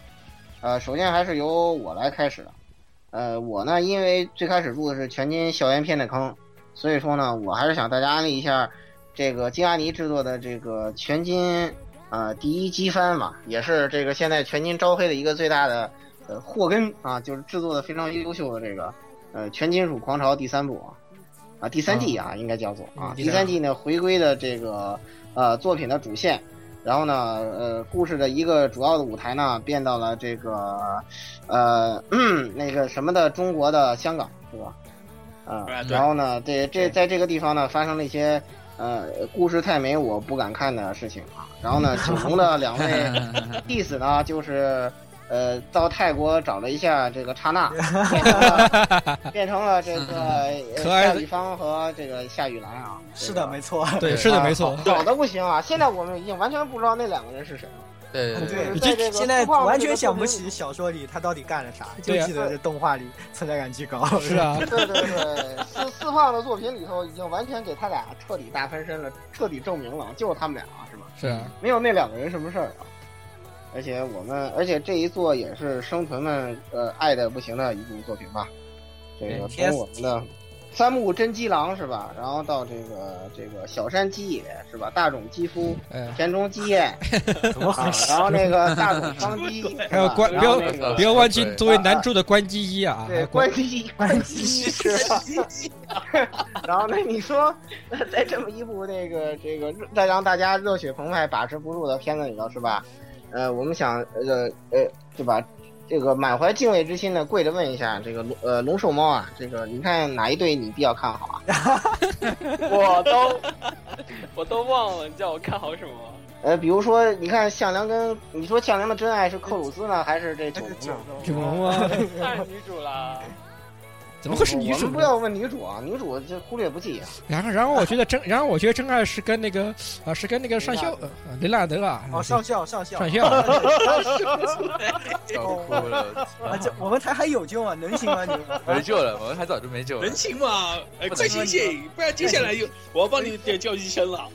[SPEAKER 1] 呃，首先还是由我来开始的。啊呃，我呢，因为最开始入的是全金校园片的坑，所以说呢，我还是想大家安利一下这个金安妮制作的这个全金呃第一机番嘛，也是这个现在全金招黑的一个最大的呃祸根啊，就是制作的非常优秀的这个呃全金属狂潮第三部啊啊第三季啊、应该叫做啊
[SPEAKER 3] 嗯
[SPEAKER 1] 第三季呢回归的这个呃作品的主线。然后呢，呃，故事的一个主要的舞台呢，变到了这个，呃，嗯那个什么的中国的香港，是吧？啊、
[SPEAKER 3] 哎
[SPEAKER 4] 啊对
[SPEAKER 1] 然后呢，这这
[SPEAKER 4] 对
[SPEAKER 1] 在这个地方呢，发生了一些呃故事太美我不敢看的事情啊。然后呢，景洪的两位
[SPEAKER 3] [LAUGHS]
[SPEAKER 1] 弟子呢，就是呃到泰国找了一下这个刹
[SPEAKER 3] [LAUGHS]
[SPEAKER 1] 那，变成了变成了这个呃
[SPEAKER 3] 嗯可爱
[SPEAKER 1] 夏
[SPEAKER 3] 的
[SPEAKER 1] 雨芳和这个夏雨兰啊。
[SPEAKER 2] 是的，没错，
[SPEAKER 1] [LAUGHS]
[SPEAKER 3] 对，是的，没错
[SPEAKER 1] 啊。好好的不行啊！现在我们已经完全不知道那两个人是谁了。
[SPEAKER 5] 对对对，
[SPEAKER 2] 已
[SPEAKER 1] 在这
[SPEAKER 2] 经
[SPEAKER 1] 个
[SPEAKER 2] 现在
[SPEAKER 1] 粗犷的
[SPEAKER 2] 完
[SPEAKER 1] 这
[SPEAKER 2] 全
[SPEAKER 1] 个
[SPEAKER 2] 想不
[SPEAKER 1] 作品
[SPEAKER 2] 起小说里他到底干了啥，就
[SPEAKER 3] 对啊
[SPEAKER 2] 记得这动画里存在感巨高。
[SPEAKER 3] [LAUGHS] 是
[SPEAKER 1] [LAUGHS]
[SPEAKER 2] [LAUGHS]
[SPEAKER 3] 啊，
[SPEAKER 1] 对对对，四四胖的作品里头已经完全给他俩彻底大翻身了，彻底证明了就是他们俩啊，是吧？
[SPEAKER 3] 是啊，
[SPEAKER 1] 没有那两个人什么事儿啊。而且我们，而且这一作也是生存们呃爱的不行的一部作品吧。这个
[SPEAKER 2] 嗯
[SPEAKER 1] 从我们的三木真姬郎是吧，然后到这个这个小山基野是吧，大冢基夫、
[SPEAKER 3] 嗯，
[SPEAKER 1] 田中基
[SPEAKER 3] [LAUGHS]
[SPEAKER 1] 彦
[SPEAKER 2] 怎么
[SPEAKER 1] 啊
[SPEAKER 2] 回，事？
[SPEAKER 1] 然后那个大冢昌基，
[SPEAKER 4] 对
[SPEAKER 1] 是吧
[SPEAKER 3] 还有关
[SPEAKER 1] 然后那
[SPEAKER 3] [LAUGHS]
[SPEAKER 1] 个
[SPEAKER 3] 不要忘记
[SPEAKER 5] 对
[SPEAKER 3] 作为男主的关机一啊，
[SPEAKER 1] 啊对关机关机是吧？然后呢，你说那在这么一部那个这个再让大家热血澎湃、把持不住的片子里头，是吧？呃，我们想呃呃，对吧？这个满怀敬畏之心的跪着问一下，这个龙呃龙兽猫啊，这个你看哪一对你比较看好啊？ [LAUGHS]
[SPEAKER 6] 我都我都忘了，你叫我看好什么？
[SPEAKER 1] 呃，比如说你看向良跟你说向良的真爱是克鲁斯呢，还是
[SPEAKER 3] 哎
[SPEAKER 1] 这九龙呢？
[SPEAKER 3] 九龙啊，
[SPEAKER 6] 当然女主啦，
[SPEAKER 3] [LAUGHS]
[SPEAKER 2] 嗯
[SPEAKER 3] 怎么会是
[SPEAKER 1] 哦
[SPEAKER 3] 女
[SPEAKER 1] 我
[SPEAKER 3] 主
[SPEAKER 1] 们不
[SPEAKER 3] 呢？
[SPEAKER 1] 要问女主啊，女主就忽略不计啊。
[SPEAKER 3] 然后，然后我觉得真， [LAUGHS] 然后我觉得真爱是跟那个啊，是跟那个上校呃雷纳德啊，
[SPEAKER 2] 哦，上校，上校，
[SPEAKER 3] 上校，
[SPEAKER 5] 笑哭了，
[SPEAKER 2] [LAUGHS] 啊，这我们台还有救吗？能行吗？你们啊
[SPEAKER 5] 没救了，我们还早就没救了
[SPEAKER 4] 人。情嘛，哎，
[SPEAKER 5] 不能
[SPEAKER 4] 快醒醒，不然接下来又我要帮你点叫医生了。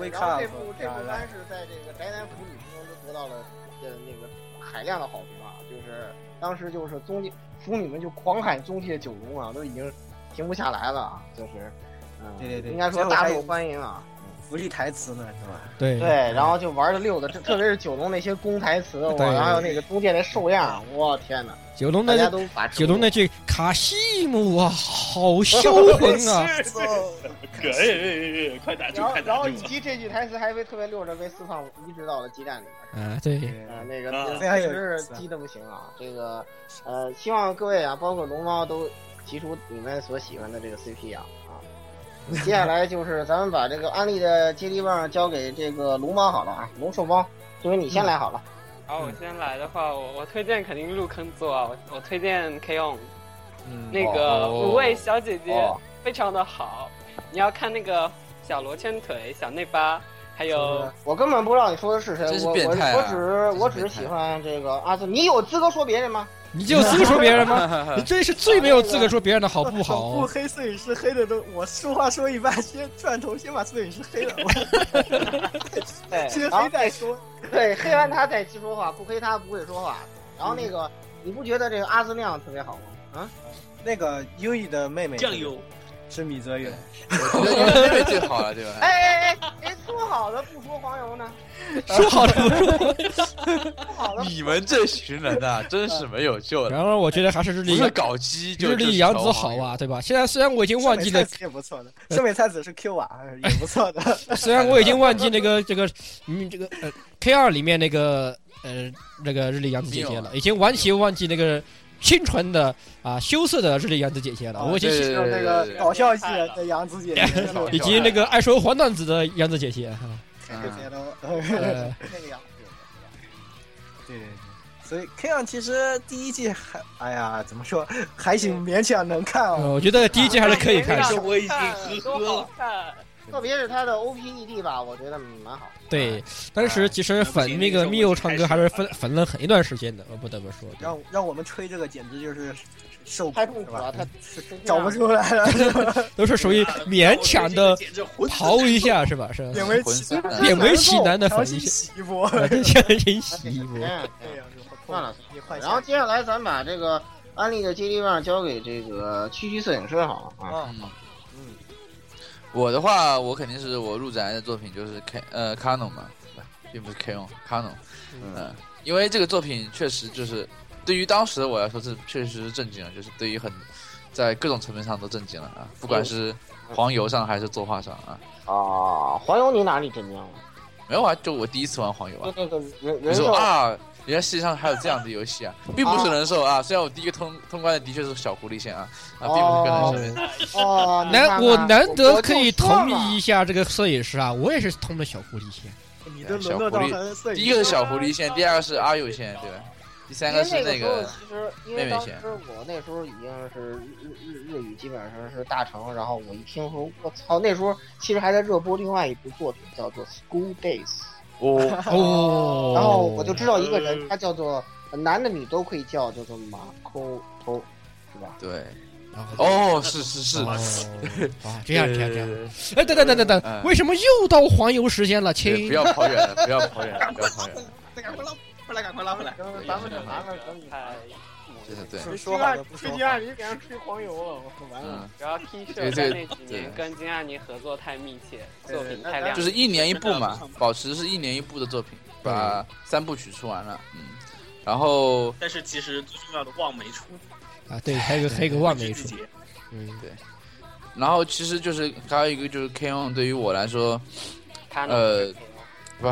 [SPEAKER 2] wake
[SPEAKER 1] 然后
[SPEAKER 2] up，
[SPEAKER 1] 这部这部番
[SPEAKER 2] 啊来
[SPEAKER 1] 是在这个宅男腐女之中都得到了呃那个海量的好评啊，就是当时就是宗介腐女们就狂喊宗介九龙啊，都已经停不下来了啊，就是嗯，
[SPEAKER 2] 对对对
[SPEAKER 1] 应该说大受欢迎啊，
[SPEAKER 2] 福利台词呢，是
[SPEAKER 3] [LAUGHS]
[SPEAKER 2] 吧？
[SPEAKER 3] 对
[SPEAKER 1] 对，然后就玩的溜的，这特别是九龙那些公台词，哇，
[SPEAKER 3] 对
[SPEAKER 1] 然后还有那个宗介那兽样，啊我天哪，
[SPEAKER 3] 九龙
[SPEAKER 1] 大家
[SPEAKER 3] 的
[SPEAKER 1] 都把
[SPEAKER 3] 九龙那句卡西姆啊，好销魂
[SPEAKER 1] [LAUGHS]
[SPEAKER 3] 啊，
[SPEAKER 4] 可哎以，快打住
[SPEAKER 1] 然，后
[SPEAKER 4] 快
[SPEAKER 1] 然
[SPEAKER 4] 打
[SPEAKER 1] 后
[SPEAKER 4] 住
[SPEAKER 1] 以！及这句台词还被特别溜着被四胖移植到了鸡蛋里面。
[SPEAKER 3] 啊，对，
[SPEAKER 1] 呃，那个
[SPEAKER 4] 啊
[SPEAKER 1] 呃
[SPEAKER 2] 非常有
[SPEAKER 1] 确实
[SPEAKER 2] 意
[SPEAKER 1] 是
[SPEAKER 2] 思啊
[SPEAKER 1] 低的不行啊。这个呃，希望各位啊，包括龙猫都提出你们所喜欢的这个 CP 啊啊。接下来就是咱们把这个安利的接力棒交给这个龙猫好了啊，龙兽猫，作为你先来好
[SPEAKER 2] 嗯
[SPEAKER 1] 了。
[SPEAKER 6] 好，我先来的话，我我推荐肯定入坑做啊，我我推荐 K on
[SPEAKER 2] 嗯，
[SPEAKER 6] 那个
[SPEAKER 5] 哦
[SPEAKER 6] 五位小姐姐
[SPEAKER 1] 哦
[SPEAKER 6] 非常的好，你要看那个小罗圈腿、小内八，还
[SPEAKER 2] 哦
[SPEAKER 6] 有
[SPEAKER 1] 我根本不知道你说的是谁，
[SPEAKER 5] 真是
[SPEAKER 1] 我
[SPEAKER 5] 变
[SPEAKER 1] 我
[SPEAKER 5] 态啊
[SPEAKER 1] 我只
[SPEAKER 5] 真是
[SPEAKER 1] 我只是
[SPEAKER 5] 变态
[SPEAKER 1] 喜欢这个阿紫，你有资格说别人吗？
[SPEAKER 3] 你就有资格说别
[SPEAKER 1] [LAUGHS]
[SPEAKER 3] 人吗？你真是最没有资格说别人的好不
[SPEAKER 2] 整部
[SPEAKER 3] 好？
[SPEAKER 2] 黑摄影师黑的都，我说话说一半， [LAUGHS] 先转头先把摄影师黑了，
[SPEAKER 1] 对
[SPEAKER 2] 我先
[SPEAKER 1] 然后
[SPEAKER 2] 黑再说。
[SPEAKER 1] [LAUGHS] 对，黑完他再去说话，不黑他不会说话。然后那个，你不觉得这个阿紫那样特别好吗？啊？
[SPEAKER 2] 那个优异的妹妹，
[SPEAKER 4] 酱油，
[SPEAKER 2] 是米泽远。
[SPEAKER 5] 我觉得因为那边最好了，对吧？
[SPEAKER 1] [LAUGHS] 哎哎哎哎，说好的不说黄油呢？
[SPEAKER 3] 说好的 [LAUGHS] 不说。
[SPEAKER 1] 说好的
[SPEAKER 5] 你们这群人呐，真是没有救了，
[SPEAKER 3] 然而我觉得还是日
[SPEAKER 5] 不
[SPEAKER 3] 历
[SPEAKER 5] 是搞基就
[SPEAKER 3] 日历
[SPEAKER 5] 就是
[SPEAKER 3] 杨
[SPEAKER 5] 搞
[SPEAKER 3] 子
[SPEAKER 5] 黄
[SPEAKER 3] 好
[SPEAKER 5] 油
[SPEAKER 3] 啊，对吧？现在虽然我已经忘记了，
[SPEAKER 2] 也不错的，圣美菜子是 Q 瓦也不错的。
[SPEAKER 3] 虽然我已经忘记那个这 [LAUGHS] 个嗯这个呃 K 二里面那个呃那个日历杨子姐姐了，已经完全忘记那个清纯的啊羞涩的日历杨子姐
[SPEAKER 2] 啊
[SPEAKER 3] 姐了，啊我已经
[SPEAKER 5] 对
[SPEAKER 3] 是
[SPEAKER 5] 对对对对对
[SPEAKER 2] 搞笑艺人的杨紫姐姐，
[SPEAKER 5] 对
[SPEAKER 3] 以及那个爱说黄段子的杨子姐姐，
[SPEAKER 2] 这些都
[SPEAKER 3] 呃
[SPEAKER 2] 那个样子。对对对，所以 K 样其实第一季还，哎呀，怎么说，还行，勉强能看
[SPEAKER 3] 呃
[SPEAKER 2] 哦。
[SPEAKER 3] 我觉得第一季还是可以看
[SPEAKER 6] 啊
[SPEAKER 4] 但
[SPEAKER 3] 的
[SPEAKER 4] 是。我
[SPEAKER 5] 嗯
[SPEAKER 4] 已经
[SPEAKER 6] 看
[SPEAKER 4] 呵
[SPEAKER 6] 多
[SPEAKER 4] 呵
[SPEAKER 6] 好
[SPEAKER 4] 了。
[SPEAKER 6] 看！
[SPEAKER 1] 特别是他的 O P E D 吧，我觉得蛮好。
[SPEAKER 3] 对，当时其实粉那个密友唱歌还是粉粉了很一段时间的，我不得不说。对
[SPEAKER 2] 让让我们吹这个，简直就是受
[SPEAKER 1] 太
[SPEAKER 2] 苦
[SPEAKER 1] 痛
[SPEAKER 2] 是
[SPEAKER 1] 苦了，
[SPEAKER 2] 吧？
[SPEAKER 1] 他
[SPEAKER 2] 找不出来了，
[SPEAKER 3] [LAUGHS] 都是属于勉强的刨一下，是吧？是吧。
[SPEAKER 2] 勉
[SPEAKER 3] [LAUGHS]
[SPEAKER 2] 为
[SPEAKER 5] 浑
[SPEAKER 2] 其
[SPEAKER 5] 身难
[SPEAKER 3] 勉为其难地
[SPEAKER 2] 强
[SPEAKER 3] 粉
[SPEAKER 2] 行
[SPEAKER 3] 一下
[SPEAKER 2] 洗一波。
[SPEAKER 3] 强行洗衣服。
[SPEAKER 2] 对呀，
[SPEAKER 1] 算了，
[SPEAKER 2] 你换
[SPEAKER 1] 然后接下来咱把这个安利的接力棒交给这个区区摄影师好了啊。
[SPEAKER 2] 嗯，
[SPEAKER 5] 我的话，我肯定是我入宅的作品就是 K 呃 Canon 嘛，不并不是 K on Canon，嗯、因为这个作品确实就是对于当时的我来说，这确实是震惊了，就是对于很在各种层面上都震惊了啊，不管是黄油上还是作画上啊，
[SPEAKER 1] 啊，黄油你哪里震惊了？
[SPEAKER 5] 没有啊，就我第一次玩黄油啊
[SPEAKER 1] 就，那个人
[SPEAKER 5] 你
[SPEAKER 1] 人
[SPEAKER 5] 说
[SPEAKER 1] 兽
[SPEAKER 5] 啊，原来世界上还有这样的游戏啊，并不是人兽啊，虽然我第一个通通关的的确是小狐狸线啊，啊，并不是跟人兽连。
[SPEAKER 1] 哦，你看
[SPEAKER 3] 难，
[SPEAKER 1] 看
[SPEAKER 3] 我难得可以同。
[SPEAKER 1] 我就说
[SPEAKER 3] 意
[SPEAKER 1] 嘛
[SPEAKER 3] 一下这个摄影师啊，我也是通的小狐狸线。
[SPEAKER 2] 你都沦落到成摄
[SPEAKER 5] 第
[SPEAKER 2] 影
[SPEAKER 5] 一个是小狐狸线，第二个是阿友线，对吧？第三
[SPEAKER 1] 因
[SPEAKER 5] 个
[SPEAKER 1] 为
[SPEAKER 5] 是
[SPEAKER 1] 那
[SPEAKER 5] 那
[SPEAKER 1] 时候
[SPEAKER 5] 个，
[SPEAKER 1] 其实，因为
[SPEAKER 5] 妹妹
[SPEAKER 1] 当时
[SPEAKER 5] 线
[SPEAKER 1] 我那时候已经是日日日语基本上是大成，然后我一听说，我操，那时候其实还在热播另外一部作品叫做《School Days》，
[SPEAKER 5] 哦，
[SPEAKER 3] 哦
[SPEAKER 1] 然后我就知道一个
[SPEAKER 5] 嗯
[SPEAKER 1] 人，他叫做男的女都可以叫，叫做马抠头，是吧？
[SPEAKER 5] 对，
[SPEAKER 3] 哦
[SPEAKER 5] 哦，是是是，
[SPEAKER 3] 啊，这样这样这样。
[SPEAKER 5] 样，
[SPEAKER 3] 哎，等等等等等，
[SPEAKER 5] 嗯
[SPEAKER 3] 为什么又到黄油时间了，
[SPEAKER 5] 对
[SPEAKER 3] 亲
[SPEAKER 5] 不？要跑远了，不要跑远了，不要跑远了，
[SPEAKER 4] 赶快拉回来，赶快拉回来！
[SPEAKER 1] 咱
[SPEAKER 5] 咱们这
[SPEAKER 1] 咱们
[SPEAKER 6] 太
[SPEAKER 2] 嗯
[SPEAKER 5] 对对对，
[SPEAKER 2] 是说好的不说好
[SPEAKER 1] 你给人吹黄油了，完
[SPEAKER 5] 嗯，
[SPEAKER 6] 主要 T
[SPEAKER 5] 对
[SPEAKER 6] 恤在
[SPEAKER 5] 这
[SPEAKER 6] 那几年跟金亚尼合作太密切，作品太亮眼，
[SPEAKER 5] 就是一年一部嘛，保持是一年一部的作品，把三部曲出完了，嗯，然后
[SPEAKER 4] 但是其实最重要的望梅出，
[SPEAKER 3] 啊，对，还有一个还有一个万美
[SPEAKER 4] 自
[SPEAKER 3] 术
[SPEAKER 4] 己，
[SPEAKER 3] 嗯，
[SPEAKER 5] 然后其实就是还有一个就是 K on 对于我来说，
[SPEAKER 6] 他呢
[SPEAKER 5] 呃，不，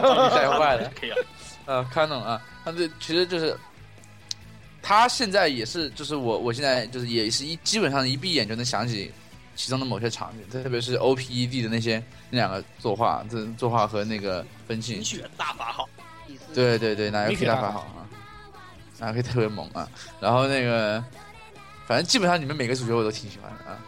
[SPEAKER 5] 带坏了。
[SPEAKER 4] 可以啊。
[SPEAKER 5] 呃，Canon 啊，他这其实就是呃他现在也是，就是我我现在就是也是一基本上一闭眼就能想起其中的某些场景，特别是 OPED 的那些那两个作画，这作画和那个分镜
[SPEAKER 4] 你，选大法好，
[SPEAKER 5] 对对对，哪个
[SPEAKER 3] 你可
[SPEAKER 5] K
[SPEAKER 3] 以
[SPEAKER 5] 大
[SPEAKER 3] 打
[SPEAKER 5] 法好啊？哪个 K 特别猛啊？然后那个，反正基本上你们每个主角我都挺喜欢的啊。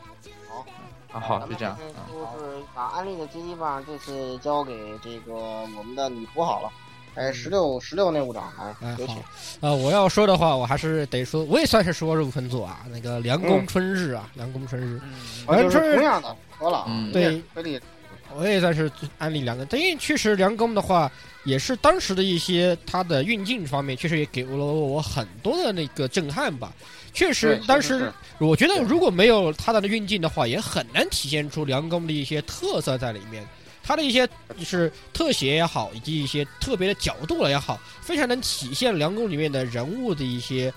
[SPEAKER 1] 好
[SPEAKER 5] 啊，好，就这样
[SPEAKER 1] 咱们
[SPEAKER 5] 啊。
[SPEAKER 1] 就是把安利的接力棒这次交给这个我们的女仆好了。哎，
[SPEAKER 5] 嗯
[SPEAKER 1] 十六十六内务长，哎
[SPEAKER 3] 哎，
[SPEAKER 1] 有请
[SPEAKER 3] 好。，呃，我要说的话，我还是得说，我也算是说入坑作啊，那个梁公春日啊，梁公春日，
[SPEAKER 1] 我就
[SPEAKER 3] 梁公春
[SPEAKER 1] 是同
[SPEAKER 3] 日，
[SPEAKER 1] 样的，我老
[SPEAKER 5] 嗯
[SPEAKER 3] 对，
[SPEAKER 1] 这里
[SPEAKER 3] 我也算是安利梁公，但因为确实梁公的话，也是当时的一些他的运镜方面，确实也给了我很多的那个震撼吧。确实
[SPEAKER 1] 对，
[SPEAKER 3] 当
[SPEAKER 1] 是是
[SPEAKER 3] 时我觉得如果没有他的运镜的话，也很难体现出梁公的一些特色在里面。他的一些就是特写也好，以及一些特别的角度了也好，非常能体现梁公里面的人物的一些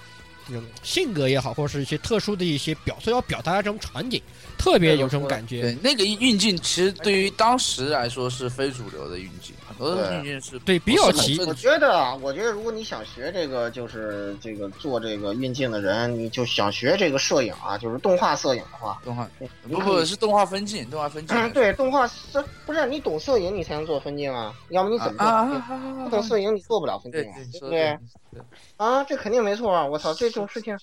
[SPEAKER 3] 这种性格也好，或者是一些特殊的一些表，所以要表达的这种场景，特别有这种感觉。
[SPEAKER 5] 对，那个运镜其实对于当时来说是非主流的运镜，很多的运镜是
[SPEAKER 3] 对比较
[SPEAKER 5] 不是很
[SPEAKER 3] 奇
[SPEAKER 5] 正
[SPEAKER 1] 我
[SPEAKER 5] 常
[SPEAKER 1] 觉得啊，我觉得如果你想学这个，就是这个做这个运镜的人，你就想学这个摄影啊，就是动画摄影的话，
[SPEAKER 5] 动画，
[SPEAKER 1] 你
[SPEAKER 5] 不
[SPEAKER 1] 可
[SPEAKER 5] 不
[SPEAKER 1] 以
[SPEAKER 5] 是动画分镜，动画分镜
[SPEAKER 1] 嗯，。对，动画摄不是啊你懂摄影，你才能做分镜啊，要么你怎么做
[SPEAKER 5] 啊
[SPEAKER 1] 分镜？
[SPEAKER 5] 啊
[SPEAKER 1] 不懂摄影，你做不了分
[SPEAKER 5] 对
[SPEAKER 1] 镜啊，
[SPEAKER 5] 对，
[SPEAKER 1] 对
[SPEAKER 5] 你
[SPEAKER 1] 不
[SPEAKER 5] 说
[SPEAKER 1] 对
[SPEAKER 5] 的？
[SPEAKER 1] 啊，这肯定没错啊！我操，这种事情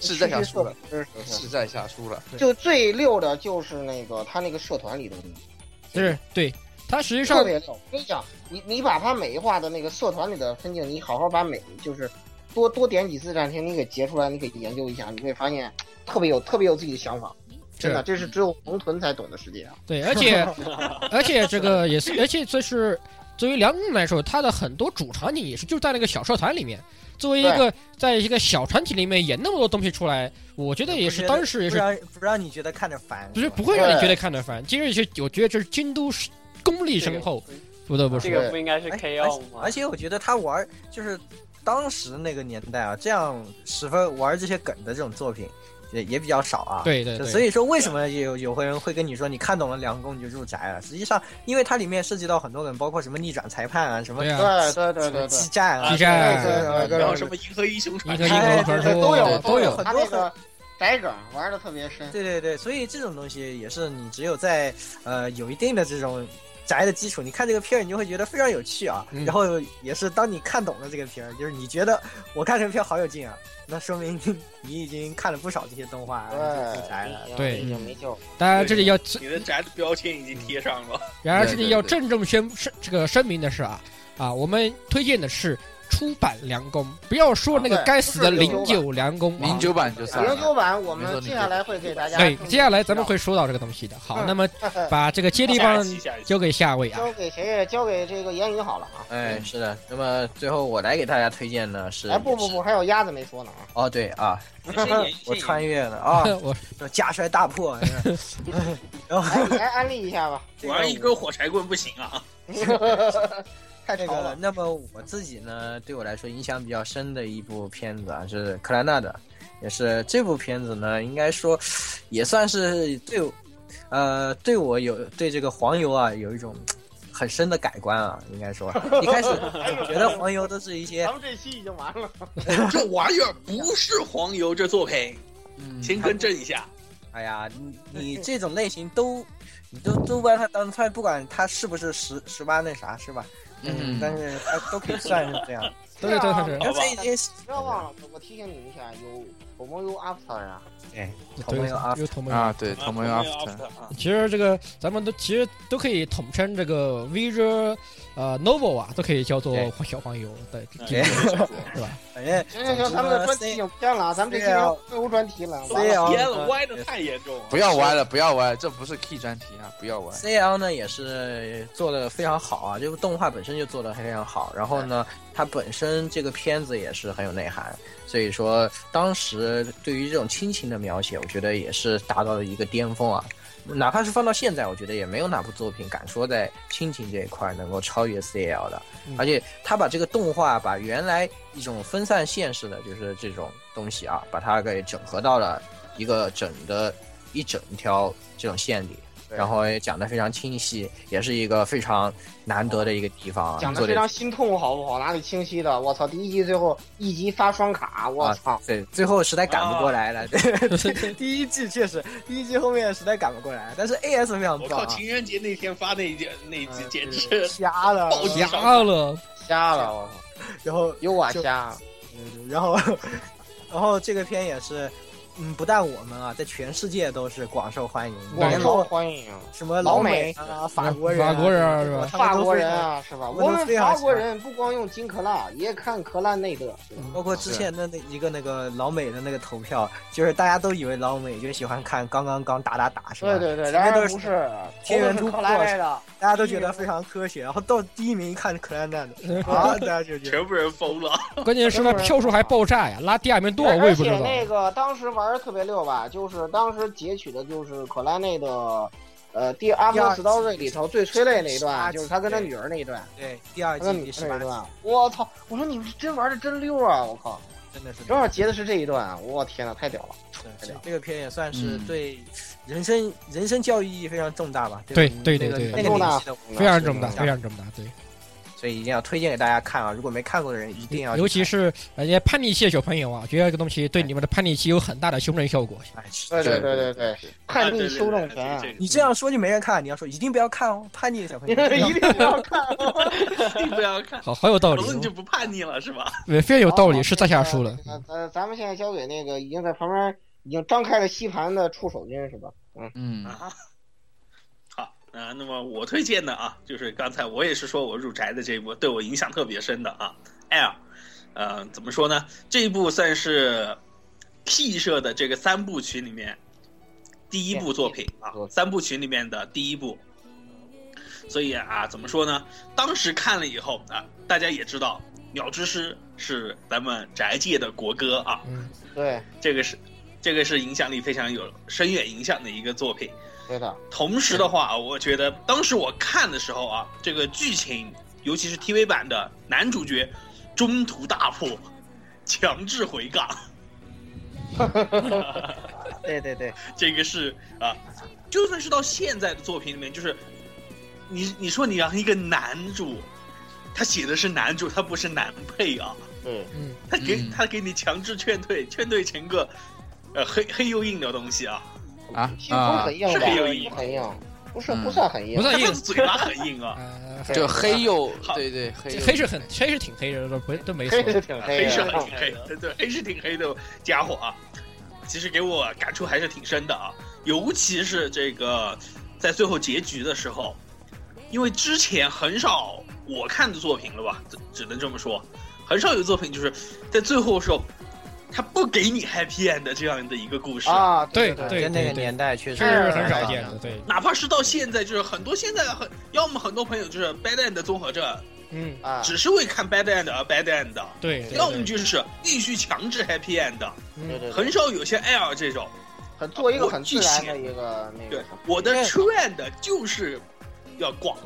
[SPEAKER 5] 是在下输了，
[SPEAKER 1] 是是是。
[SPEAKER 5] 是在下输了。
[SPEAKER 1] 就最溜的就是那个他那个社团里的东西，
[SPEAKER 3] 是，对，他实际上
[SPEAKER 1] 特别溜。我跟你讲，你你把他每一话的那个社团里的分镜，你好好把每就是多多点几次暂停，你给截出来，你给研究一下，你会发现特别有特别有自己的想法。真的，这是只有农屯才懂的世界啊！
[SPEAKER 3] 对，而且而且这个也是，而且这是作为梁工来说，他的很多主场景也是就是在那个小社团里面，作为一个在一个小团体里面演那么多东西出来，我觉得也
[SPEAKER 2] 不觉
[SPEAKER 3] 是
[SPEAKER 2] 得
[SPEAKER 3] 当时也
[SPEAKER 2] 不
[SPEAKER 3] 是
[SPEAKER 2] 让不让你觉得看着烦，
[SPEAKER 3] 不是
[SPEAKER 2] 吧
[SPEAKER 3] 不会让你觉得看得烦。今日是我觉得这是京都是功力深厚，不得不
[SPEAKER 6] 这
[SPEAKER 3] 说。
[SPEAKER 6] 个不应该是
[SPEAKER 2] 哎
[SPEAKER 6] KO 吗
[SPEAKER 2] 而？且我觉得他玩儿就是当时那个年代啊，这样十分玩这些梗的这种作品也也比较少啊。
[SPEAKER 3] 对对
[SPEAKER 2] 就
[SPEAKER 3] 对，
[SPEAKER 2] 所以说，为什么有有会人会跟你说你看懂了《梁公》你就入宅啊了？实际上，因为它里面涉及到很多梗，包括什么逆转裁判啊，什么
[SPEAKER 3] 对啊，
[SPEAKER 1] 对对对对对，
[SPEAKER 2] 激战啊，
[SPEAKER 3] 激战
[SPEAKER 2] 什么
[SPEAKER 1] 对对对
[SPEAKER 4] 然后什么银河英雄
[SPEAKER 3] 银
[SPEAKER 4] 传
[SPEAKER 3] 河银河传说
[SPEAKER 1] 都有
[SPEAKER 2] 都有
[SPEAKER 1] 有，他那个宅梗玩的特别深。
[SPEAKER 2] 对对对，所以这种东西也是你只有在呃有一定的这种宅的基础，你看这个片儿，你就会觉得非常有趣啊。
[SPEAKER 3] 嗯
[SPEAKER 2] 然后也是当你看懂了这个片儿，就是你觉得我看这个片儿好有劲啊，那说明你已经看了不少这些动画，然后就入宅了。
[SPEAKER 3] 对
[SPEAKER 1] 哎已经没救了。
[SPEAKER 3] 当然这里要
[SPEAKER 4] 你的宅的标签已经贴上了，
[SPEAKER 3] 然而这
[SPEAKER 5] 对
[SPEAKER 3] 里
[SPEAKER 5] 对
[SPEAKER 3] 要
[SPEAKER 5] 对
[SPEAKER 3] 郑重宣声这个声明的是啊啊，我们推荐的是出版良工，不要说那个
[SPEAKER 1] 啊对
[SPEAKER 3] 该死的
[SPEAKER 1] 不是零
[SPEAKER 3] 零
[SPEAKER 1] 九版
[SPEAKER 3] 九良工。啊
[SPEAKER 5] 零九版就算
[SPEAKER 1] 零九
[SPEAKER 5] 了。
[SPEAKER 1] 版我们接下来会给大家。
[SPEAKER 3] 对，接下来咱们会说到这个东西的。好，
[SPEAKER 1] 嗯
[SPEAKER 3] 那么把这个接力
[SPEAKER 4] 下
[SPEAKER 3] 棒
[SPEAKER 4] 一期下一期
[SPEAKER 3] 交给下一位啊。
[SPEAKER 1] [LAUGHS] 交给谁？交给这个言语好了啊。
[SPEAKER 2] 哎，是的。那么最后我来给大家推荐的是，
[SPEAKER 1] 哎，不不不，还有鸭子没说呢啊。
[SPEAKER 2] [LAUGHS] 哦对啊，
[SPEAKER 4] 先演
[SPEAKER 2] [LAUGHS] 我
[SPEAKER 4] 先
[SPEAKER 2] 穿越了
[SPEAKER 1] [LAUGHS]
[SPEAKER 2] 啊，
[SPEAKER 3] [LAUGHS] 我
[SPEAKER 2] 家衰大破。然后
[SPEAKER 1] 哎，来安利一下吧。
[SPEAKER 2] 这个
[SPEAKER 4] 玩一根火柴棍不行啊！
[SPEAKER 1] 太
[SPEAKER 2] 这
[SPEAKER 1] 潮
[SPEAKER 2] 个
[SPEAKER 1] 了，。
[SPEAKER 2] 那么我自己呢，对我来说影响比较深的一部片子啊，是克莱纳的，也是这部片子呢，应该说也算是对我，呃，对我有对这个黄油啊有一种很深的改观啊，应
[SPEAKER 4] [LAUGHS]
[SPEAKER 2] 该说一开始觉得黄油都是一些
[SPEAKER 1] 咱们这期已经完了。
[SPEAKER 4] 这玩意儿不是黄油，这作品
[SPEAKER 2] 嗯，
[SPEAKER 4] 先更正一下。
[SPEAKER 2] 哎呀，你你这种类型都，你都都把它当它不管它是不是十十八那啥是吧？
[SPEAKER 5] 嗯
[SPEAKER 2] 但是它都可以算是这样，
[SPEAKER 3] 对对对
[SPEAKER 4] [LAUGHS] 好
[SPEAKER 2] 但
[SPEAKER 4] 吧
[SPEAKER 2] 是已经是
[SPEAKER 1] 不要忘了，我提醒你一下，有我们有 after 呀。
[SPEAKER 2] 同
[SPEAKER 3] 对
[SPEAKER 2] 盟有阿
[SPEAKER 3] 有同盟
[SPEAKER 5] 啊，
[SPEAKER 4] 嗯
[SPEAKER 5] 对，同盟 after，
[SPEAKER 4] After 啊，
[SPEAKER 3] 其实这个咱们都其实都可以统称这个 Visual 呃 Novel 啊，都可以叫做
[SPEAKER 2] 对
[SPEAKER 3] 小黄油，对，
[SPEAKER 4] 对
[SPEAKER 3] 对吧？
[SPEAKER 2] 反正
[SPEAKER 1] 行行行，咱们的专题已经偏了，咱们这期没有专题了。
[SPEAKER 2] 对啊
[SPEAKER 4] 天了，歪的太严重了。
[SPEAKER 5] 不要歪了，不要歪，这不是 key 专题啊，不要歪。
[SPEAKER 2] C L 呢也是做的非常好啊，这部动画本身就做的非常好，然后呢，它本身这个片子也是很有内涵，所以说当时对于这种亲情的描写，我觉得也是达到了一个巅峰啊。哪怕是放到现在，我觉得也没有哪部作品敢说在亲情这一块能够超越 C L 的
[SPEAKER 3] 嗯。
[SPEAKER 2] 而且他把这个动画，把原来一种分散现实的，就是这种东西啊，把它给整合到了一个整的一整条这种线里。
[SPEAKER 1] 对
[SPEAKER 2] 然后也讲得非常清晰，也是一个非常难得的一个地方啊。
[SPEAKER 1] 讲的
[SPEAKER 2] 做
[SPEAKER 1] 非
[SPEAKER 2] 得
[SPEAKER 1] 常心痛，好不好？哪里清晰的？我操！第一集最后一集发双卡，我操！
[SPEAKER 2] 对，最后实在赶不过来了。对，啊 [LAUGHS] 第一季确实，第一季后面实在赶不过来，但是 AS 非常
[SPEAKER 4] 我
[SPEAKER 2] 棒
[SPEAKER 4] 靠！
[SPEAKER 2] 啊，
[SPEAKER 4] 情人节那天发那一件那一集
[SPEAKER 1] 嗯
[SPEAKER 4] 简直
[SPEAKER 2] 瞎了。
[SPEAKER 4] 暴击伤
[SPEAKER 3] 瞎了，
[SPEAKER 1] 瞎了，我操！
[SPEAKER 2] 然后，嗯
[SPEAKER 1] 有我瞎。
[SPEAKER 2] 然后，然后这个片也是，嗯，不但我们啊，在全世界都是广受欢迎，
[SPEAKER 1] 广
[SPEAKER 2] 连
[SPEAKER 1] 受
[SPEAKER 2] 包
[SPEAKER 1] 欢迎，
[SPEAKER 2] 什么
[SPEAKER 1] 老
[SPEAKER 2] 老
[SPEAKER 1] 美
[SPEAKER 2] 美啊、法国人、
[SPEAKER 3] 法国人啊是吧
[SPEAKER 1] 法国人，啊，是吧？
[SPEAKER 2] 他们
[SPEAKER 1] 我
[SPEAKER 2] 都
[SPEAKER 1] 们
[SPEAKER 2] 非常
[SPEAKER 1] 法
[SPEAKER 2] 喜
[SPEAKER 1] 国
[SPEAKER 2] 欢
[SPEAKER 1] 人不光用金克拉，也看克拉内德。是吧
[SPEAKER 2] 包括之前的那一个那个老美的那个投票，就是大家都以为老美就喜欢看刚刚刚打打打是吧？
[SPEAKER 1] 对对对，
[SPEAKER 2] 前面
[SPEAKER 1] 然而
[SPEAKER 2] 都
[SPEAKER 1] 不
[SPEAKER 2] 是
[SPEAKER 1] 是，
[SPEAKER 2] 天
[SPEAKER 1] 头
[SPEAKER 2] 元
[SPEAKER 1] 都
[SPEAKER 2] 突
[SPEAKER 1] 是克
[SPEAKER 2] 破
[SPEAKER 1] 拉内的，
[SPEAKER 2] 大家都觉得非常科学，然后到第一名一看克莱纳的，啊，大家就觉得
[SPEAKER 4] 全部人疯了。
[SPEAKER 3] 关键是那票数还爆炸呀，拉第二名多少
[SPEAKER 1] 对
[SPEAKER 3] 我也
[SPEAKER 1] 而
[SPEAKER 3] 不知
[SPEAKER 1] 且
[SPEAKER 3] 道。
[SPEAKER 1] 那个当时玩的特别溜吧，就是当时截取的就是克拉内的，呃，第《阿
[SPEAKER 2] 第二
[SPEAKER 1] 波
[SPEAKER 2] 集
[SPEAKER 1] 斯刀瑞》里头最催泪那一
[SPEAKER 2] 18
[SPEAKER 1] 段，
[SPEAKER 2] 集
[SPEAKER 1] 就是他跟他
[SPEAKER 2] 对
[SPEAKER 1] 女儿那一段，
[SPEAKER 2] 对第二
[SPEAKER 1] 他
[SPEAKER 2] 季
[SPEAKER 1] 跟女
[SPEAKER 2] 第
[SPEAKER 1] 儿
[SPEAKER 2] 十
[SPEAKER 1] 那
[SPEAKER 2] 八
[SPEAKER 1] 一
[SPEAKER 2] 季
[SPEAKER 1] 段，我操！我说你们真玩的真溜啊！我靠，
[SPEAKER 2] 真的是
[SPEAKER 1] 正好截的是这一段，我天呐，太屌了！
[SPEAKER 2] 对这个片也算是
[SPEAKER 3] 嗯
[SPEAKER 2] 对人生人生教育意义非常重大吧？吧
[SPEAKER 3] 对对
[SPEAKER 2] 那个
[SPEAKER 3] 对
[SPEAKER 2] 那
[SPEAKER 1] 对
[SPEAKER 2] 个年纪的我们
[SPEAKER 3] 非常重大，
[SPEAKER 2] 是
[SPEAKER 3] 非常重大，对，
[SPEAKER 2] 所以一定要推荐给大家看啊！如果没看过的人一定要去看，
[SPEAKER 3] 尤其是人家叛逆期的小朋友啊，觉得这个东西对你们的叛逆期有很大的修正效果。
[SPEAKER 2] 哎是
[SPEAKER 1] 对对
[SPEAKER 5] 对
[SPEAKER 1] 对对，叛逆修正权
[SPEAKER 4] 啊
[SPEAKER 1] 啊
[SPEAKER 4] 对对对对，
[SPEAKER 2] 你这样说就没人看，你要说一定不要看哦，叛逆的小朋
[SPEAKER 1] 你
[SPEAKER 2] 友
[SPEAKER 1] [LAUGHS] 一定要看。
[SPEAKER 4] 这个不要看。
[SPEAKER 3] 好，好有道理
[SPEAKER 4] 然，后你就不叛逆了是吧？
[SPEAKER 3] 对，非常有道理，是在下 [LAUGHS] 输了。
[SPEAKER 1] [LAUGHS] 呃，咱咱们现在交给那个已经在旁边已经张开了吸盘的触手君是吧？
[SPEAKER 5] 嗯，
[SPEAKER 4] 啊， [LAUGHS] 好啊，那么我推荐的啊，就是刚才我也是说我入宅的这一部，对我影响特别深的啊，L，呃，怎么说呢？这一部算是 P 社的这个三部曲里面第一部作品啊
[SPEAKER 1] 对，
[SPEAKER 4] 三部曲里面的第一部。所以啊，怎么说呢？当时看了以后啊，大家也知道，《鸟之诗》是咱们宅界的国歌啊，
[SPEAKER 3] 嗯，
[SPEAKER 1] 对，
[SPEAKER 4] 这个是这个是影响力非常有深远影响的一个作品。
[SPEAKER 1] 对的，
[SPEAKER 4] 同时的话，我觉得当时我看的时候啊，这个剧情，尤其是 TV 版的男主角中途大破，强制回港， [LAUGHS]
[SPEAKER 2] 对对对，
[SPEAKER 4] 这个是啊，就算是到现在的作品里面，就是你你说你让一个男主，他写的是男主，他不是男配啊，
[SPEAKER 1] 嗯，
[SPEAKER 4] 他给、
[SPEAKER 5] 嗯
[SPEAKER 4] 他给你强制劝退，劝退成个呃黑黑又硬的东西啊，
[SPEAKER 5] 啊
[SPEAKER 1] 其实不是
[SPEAKER 5] 啊
[SPEAKER 1] 很，硬
[SPEAKER 4] 是
[SPEAKER 1] 吧？
[SPEAKER 4] 很有意义
[SPEAKER 1] 不很硬，不是
[SPEAKER 5] 嗯
[SPEAKER 1] 不算很硬，
[SPEAKER 3] 不
[SPEAKER 4] 他
[SPEAKER 3] 算
[SPEAKER 4] 他
[SPEAKER 3] 硬
[SPEAKER 4] [LAUGHS] 的嘴巴很硬啊，
[SPEAKER 3] 呃，
[SPEAKER 5] 就黑又
[SPEAKER 4] 好
[SPEAKER 5] 对对黑又
[SPEAKER 3] 黑是很黑是挺黑的，不都没错
[SPEAKER 1] 黑。啊是挺
[SPEAKER 4] 黑
[SPEAKER 1] 的，
[SPEAKER 4] 是很挺黑的，对，黑是挺黑的家伙啊。其实给我感触还是挺深的啊，尤其是这个在最后结局的时候，因为之前很少我看的作品了吧，只只能这么说，很少有作品就是在最后的时候，他不给你 happy end 的这样的一个故事。
[SPEAKER 1] 啊，
[SPEAKER 3] 对
[SPEAKER 1] 对
[SPEAKER 3] 对
[SPEAKER 2] 跟那个年代确实
[SPEAKER 3] 确实是很少见的，对，
[SPEAKER 4] 哪怕是到现在，就是很多现在很，要么很多朋友就是 bad end 综合症，
[SPEAKER 3] 嗯，
[SPEAKER 1] 啊，
[SPEAKER 4] 只是为看 bad end 而 bad end，的
[SPEAKER 3] 对，对
[SPEAKER 4] 要么就是必须强制 happy end，
[SPEAKER 1] 对对，
[SPEAKER 4] 很少有像 L 这种。
[SPEAKER 1] 很做一个
[SPEAKER 4] 我
[SPEAKER 1] 很
[SPEAKER 4] 巨
[SPEAKER 1] 自然
[SPEAKER 4] 蟹
[SPEAKER 1] 的一个那个
[SPEAKER 4] 对
[SPEAKER 1] 什么，
[SPEAKER 4] 我的 trend 就是要广，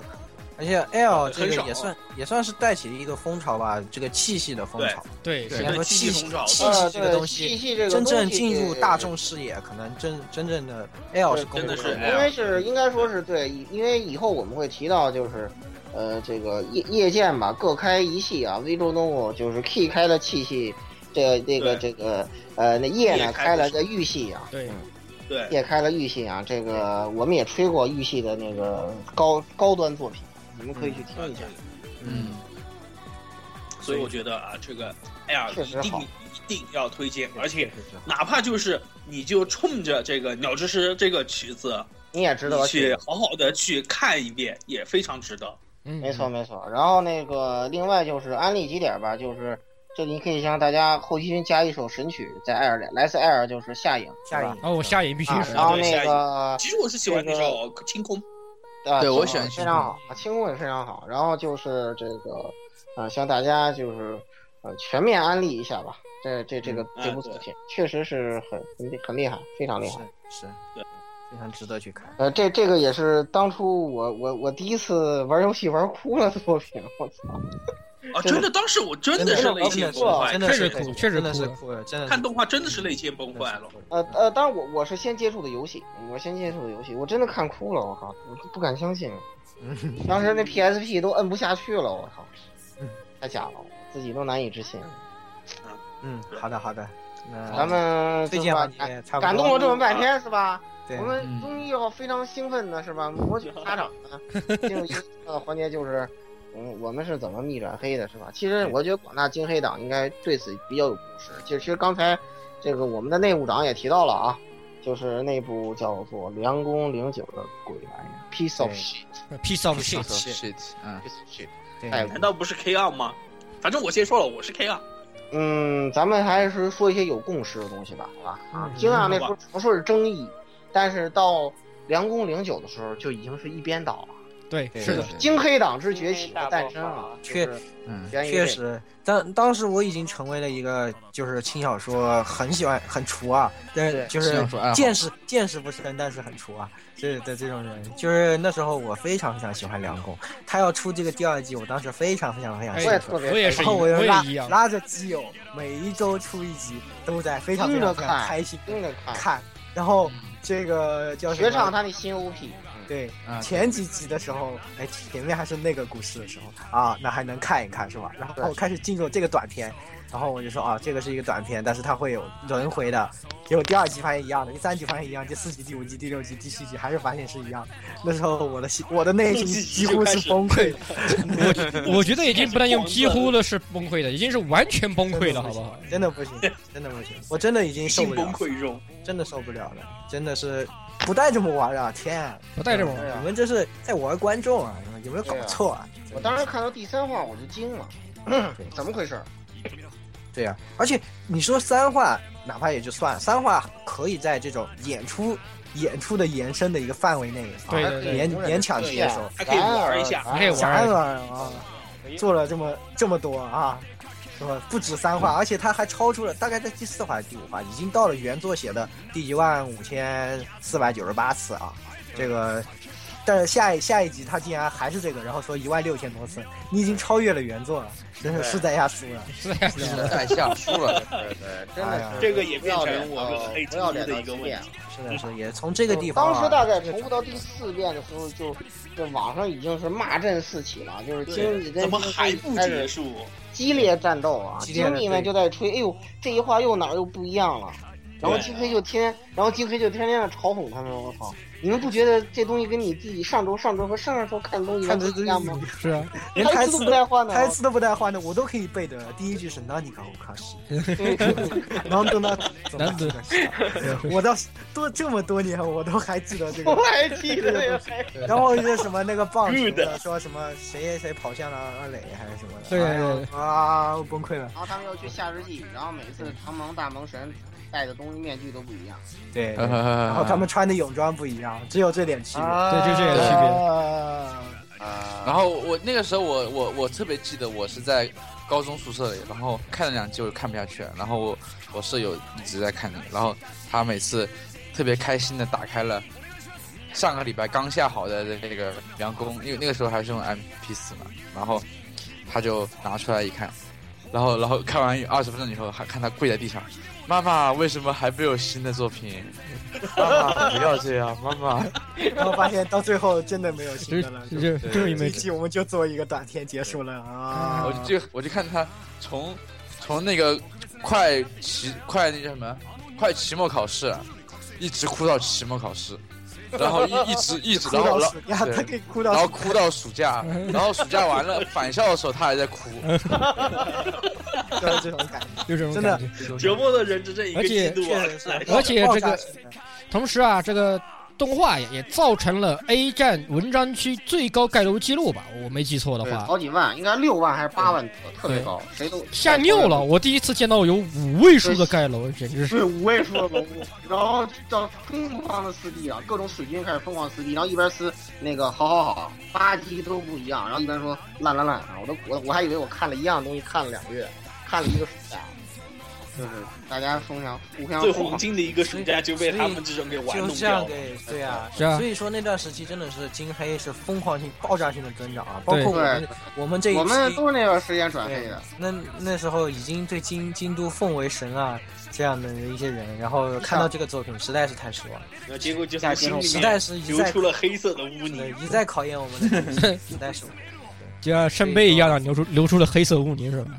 [SPEAKER 2] 而且 L 这个
[SPEAKER 4] 很少
[SPEAKER 2] 也算也算是带起了一个风潮吧，这个气息的风潮。
[SPEAKER 3] 对
[SPEAKER 5] 对
[SPEAKER 2] 应该
[SPEAKER 4] 对
[SPEAKER 2] 说
[SPEAKER 4] 气息
[SPEAKER 2] 气息
[SPEAKER 4] 风潮
[SPEAKER 2] 气
[SPEAKER 1] 呃
[SPEAKER 2] 息这个
[SPEAKER 1] 对
[SPEAKER 2] 东
[SPEAKER 1] 气
[SPEAKER 2] 西
[SPEAKER 1] 息这个
[SPEAKER 2] 真正
[SPEAKER 1] 东西
[SPEAKER 2] 进入大众视野，可能真真正的 L 是公
[SPEAKER 4] 真的
[SPEAKER 2] 布
[SPEAKER 4] 是
[SPEAKER 1] 因为是应该说是对，以因为以后我们会提到就是，呃，这个业业界吧，各开一系啊。V 中动物就是 K 开了气系，这这个这个呃，那业
[SPEAKER 4] 业
[SPEAKER 1] 呢
[SPEAKER 4] 开
[SPEAKER 1] 开
[SPEAKER 4] 的
[SPEAKER 1] 了
[SPEAKER 4] 是
[SPEAKER 1] 个玉系啊，
[SPEAKER 3] 对
[SPEAKER 4] 对，
[SPEAKER 1] 业开了玉系啊。这个我们也吹过玉系的那个高高端作品，你们可以去听一下。
[SPEAKER 5] 嗯
[SPEAKER 4] 所以我觉得啊，这个 L
[SPEAKER 1] 确
[SPEAKER 4] 一
[SPEAKER 1] 实
[SPEAKER 4] 定
[SPEAKER 1] 好
[SPEAKER 4] 一定要推荐，而且哪怕就是你就冲着这个《鸟之诗》这个曲子，
[SPEAKER 1] 你也知道
[SPEAKER 4] 你去
[SPEAKER 1] 去，
[SPEAKER 4] 好好的去看一遍，也非常值得。
[SPEAKER 3] 嗯，
[SPEAKER 1] 没错没错。然后那个另外就是安利几点吧，就是这里可以向大家后期加一首神曲，在爱尔兰来自爱尔就是夏影，
[SPEAKER 2] 下
[SPEAKER 1] 是
[SPEAKER 2] 一
[SPEAKER 1] 吧
[SPEAKER 2] 个
[SPEAKER 3] 哦，下瘾必须
[SPEAKER 1] 啊，
[SPEAKER 3] 是
[SPEAKER 1] 然后
[SPEAKER 4] 对
[SPEAKER 1] 那
[SPEAKER 4] 夏影
[SPEAKER 1] 个。
[SPEAKER 4] 其实我是喜欢那首《清空》，
[SPEAKER 1] 啊，
[SPEAKER 5] 对
[SPEAKER 1] 挺
[SPEAKER 5] 我
[SPEAKER 1] 好
[SPEAKER 5] 喜欢
[SPEAKER 1] 非常好，啊轻功也非常好。然后就是这个，啊、向大家就是呃全面安利一下吧。这这这个、
[SPEAKER 4] 嗯
[SPEAKER 1] 这部
[SPEAKER 4] 啊
[SPEAKER 1] 作
[SPEAKER 4] 对
[SPEAKER 1] 品确实是很很厉很厉害，非常厉害。
[SPEAKER 2] 是
[SPEAKER 4] 对
[SPEAKER 2] 是，非常值得去看。
[SPEAKER 1] 呃，这这个也是当初我我我第一次玩游戏玩哭了的作品，我操！
[SPEAKER 4] 啊，
[SPEAKER 1] 真的
[SPEAKER 4] 真的，当时我真
[SPEAKER 2] 真
[SPEAKER 4] 的
[SPEAKER 2] 的
[SPEAKER 4] 是
[SPEAKER 2] 是
[SPEAKER 4] 泪
[SPEAKER 2] 真
[SPEAKER 4] 腺
[SPEAKER 2] 的
[SPEAKER 4] 崩坏，
[SPEAKER 2] 啊真
[SPEAKER 3] 确
[SPEAKER 2] 的
[SPEAKER 3] 实
[SPEAKER 2] 是
[SPEAKER 3] 哭，确实
[SPEAKER 2] 真的
[SPEAKER 3] 哭
[SPEAKER 2] 是
[SPEAKER 3] 了。
[SPEAKER 2] 哭了，真的是
[SPEAKER 4] 看动画真的是泪腺崩坏了。
[SPEAKER 1] 呃呃，当然我我是先接触的游戏，我先接触的游戏，我真的看哭了，我靠，我都不敢相
[SPEAKER 2] [LAUGHS]
[SPEAKER 1] 信，当时那 PSP 都摁不下去了，我靠，太假了，我自己都难以置信。
[SPEAKER 2] 嗯，好的好的，那
[SPEAKER 1] 咱们
[SPEAKER 2] 推
[SPEAKER 1] 就
[SPEAKER 2] 荐
[SPEAKER 1] 把
[SPEAKER 2] 环节差不多。啊
[SPEAKER 1] 感动了这么半天是吧？
[SPEAKER 2] 对
[SPEAKER 1] 我，
[SPEAKER 2] 嗯
[SPEAKER 1] 们终于要非常兴奋的是吧？摩拳擦掌啊！
[SPEAKER 2] [LAUGHS]
[SPEAKER 1] 进入一个环节就是，嗯，我们是怎么逆转黑的，是吧？其实我觉得广大金黑党应该对此比较有共识。就其实刚才这个我们的内务长也提到了啊，就是那部叫做《梁公零九》的鬼玩意儿，piece of
[SPEAKER 2] 对
[SPEAKER 1] shit，
[SPEAKER 3] Piece of
[SPEAKER 5] shit
[SPEAKER 3] shit，
[SPEAKER 5] shit 嗯
[SPEAKER 1] piece of shit。
[SPEAKER 2] 对
[SPEAKER 1] 哎
[SPEAKER 4] 难道不是 K R 吗？反正我先说了，我是 K R。
[SPEAKER 1] 嗯，咱们还是说一些有共识的东西吧，好吧？啊，
[SPEAKER 2] 嗯
[SPEAKER 1] 惊讶那时候纯粹是争议，但是到梁公零九的时候就已经是一边倒了。
[SPEAKER 3] 对，
[SPEAKER 2] 对
[SPEAKER 3] 是的
[SPEAKER 5] 对，对
[SPEAKER 1] 经黑党之崛起的诞生啊，
[SPEAKER 2] 确
[SPEAKER 1] 就是
[SPEAKER 5] [LAUGHS] 嗯
[SPEAKER 1] 源于这
[SPEAKER 2] 确实，当当时我已经成为了一个就是轻小说很喜欢很厨啊，但是
[SPEAKER 1] 对
[SPEAKER 2] 就
[SPEAKER 5] 轻
[SPEAKER 2] 是
[SPEAKER 5] 小说爱好
[SPEAKER 2] 见识见识不深，但是很厨啊，这的这种人，就是那时候我非常非常喜欢梁公，他要出这个第二季，我当时非常非常非常
[SPEAKER 3] 哎
[SPEAKER 2] 兴
[SPEAKER 1] 我也
[SPEAKER 2] 奋。
[SPEAKER 1] 特别，
[SPEAKER 3] 我也是
[SPEAKER 2] 然
[SPEAKER 3] 一，
[SPEAKER 2] 后我又
[SPEAKER 3] 我
[SPEAKER 2] 拉
[SPEAKER 3] 也一样。
[SPEAKER 2] 拉着基友，每一周出一集，都在非常非常非常开心
[SPEAKER 1] 盯着看，
[SPEAKER 2] 看。然后这个叫什么嗯
[SPEAKER 1] 学唱他那新 OP，
[SPEAKER 2] 对，
[SPEAKER 5] 啊
[SPEAKER 2] 前几集的时候，哎，前面还是那个故事的时候啊，那还能看一看是吧？然后开始进入这个短片，然后我就说啊，这个是一个短片，但是它会有轮回的。结果第二集发现一样的，第三集发现一样，第四集、第五集、第六集、第七集还是发现是一样的。那时候我的心，我的内心几
[SPEAKER 1] [LAUGHS]
[SPEAKER 2] 乎是崩溃的，
[SPEAKER 3] 我我觉得已经不能用几乎了，是崩溃的，已经是完全崩溃了，好不好？
[SPEAKER 2] 真的不行，真的不行，我真的已经
[SPEAKER 4] 已
[SPEAKER 2] 受
[SPEAKER 4] 经
[SPEAKER 2] 不
[SPEAKER 4] 崩
[SPEAKER 2] 了，
[SPEAKER 4] 溃中，
[SPEAKER 2] 真的受不了了，真的是不带这么玩啊！天啊，
[SPEAKER 3] 不带这种，
[SPEAKER 1] 对啊
[SPEAKER 2] 你们这是在玩观众啊？你们有没有搞
[SPEAKER 1] 对啊
[SPEAKER 2] 错啊？
[SPEAKER 1] 我当时看到第三话我就惊了，
[SPEAKER 2] 对
[SPEAKER 1] 怎么回事？
[SPEAKER 2] 对呀、而且你说三话，哪怕也就算了，三话可以在这种演出、演出的延伸的一个范围内，啊
[SPEAKER 3] 对对对
[SPEAKER 2] 勉勉强
[SPEAKER 1] 对
[SPEAKER 2] 接
[SPEAKER 1] 呀
[SPEAKER 2] 受。
[SPEAKER 4] 还可以玩一下。
[SPEAKER 3] 还可以
[SPEAKER 2] 想
[SPEAKER 3] 玩
[SPEAKER 2] 爱
[SPEAKER 3] 儿，
[SPEAKER 2] 玩啊，做了这么这么多啊，是吧？不止三话，而且他还超出了大概在第四话、第五话，已经到了原作写的第一万五千四百九十八次啊，这个。但是下一下一集他竟然还是这个，然后说一万六千多次，你已经超越了原作了，真是
[SPEAKER 1] 对
[SPEAKER 2] 是在下输了。
[SPEAKER 3] 是这样
[SPEAKER 5] 是
[SPEAKER 3] 子
[SPEAKER 5] 的
[SPEAKER 3] 的。
[SPEAKER 5] 在下输了， [LAUGHS]
[SPEAKER 1] 对对，真
[SPEAKER 2] 哎
[SPEAKER 1] 的
[SPEAKER 2] 呀
[SPEAKER 1] 是
[SPEAKER 4] 这个也
[SPEAKER 1] 不要
[SPEAKER 4] 变成
[SPEAKER 1] 脸
[SPEAKER 4] 我们
[SPEAKER 1] 到
[SPEAKER 4] 可以
[SPEAKER 1] 不要脸
[SPEAKER 4] 争议的
[SPEAKER 1] 到
[SPEAKER 4] 一个
[SPEAKER 1] 极
[SPEAKER 4] 问
[SPEAKER 1] 点
[SPEAKER 4] 题。
[SPEAKER 2] 是的，是的，也从这个地方、啊，
[SPEAKER 1] 当时大概重复到第四遍的时候，就这网上已经是骂阵四起了，就是经理
[SPEAKER 4] 对，
[SPEAKER 1] 跟
[SPEAKER 4] 怎么
[SPEAKER 1] 经理
[SPEAKER 4] 还不
[SPEAKER 1] 开
[SPEAKER 4] 结
[SPEAKER 1] 始
[SPEAKER 4] 束？
[SPEAKER 1] 激烈战斗啊？
[SPEAKER 2] 激烈的
[SPEAKER 1] 经理们就在吹，哎呦，这一话又哪儿又不一样了。然后
[SPEAKER 4] 对
[SPEAKER 1] 金黑就天，然后金黑就天天的嘲讽他们，我操！你们不觉得这东西跟你自己上周、上周和上上周看的东西
[SPEAKER 2] 看
[SPEAKER 1] 完
[SPEAKER 2] 着
[SPEAKER 1] 全不
[SPEAKER 2] 这
[SPEAKER 1] 一样吗？
[SPEAKER 3] [LAUGHS] 是啊，
[SPEAKER 2] 连
[SPEAKER 1] 台
[SPEAKER 2] 台
[SPEAKER 1] 词
[SPEAKER 2] 词
[SPEAKER 1] 都不带换的啊
[SPEAKER 2] 台词都不带换的，我都可以背的。第一句是“那你搞我卡西”， [LAUGHS] 然后等
[SPEAKER 3] [LAUGHS]
[SPEAKER 2] 到
[SPEAKER 3] 难得，
[SPEAKER 2] 我到多这么多年，我都还记得这
[SPEAKER 1] 我
[SPEAKER 3] [LAUGHS]
[SPEAKER 2] 个。
[SPEAKER 1] 还记得呀，
[SPEAKER 2] 然后就是什么那个棒球的，说什么谁谁跑向了二垒还是什么的，
[SPEAKER 3] 对
[SPEAKER 2] 哎呦
[SPEAKER 3] 对
[SPEAKER 2] 啊，我崩溃了。
[SPEAKER 1] 然后他们又去夏日祭，然后每次长蒙大蒙神戴的东西面具都不一样。
[SPEAKER 2] 对，
[SPEAKER 3] 嗯
[SPEAKER 2] 然
[SPEAKER 5] 然
[SPEAKER 2] 后他们穿的泳装不一样，只有这点区别。
[SPEAKER 3] 对，就这个区别。
[SPEAKER 2] 啊
[SPEAKER 5] 然后我那个时候我我我特别记得我是在高中宿舍里，然后看了两集我就看不下去了，然后我我舍友一直在看那个，然后他每次特别开心的打开了上个礼拜刚下好的那个梁工，因为那个时候还是用 MP 四嘛，然后他就拿出来一看，然后然后看完二十分钟以后还看他跪在地上，妈妈为什么还没有新的作品？妈妈不要这样，妈妈。
[SPEAKER 2] 然后发现到最后真的没有新的了。
[SPEAKER 3] 就就
[SPEAKER 5] 对
[SPEAKER 3] 就因
[SPEAKER 2] 这
[SPEAKER 3] 为
[SPEAKER 2] 一季我们就做一个短片结束了啊
[SPEAKER 5] 我！就我就看他从从那个快期快那叫什么快期末考试，一直哭到期末考试，然后一一直一直
[SPEAKER 2] 哭
[SPEAKER 5] 然后
[SPEAKER 2] 到
[SPEAKER 5] 然
[SPEAKER 2] 死
[SPEAKER 5] 后
[SPEAKER 2] 呀，他可
[SPEAKER 5] 对
[SPEAKER 2] 以哭
[SPEAKER 5] 然
[SPEAKER 2] 到
[SPEAKER 5] 后
[SPEAKER 2] 死
[SPEAKER 5] 哭到暑假，然后暑假完了 [LAUGHS] 返校的时候他还在哭，
[SPEAKER 2] 就是这种感觉。
[SPEAKER 3] 就这种
[SPEAKER 2] 真
[SPEAKER 3] 感
[SPEAKER 2] 的
[SPEAKER 3] 觉。
[SPEAKER 4] 折磨的人只剩一个
[SPEAKER 3] 而且
[SPEAKER 4] 季度啊！
[SPEAKER 3] 而且这个
[SPEAKER 2] 爆炸式的
[SPEAKER 3] 同时啊，这个动画也也造成了 A 站文章区最高盖楼记录吧？我没记错的
[SPEAKER 1] 对，
[SPEAKER 3] 话，
[SPEAKER 1] 好几万，应该六万还是八万多，特别高，谁都
[SPEAKER 3] 吓尿了！。我第一次见到有五位数的盖楼，简 [LAUGHS] 直
[SPEAKER 1] [LAUGHS]
[SPEAKER 3] 是
[SPEAKER 1] 是五位数的龙物，然后到疯狂的撕逼啊，各种水军开始疯狂撕逼，然后一边撕那个好好好，八级都不一样，然后一边说烂烂烂啊，我都我我还以为我看了一样东西看了两个月，看了一个暑假，就
[SPEAKER 2] 嗯
[SPEAKER 1] 是大家互相互相
[SPEAKER 4] [LAUGHS] 最
[SPEAKER 1] 疯
[SPEAKER 4] 黄
[SPEAKER 1] 狂
[SPEAKER 4] 金的一个暑假就被他们这种给玩
[SPEAKER 2] 就
[SPEAKER 4] 弄
[SPEAKER 2] 这
[SPEAKER 4] 掉
[SPEAKER 2] 样
[SPEAKER 4] 了。
[SPEAKER 2] 给对啊，
[SPEAKER 3] 是啊
[SPEAKER 2] 所以说那段时期真的是金黑是疯狂性、爆炸性的增长啊，包括
[SPEAKER 3] 对
[SPEAKER 2] 我们我们这一
[SPEAKER 1] 我们
[SPEAKER 2] 期
[SPEAKER 1] 都是那段时间转黑
[SPEAKER 2] 对
[SPEAKER 1] 的，，
[SPEAKER 2] 那那时候已经对京京都奉为神啊这样的一些人，然后看到这个作品实在是太失望，了，
[SPEAKER 4] 然后结果就是心里
[SPEAKER 2] 实
[SPEAKER 4] 面
[SPEAKER 2] 在是一
[SPEAKER 4] 流
[SPEAKER 2] 再
[SPEAKER 4] 出了黑色的污泥。
[SPEAKER 2] 一再考验我们的底
[SPEAKER 3] [LAUGHS]
[SPEAKER 2] 线，实在是。
[SPEAKER 3] 就像圣杯一样的流出流出了黑色污泥是吧？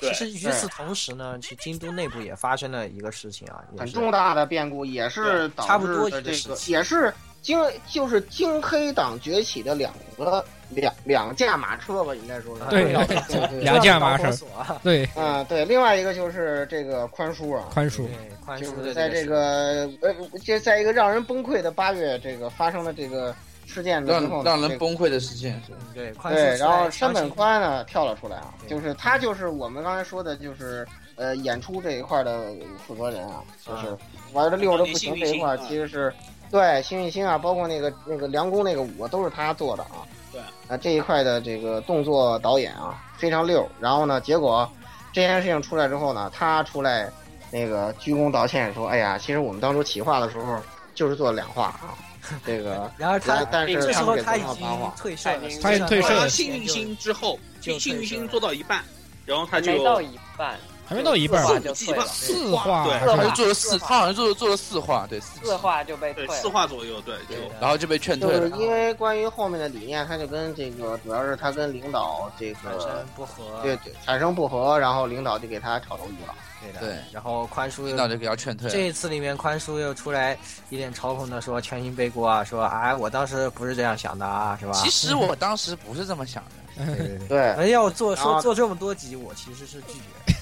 [SPEAKER 2] 对，其
[SPEAKER 4] 对
[SPEAKER 2] 实与此同时呢，其实京都内部也发生了一个事情啊，也
[SPEAKER 1] 很
[SPEAKER 2] 是
[SPEAKER 1] 重大的变故，也是导
[SPEAKER 2] 差不
[SPEAKER 1] 致
[SPEAKER 2] 多一
[SPEAKER 1] 的
[SPEAKER 2] 个
[SPEAKER 1] 这
[SPEAKER 2] 时
[SPEAKER 1] 个，
[SPEAKER 2] 期
[SPEAKER 1] 也是京就是京黑党崛起的两个两两驾马车吧，应该说是
[SPEAKER 3] 对
[SPEAKER 2] [LAUGHS]
[SPEAKER 1] 要
[SPEAKER 3] 两驾马
[SPEAKER 2] 这样的导火
[SPEAKER 3] 车，
[SPEAKER 2] 索啊，
[SPEAKER 3] 对，
[SPEAKER 1] 嗯，对，另外一个就是这个宽叔啊，
[SPEAKER 3] 宽
[SPEAKER 2] 对
[SPEAKER 3] 恕，，
[SPEAKER 2] 宽
[SPEAKER 1] 就
[SPEAKER 2] 恕
[SPEAKER 1] 是
[SPEAKER 2] 的
[SPEAKER 1] 在这个呃，这在一个让人崩溃的八月，这个发生了这个事件的之后呢，
[SPEAKER 5] 让让
[SPEAKER 1] 这
[SPEAKER 5] 人
[SPEAKER 1] 个
[SPEAKER 5] 崩溃的事件。
[SPEAKER 2] 对宽恕
[SPEAKER 1] 对，
[SPEAKER 2] 出
[SPEAKER 1] 然后
[SPEAKER 2] 来
[SPEAKER 1] 山本
[SPEAKER 2] 相信
[SPEAKER 1] 宽呢跳了出来啊，
[SPEAKER 2] 对。
[SPEAKER 1] 就是他就是我们刚才说的，就是呃演出这一块的负责人啊，就是玩的溜的不行这一块，
[SPEAKER 4] 当年幸运星啊
[SPEAKER 1] 其实是对幸运星啊，包括那个那个梁工那个舞啊都是他做的啊。
[SPEAKER 4] 对
[SPEAKER 1] 啊、这一块的这个动作导演啊非常溜，然后呢，结果这件事情出来之后呢，他出来那个鞠躬道歉说，哎呀，其实我们当初企划的时候就是做两话啊，这个
[SPEAKER 2] 然而他
[SPEAKER 1] 但是
[SPEAKER 2] 这时
[SPEAKER 1] 他
[SPEAKER 2] 候
[SPEAKER 1] 们给
[SPEAKER 2] 他
[SPEAKER 1] 做
[SPEAKER 2] 已
[SPEAKER 1] 了八
[SPEAKER 2] 经
[SPEAKER 1] 话，
[SPEAKER 2] 退社了，
[SPEAKER 6] 他已
[SPEAKER 3] 经退社
[SPEAKER 4] 然
[SPEAKER 3] 了
[SPEAKER 4] 后幸运星之后，
[SPEAKER 2] 就
[SPEAKER 4] 幸运
[SPEAKER 2] 退
[SPEAKER 4] 星
[SPEAKER 2] 社
[SPEAKER 4] 做到一半，然后他就
[SPEAKER 6] 没到一半，
[SPEAKER 3] 还没到一半
[SPEAKER 6] 四
[SPEAKER 3] 儿
[SPEAKER 6] 话
[SPEAKER 3] 吧，
[SPEAKER 6] 就退了，
[SPEAKER 3] 四话
[SPEAKER 4] 对
[SPEAKER 3] 还
[SPEAKER 5] 他
[SPEAKER 3] 是
[SPEAKER 5] 好像做了四，他好像做了做了四话，对，四集
[SPEAKER 6] 四话就被退
[SPEAKER 4] 对
[SPEAKER 6] 了
[SPEAKER 4] 四。话左右，对就
[SPEAKER 2] 对的
[SPEAKER 5] 然后就被劝
[SPEAKER 1] 就
[SPEAKER 5] 退
[SPEAKER 1] 是
[SPEAKER 5] 了。
[SPEAKER 1] 因为关于后面的理念，他就跟这个主要是他跟领导这
[SPEAKER 2] 本身
[SPEAKER 1] 个
[SPEAKER 2] 不合，
[SPEAKER 1] 对对产生不和，然后领导就给他炒鱿鱼了。
[SPEAKER 2] 对的。
[SPEAKER 5] 对，
[SPEAKER 2] 然后宽叔
[SPEAKER 5] 领
[SPEAKER 2] 又
[SPEAKER 5] 导就给他劝退
[SPEAKER 2] 这
[SPEAKER 5] 了。
[SPEAKER 2] 一次里面，宽叔又出来一脸嘲讽的说：“全心背锅啊，说哎，我当时不是这样想的啊，是吧？”
[SPEAKER 5] 其实我当时不是这么想的，
[SPEAKER 2] 对对
[SPEAKER 1] [LAUGHS]
[SPEAKER 2] 对。
[SPEAKER 1] 对
[SPEAKER 2] 哎，要做
[SPEAKER 1] 然后
[SPEAKER 2] 说做这么多集，我其实是拒绝。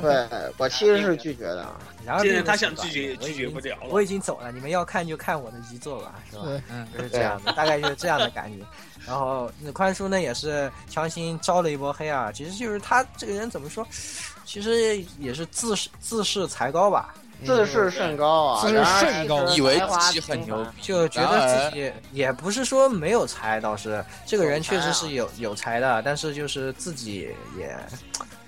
[SPEAKER 1] 对，我其实是拒绝的。
[SPEAKER 2] 然而
[SPEAKER 4] 现在
[SPEAKER 2] 并不
[SPEAKER 4] 他
[SPEAKER 2] 是
[SPEAKER 4] 想
[SPEAKER 2] 吧
[SPEAKER 4] 拒绝也
[SPEAKER 2] 我已
[SPEAKER 4] 拒绝
[SPEAKER 2] 经
[SPEAKER 4] 不了了
[SPEAKER 2] 我已经走了，你们要看就看我的遗作吧，是吧？
[SPEAKER 3] 对
[SPEAKER 5] 嗯，
[SPEAKER 2] 就是这样的，大概就是这样的感觉。然后那宽叔呢，也是强行招了一波黑啊，其实就是他这个人怎么说，其实也是自视自视才高吧。
[SPEAKER 1] 自视甚高
[SPEAKER 5] 嗯
[SPEAKER 1] 啊，
[SPEAKER 3] 自视
[SPEAKER 1] 然而
[SPEAKER 3] 甚高
[SPEAKER 1] 其实
[SPEAKER 5] 以为
[SPEAKER 1] 才华
[SPEAKER 5] 自己很
[SPEAKER 1] 平
[SPEAKER 5] 牛
[SPEAKER 1] 凡
[SPEAKER 5] 逼， [LAUGHS]
[SPEAKER 2] 就觉得自己也不是说没有才，倒是这个人确实是有有才的，但是就是自己也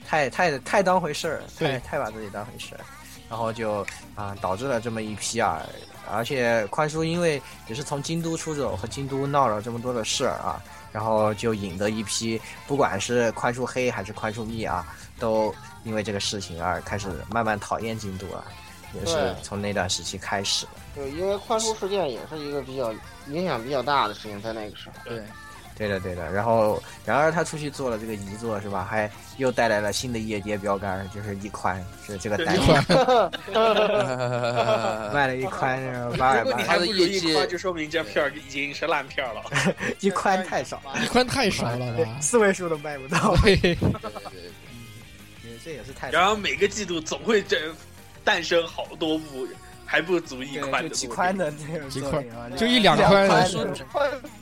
[SPEAKER 2] 太太太当回事儿，太
[SPEAKER 3] 对
[SPEAKER 2] 太把自己当回事儿，然后就啊、导致了这么一批啊，而且宽叔因为也是从京都出走和京都闹了这么多的事儿啊，然后就引得一批不管是宽叔黑还是宽叔密啊，都因为这个事情而开始慢慢讨厌京都了，也是
[SPEAKER 1] 对
[SPEAKER 2] 从那段时期开始的。
[SPEAKER 1] 对，因为宽叔事件也是一个比较影响比较大的事情，在那个时候。
[SPEAKER 5] 对，
[SPEAKER 2] 对的，对的。然后，然而他出去做了这个遗作是吧？还又带来了新的业界标杆，就是一宽，是这个单
[SPEAKER 4] 对
[SPEAKER 2] 位
[SPEAKER 5] 对，
[SPEAKER 2] 卖了一宽是八百
[SPEAKER 4] 如果你
[SPEAKER 2] 八，
[SPEAKER 4] 还不如
[SPEAKER 5] 他的业
[SPEAKER 4] 一
[SPEAKER 5] 绩
[SPEAKER 4] 夸，就说明这票已经是烂票了。
[SPEAKER 2] 一宽太少，啊
[SPEAKER 3] 一宽太少了吧？
[SPEAKER 2] 四位数都卖不到。
[SPEAKER 3] 对，
[SPEAKER 2] 这也是太
[SPEAKER 4] 然后每个季度总会这诞生好多部，还不足一宽
[SPEAKER 2] 就
[SPEAKER 4] 的
[SPEAKER 2] 几
[SPEAKER 4] 作品
[SPEAKER 2] 宽的这种作品啊，
[SPEAKER 3] 就一两宽
[SPEAKER 2] 宽
[SPEAKER 3] 的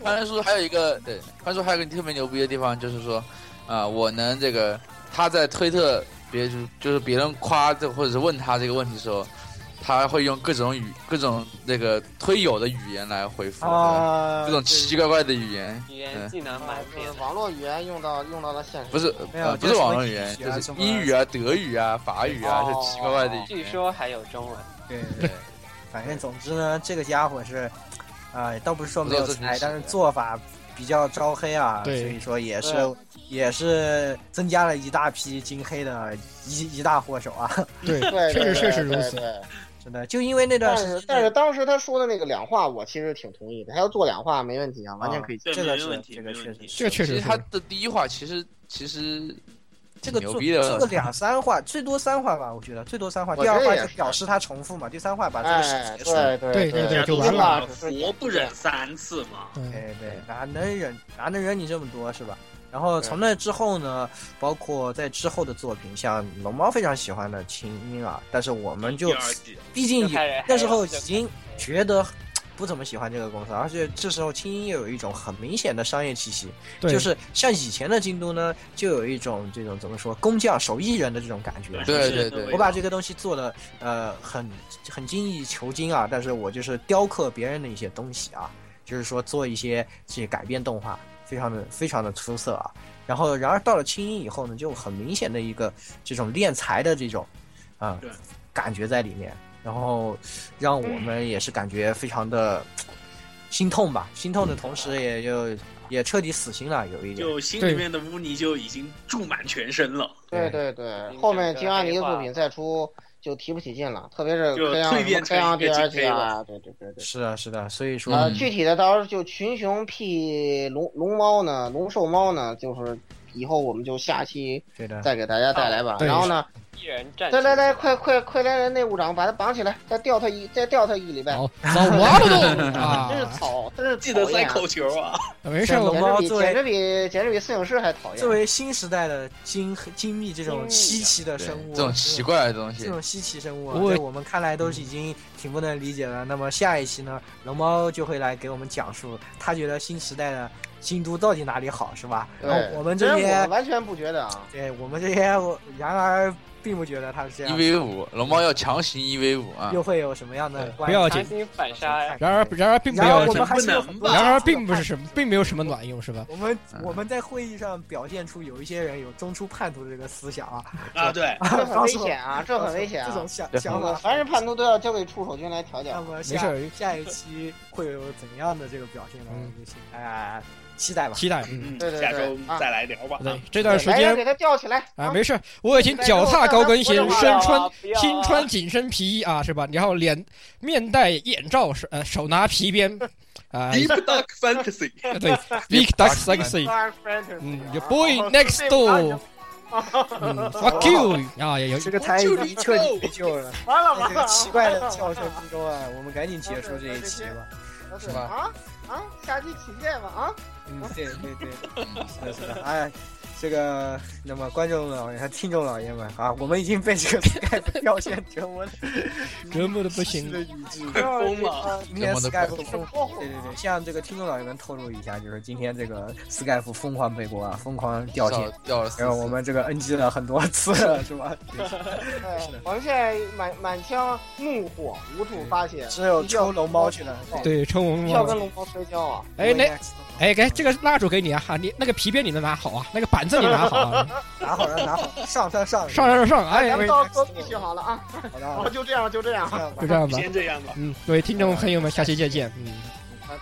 [SPEAKER 5] 宽叔还有一个对，宽叔还有一个特别牛逼的地方，就是说，啊、我能这个他在推特别就是别人夸这或者是问他这个问题的时候，他会用各种语各种那个推友的语言来回复，
[SPEAKER 2] 啊，
[SPEAKER 5] 这种奇奇怪怪的语言，
[SPEAKER 6] 语言技能满
[SPEAKER 1] 呃就
[SPEAKER 6] 点
[SPEAKER 1] 是。网络语言用到用到了现实，
[SPEAKER 5] 不是
[SPEAKER 2] 没有
[SPEAKER 5] 呃不
[SPEAKER 2] 就是是
[SPEAKER 5] 网络
[SPEAKER 2] 什么
[SPEAKER 5] 语言，
[SPEAKER 2] 英语啊
[SPEAKER 5] 就是
[SPEAKER 2] 什么
[SPEAKER 5] 英语啊、德语啊、法语啊，
[SPEAKER 1] 哦
[SPEAKER 5] 这奇怪怪的语言。
[SPEAKER 6] 据说还有中文，
[SPEAKER 2] 对对，反正总之呢，这个家伙是，啊、倒不是说没有才，但是做法比较招黑啊，所
[SPEAKER 3] 对
[SPEAKER 2] 以说也是也是增加了一大批金黑的一一大祸首啊，
[SPEAKER 3] 对，
[SPEAKER 1] 对，
[SPEAKER 3] 确
[SPEAKER 1] 对
[SPEAKER 3] 实确
[SPEAKER 1] 对
[SPEAKER 3] 实如
[SPEAKER 1] 对
[SPEAKER 3] 此。
[SPEAKER 1] 对
[SPEAKER 2] 真的，就因为那段
[SPEAKER 1] 但
[SPEAKER 2] 时
[SPEAKER 1] 是
[SPEAKER 2] 间，
[SPEAKER 1] 但是当时他说的那个两话，我其实挺同意的。他要做两话没问题啊，完全可以接
[SPEAKER 4] 对
[SPEAKER 2] 这个
[SPEAKER 4] 没
[SPEAKER 2] 是
[SPEAKER 4] 问题
[SPEAKER 2] 这个
[SPEAKER 4] 没
[SPEAKER 2] 确
[SPEAKER 4] 问
[SPEAKER 2] 实
[SPEAKER 4] 题
[SPEAKER 3] 这个确
[SPEAKER 5] 其
[SPEAKER 3] 实是
[SPEAKER 5] 实他的第一话其实其实
[SPEAKER 2] 这个
[SPEAKER 5] 挺牛
[SPEAKER 2] 做
[SPEAKER 5] 逼
[SPEAKER 2] 做
[SPEAKER 5] 的
[SPEAKER 2] 个，两三话，最多三话吧，我觉得最多三话。
[SPEAKER 1] 我
[SPEAKER 2] 第二
[SPEAKER 1] 觉得
[SPEAKER 2] 话
[SPEAKER 1] 也
[SPEAKER 2] 就是表示他重复嘛，第三话把这个
[SPEAKER 1] 哎，
[SPEAKER 2] 事结束。
[SPEAKER 1] 对对
[SPEAKER 3] 对
[SPEAKER 1] 对，
[SPEAKER 3] 对就完啊
[SPEAKER 1] 了
[SPEAKER 4] 活不忍三次嘛。
[SPEAKER 3] 嗯，
[SPEAKER 2] 哎对对，哪能忍哪能忍你这么多是吧？然后从那之后呢，包括在之后的作品，像龙猫非常喜欢的《青音》啊，但是我们就
[SPEAKER 4] 第二季
[SPEAKER 2] 毕竟
[SPEAKER 6] 就开始
[SPEAKER 2] 也那时候已
[SPEAKER 6] 还有
[SPEAKER 2] 经觉得不怎么喜欢这个公司，而且这时候青音又有一种很明显的商业气息，
[SPEAKER 3] 对，
[SPEAKER 2] 就是像以前的京都呢，就有一种这种怎么说工匠手艺人的这种感觉，
[SPEAKER 5] 对对对
[SPEAKER 2] 我把这个东西做的呃很很精益求精啊，但是我就是雕刻别人的一些东西啊，就是说做一些这些改编动画，非常的非常的出色啊。然后然而到了轻音以后呢，就很明显的一个这种敛财的这种啊、
[SPEAKER 4] 对
[SPEAKER 2] 感觉在里面，然后让我们也是感觉非常的心痛吧，心痛的同时也就也彻底死心了，有一点。
[SPEAKER 4] 就心里面的污泥就已经注满全身了，
[SPEAKER 1] 对对对，后面金安妮的作品再出就提不起劲了，特别是
[SPEAKER 4] 就
[SPEAKER 1] 黑羊
[SPEAKER 4] 蜕变
[SPEAKER 1] 黑
[SPEAKER 4] 成
[SPEAKER 1] 羊
[SPEAKER 4] 一
[SPEAKER 1] 第
[SPEAKER 4] 个
[SPEAKER 1] 二
[SPEAKER 4] 金
[SPEAKER 1] 季
[SPEAKER 4] 杯
[SPEAKER 1] 啊，对对对对。
[SPEAKER 2] 是啊，是的，所以说
[SPEAKER 1] 呃，
[SPEAKER 5] 嗯
[SPEAKER 1] 具体的到时候就群雄 P 龙龙猫呢，龙兽猫呢，就是以后我们就下期
[SPEAKER 2] 对的，
[SPEAKER 1] 再给大家带来吧。
[SPEAKER 3] 对
[SPEAKER 1] 然后呢，
[SPEAKER 6] 一人战
[SPEAKER 1] 来来来，快快快来人内务长，把他绑起来，再吊他一再吊他一礼拜。 [LAUGHS]
[SPEAKER 2] [LAUGHS]
[SPEAKER 3] 好，走，我不动
[SPEAKER 1] 真是
[SPEAKER 3] 啊，
[SPEAKER 1] 草，真是
[SPEAKER 4] 记得
[SPEAKER 1] 讨
[SPEAKER 4] 塞
[SPEAKER 1] 厌啊
[SPEAKER 4] 口球啊！
[SPEAKER 3] 没事，我
[SPEAKER 2] 龙
[SPEAKER 1] 简
[SPEAKER 2] 猫
[SPEAKER 1] 直比
[SPEAKER 2] 作为
[SPEAKER 1] 简直比简直比摄影师还
[SPEAKER 5] 哎
[SPEAKER 1] 讨厌。
[SPEAKER 2] 作为新时代的精精密这种稀奇的
[SPEAKER 5] 对
[SPEAKER 2] 生物，
[SPEAKER 5] 这种奇怪的东
[SPEAKER 2] 这
[SPEAKER 5] 西
[SPEAKER 2] 种。这，种稀奇生物啊，
[SPEAKER 3] 我
[SPEAKER 2] 在我们看来都是已经挺不能理解了。那么下一期呢，龙猫就会来给我们讲述他觉得新时代的京都到底哪里好，是吧？
[SPEAKER 1] 对
[SPEAKER 2] 然后我们
[SPEAKER 1] 真
[SPEAKER 2] 这
[SPEAKER 1] 是我
[SPEAKER 2] 些，
[SPEAKER 1] 完全不觉得
[SPEAKER 8] [LAUGHS]
[SPEAKER 1] 啊。
[SPEAKER 2] 对我们这些，我然而并不觉得他是这
[SPEAKER 5] 一
[SPEAKER 2] 样，
[SPEAKER 5] v 五，龙猫要强行一 v 五啊！
[SPEAKER 2] 又会有什么样的
[SPEAKER 3] 对
[SPEAKER 2] 观
[SPEAKER 3] 不要
[SPEAKER 6] 强
[SPEAKER 3] 紧
[SPEAKER 6] 行反杀呀，
[SPEAKER 3] 然而然而并没
[SPEAKER 2] 然而
[SPEAKER 3] 有
[SPEAKER 2] 我
[SPEAKER 3] 什
[SPEAKER 2] 们
[SPEAKER 3] 么，
[SPEAKER 2] 还是有很多
[SPEAKER 4] 不
[SPEAKER 3] 然而
[SPEAKER 2] 这个
[SPEAKER 3] 并不是
[SPEAKER 2] 叛
[SPEAKER 3] 什么，并没有什么卵用，是吧？
[SPEAKER 2] 我们
[SPEAKER 5] 嗯
[SPEAKER 2] 我们在会议上表现出有一些人有中出叛徒的这个思想啊，
[SPEAKER 4] 啊，对，
[SPEAKER 1] 这很危
[SPEAKER 2] [LAUGHS]
[SPEAKER 1] 险
[SPEAKER 8] [LAUGHS]
[SPEAKER 1] 啊！这很危险
[SPEAKER 2] 这
[SPEAKER 1] 啊
[SPEAKER 2] 种！想
[SPEAKER 5] 对
[SPEAKER 2] 想
[SPEAKER 1] 我
[SPEAKER 2] 法
[SPEAKER 1] 凡是叛徒都要交给触手君来调教
[SPEAKER 2] 那。么
[SPEAKER 3] 没事
[SPEAKER 2] 下
[SPEAKER 3] 儿
[SPEAKER 2] 下一期会有怎样的这个表现呢？我
[SPEAKER 3] 嗯
[SPEAKER 2] 们就请大家期待吧。
[SPEAKER 3] 期待，嗯，
[SPEAKER 4] 嗯
[SPEAKER 1] 对对对
[SPEAKER 4] 下周
[SPEAKER 1] 啊
[SPEAKER 4] 再来聊吧。
[SPEAKER 3] 对，这段时
[SPEAKER 1] 来人
[SPEAKER 3] 间
[SPEAKER 1] 给他吊起来
[SPEAKER 8] 哎
[SPEAKER 3] 啊，没事，我已经脚踏高跟鞋，
[SPEAKER 1] 不要啊
[SPEAKER 3] 身穿
[SPEAKER 6] 不要啊
[SPEAKER 3] 新穿紧身皮衣啊，是吧？然后脸面戴眼罩，手呃手拿皮鞭， [LAUGHS] 啊、
[SPEAKER 4] Deep Dark Fantasy，
[SPEAKER 3] 对，Big Duck
[SPEAKER 5] Dark
[SPEAKER 3] Sexy，
[SPEAKER 1] Dark Fantasy
[SPEAKER 3] 嗯
[SPEAKER 1] 啊
[SPEAKER 3] ，Your boy next door，嗯，fuck you 啊，也
[SPEAKER 2] [LAUGHS]
[SPEAKER 3] 有
[SPEAKER 2] 这个台已经彻底被救
[SPEAKER 3] [LAUGHS]
[SPEAKER 2] 了，
[SPEAKER 1] 完了
[SPEAKER 2] 在
[SPEAKER 1] 完
[SPEAKER 2] 这
[SPEAKER 1] 了
[SPEAKER 2] 个，奇怪的笑声之中啊，我们赶紧结束这一期吧。
[SPEAKER 1] 是吧？ [LAUGHS] 啊啊，下期起见吧啊！
[SPEAKER 3] [LAUGHS]
[SPEAKER 2] 嗯，对对对，是的，是的，哎，这个，那么观众老爷和听众老爷们啊，我们已经被这个 Skype 表现折磨的
[SPEAKER 3] 折磨的不行。 [LAUGHS]
[SPEAKER 4] 快疯了！
[SPEAKER 2] 连 Skype 疯
[SPEAKER 8] 疯了
[SPEAKER 2] 对对对，向这个听众老爷们透露一下，就是今天这个 Skype 疯狂背锅啊，疯狂掉
[SPEAKER 5] 少
[SPEAKER 2] 线，
[SPEAKER 5] 掉了四
[SPEAKER 2] 然后我
[SPEAKER 5] 次。
[SPEAKER 2] 们这个 NG 了很多次了，是吧？
[SPEAKER 8] 对，呃我们现在满满腔怒火无处发泄，
[SPEAKER 2] 只有抽龙猫去了。
[SPEAKER 3] 对，抽
[SPEAKER 1] 嗯
[SPEAKER 3] 我们
[SPEAKER 8] 要跟龙猫摔跤啊！
[SPEAKER 3] 哎，那
[SPEAKER 2] 那
[SPEAKER 3] 哎，给这个蜡烛给你啊，哈，你那个皮鞭你能拿好啊，那个板子你拿好啊，
[SPEAKER 2] 拿好了，拿好，上上上
[SPEAKER 3] 上上上，哎，
[SPEAKER 8] 咱们
[SPEAKER 3] 哎
[SPEAKER 8] 到时候继续好了啊！
[SPEAKER 2] 好
[SPEAKER 8] 好，
[SPEAKER 2] 的，
[SPEAKER 8] 就这样，就这样，啊，
[SPEAKER 3] 就这样吧。
[SPEAKER 4] 先这样吧。
[SPEAKER 3] 嗯，各位听众朋友们，下期再见。嗯。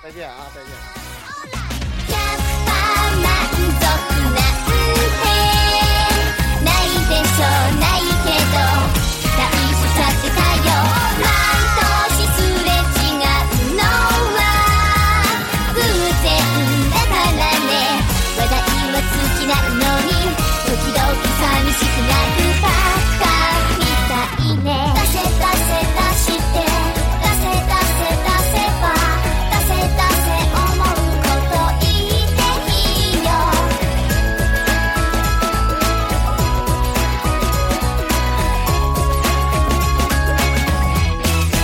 [SPEAKER 8] 再见啊，再见。
[SPEAKER 7] キャスパー満足なんてないでしょないけど大事させたよ毎年すれ違うのは偶然だからね話題は尽きないのに時々寂しくなるバカみたいね出せ出せ出して出せ出せ出せば出せ出せ思うこと言っていいよ「出せ出せ出して出せ出せ出せば出せ出せ思うこと言っていいよ」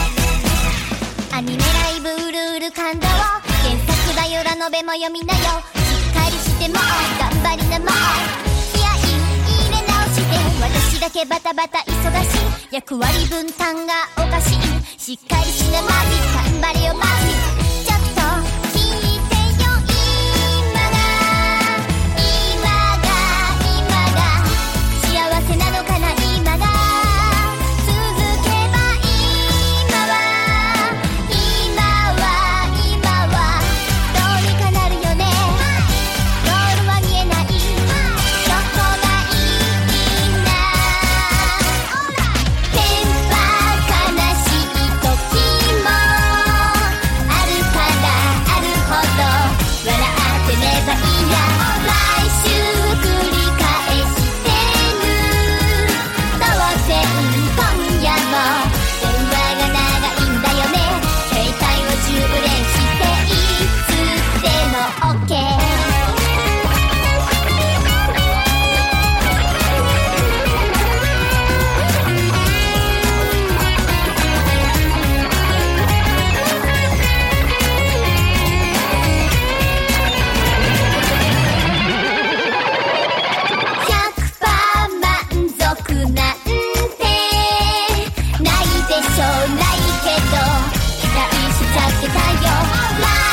[SPEAKER 7] 「アニメライブうるうる感動」「原作だよラノベも読みなよ」「しっかりしてもう頑張りなもう」「気合い入れ直して」「私だけバタバタ忙しい」「役割分担がおかしい」「しっかりしなマジ頑張れよマジ」「ちょっと聞いてよ今が今が今が」「幸せなのかな今が」「続けば今は今は今はどうにかなるよね」「ゴールは見えないどこがいいんだ」「テンパ悲しい時もあるからあるほど笑ってねばいいや」「毎週繰り返してる」「当然今夜も電話が長いんだよね」「携帯を充電していつでも OK」「100%満足なんてないでしょないけど」「期待しちゃってたよ」「毎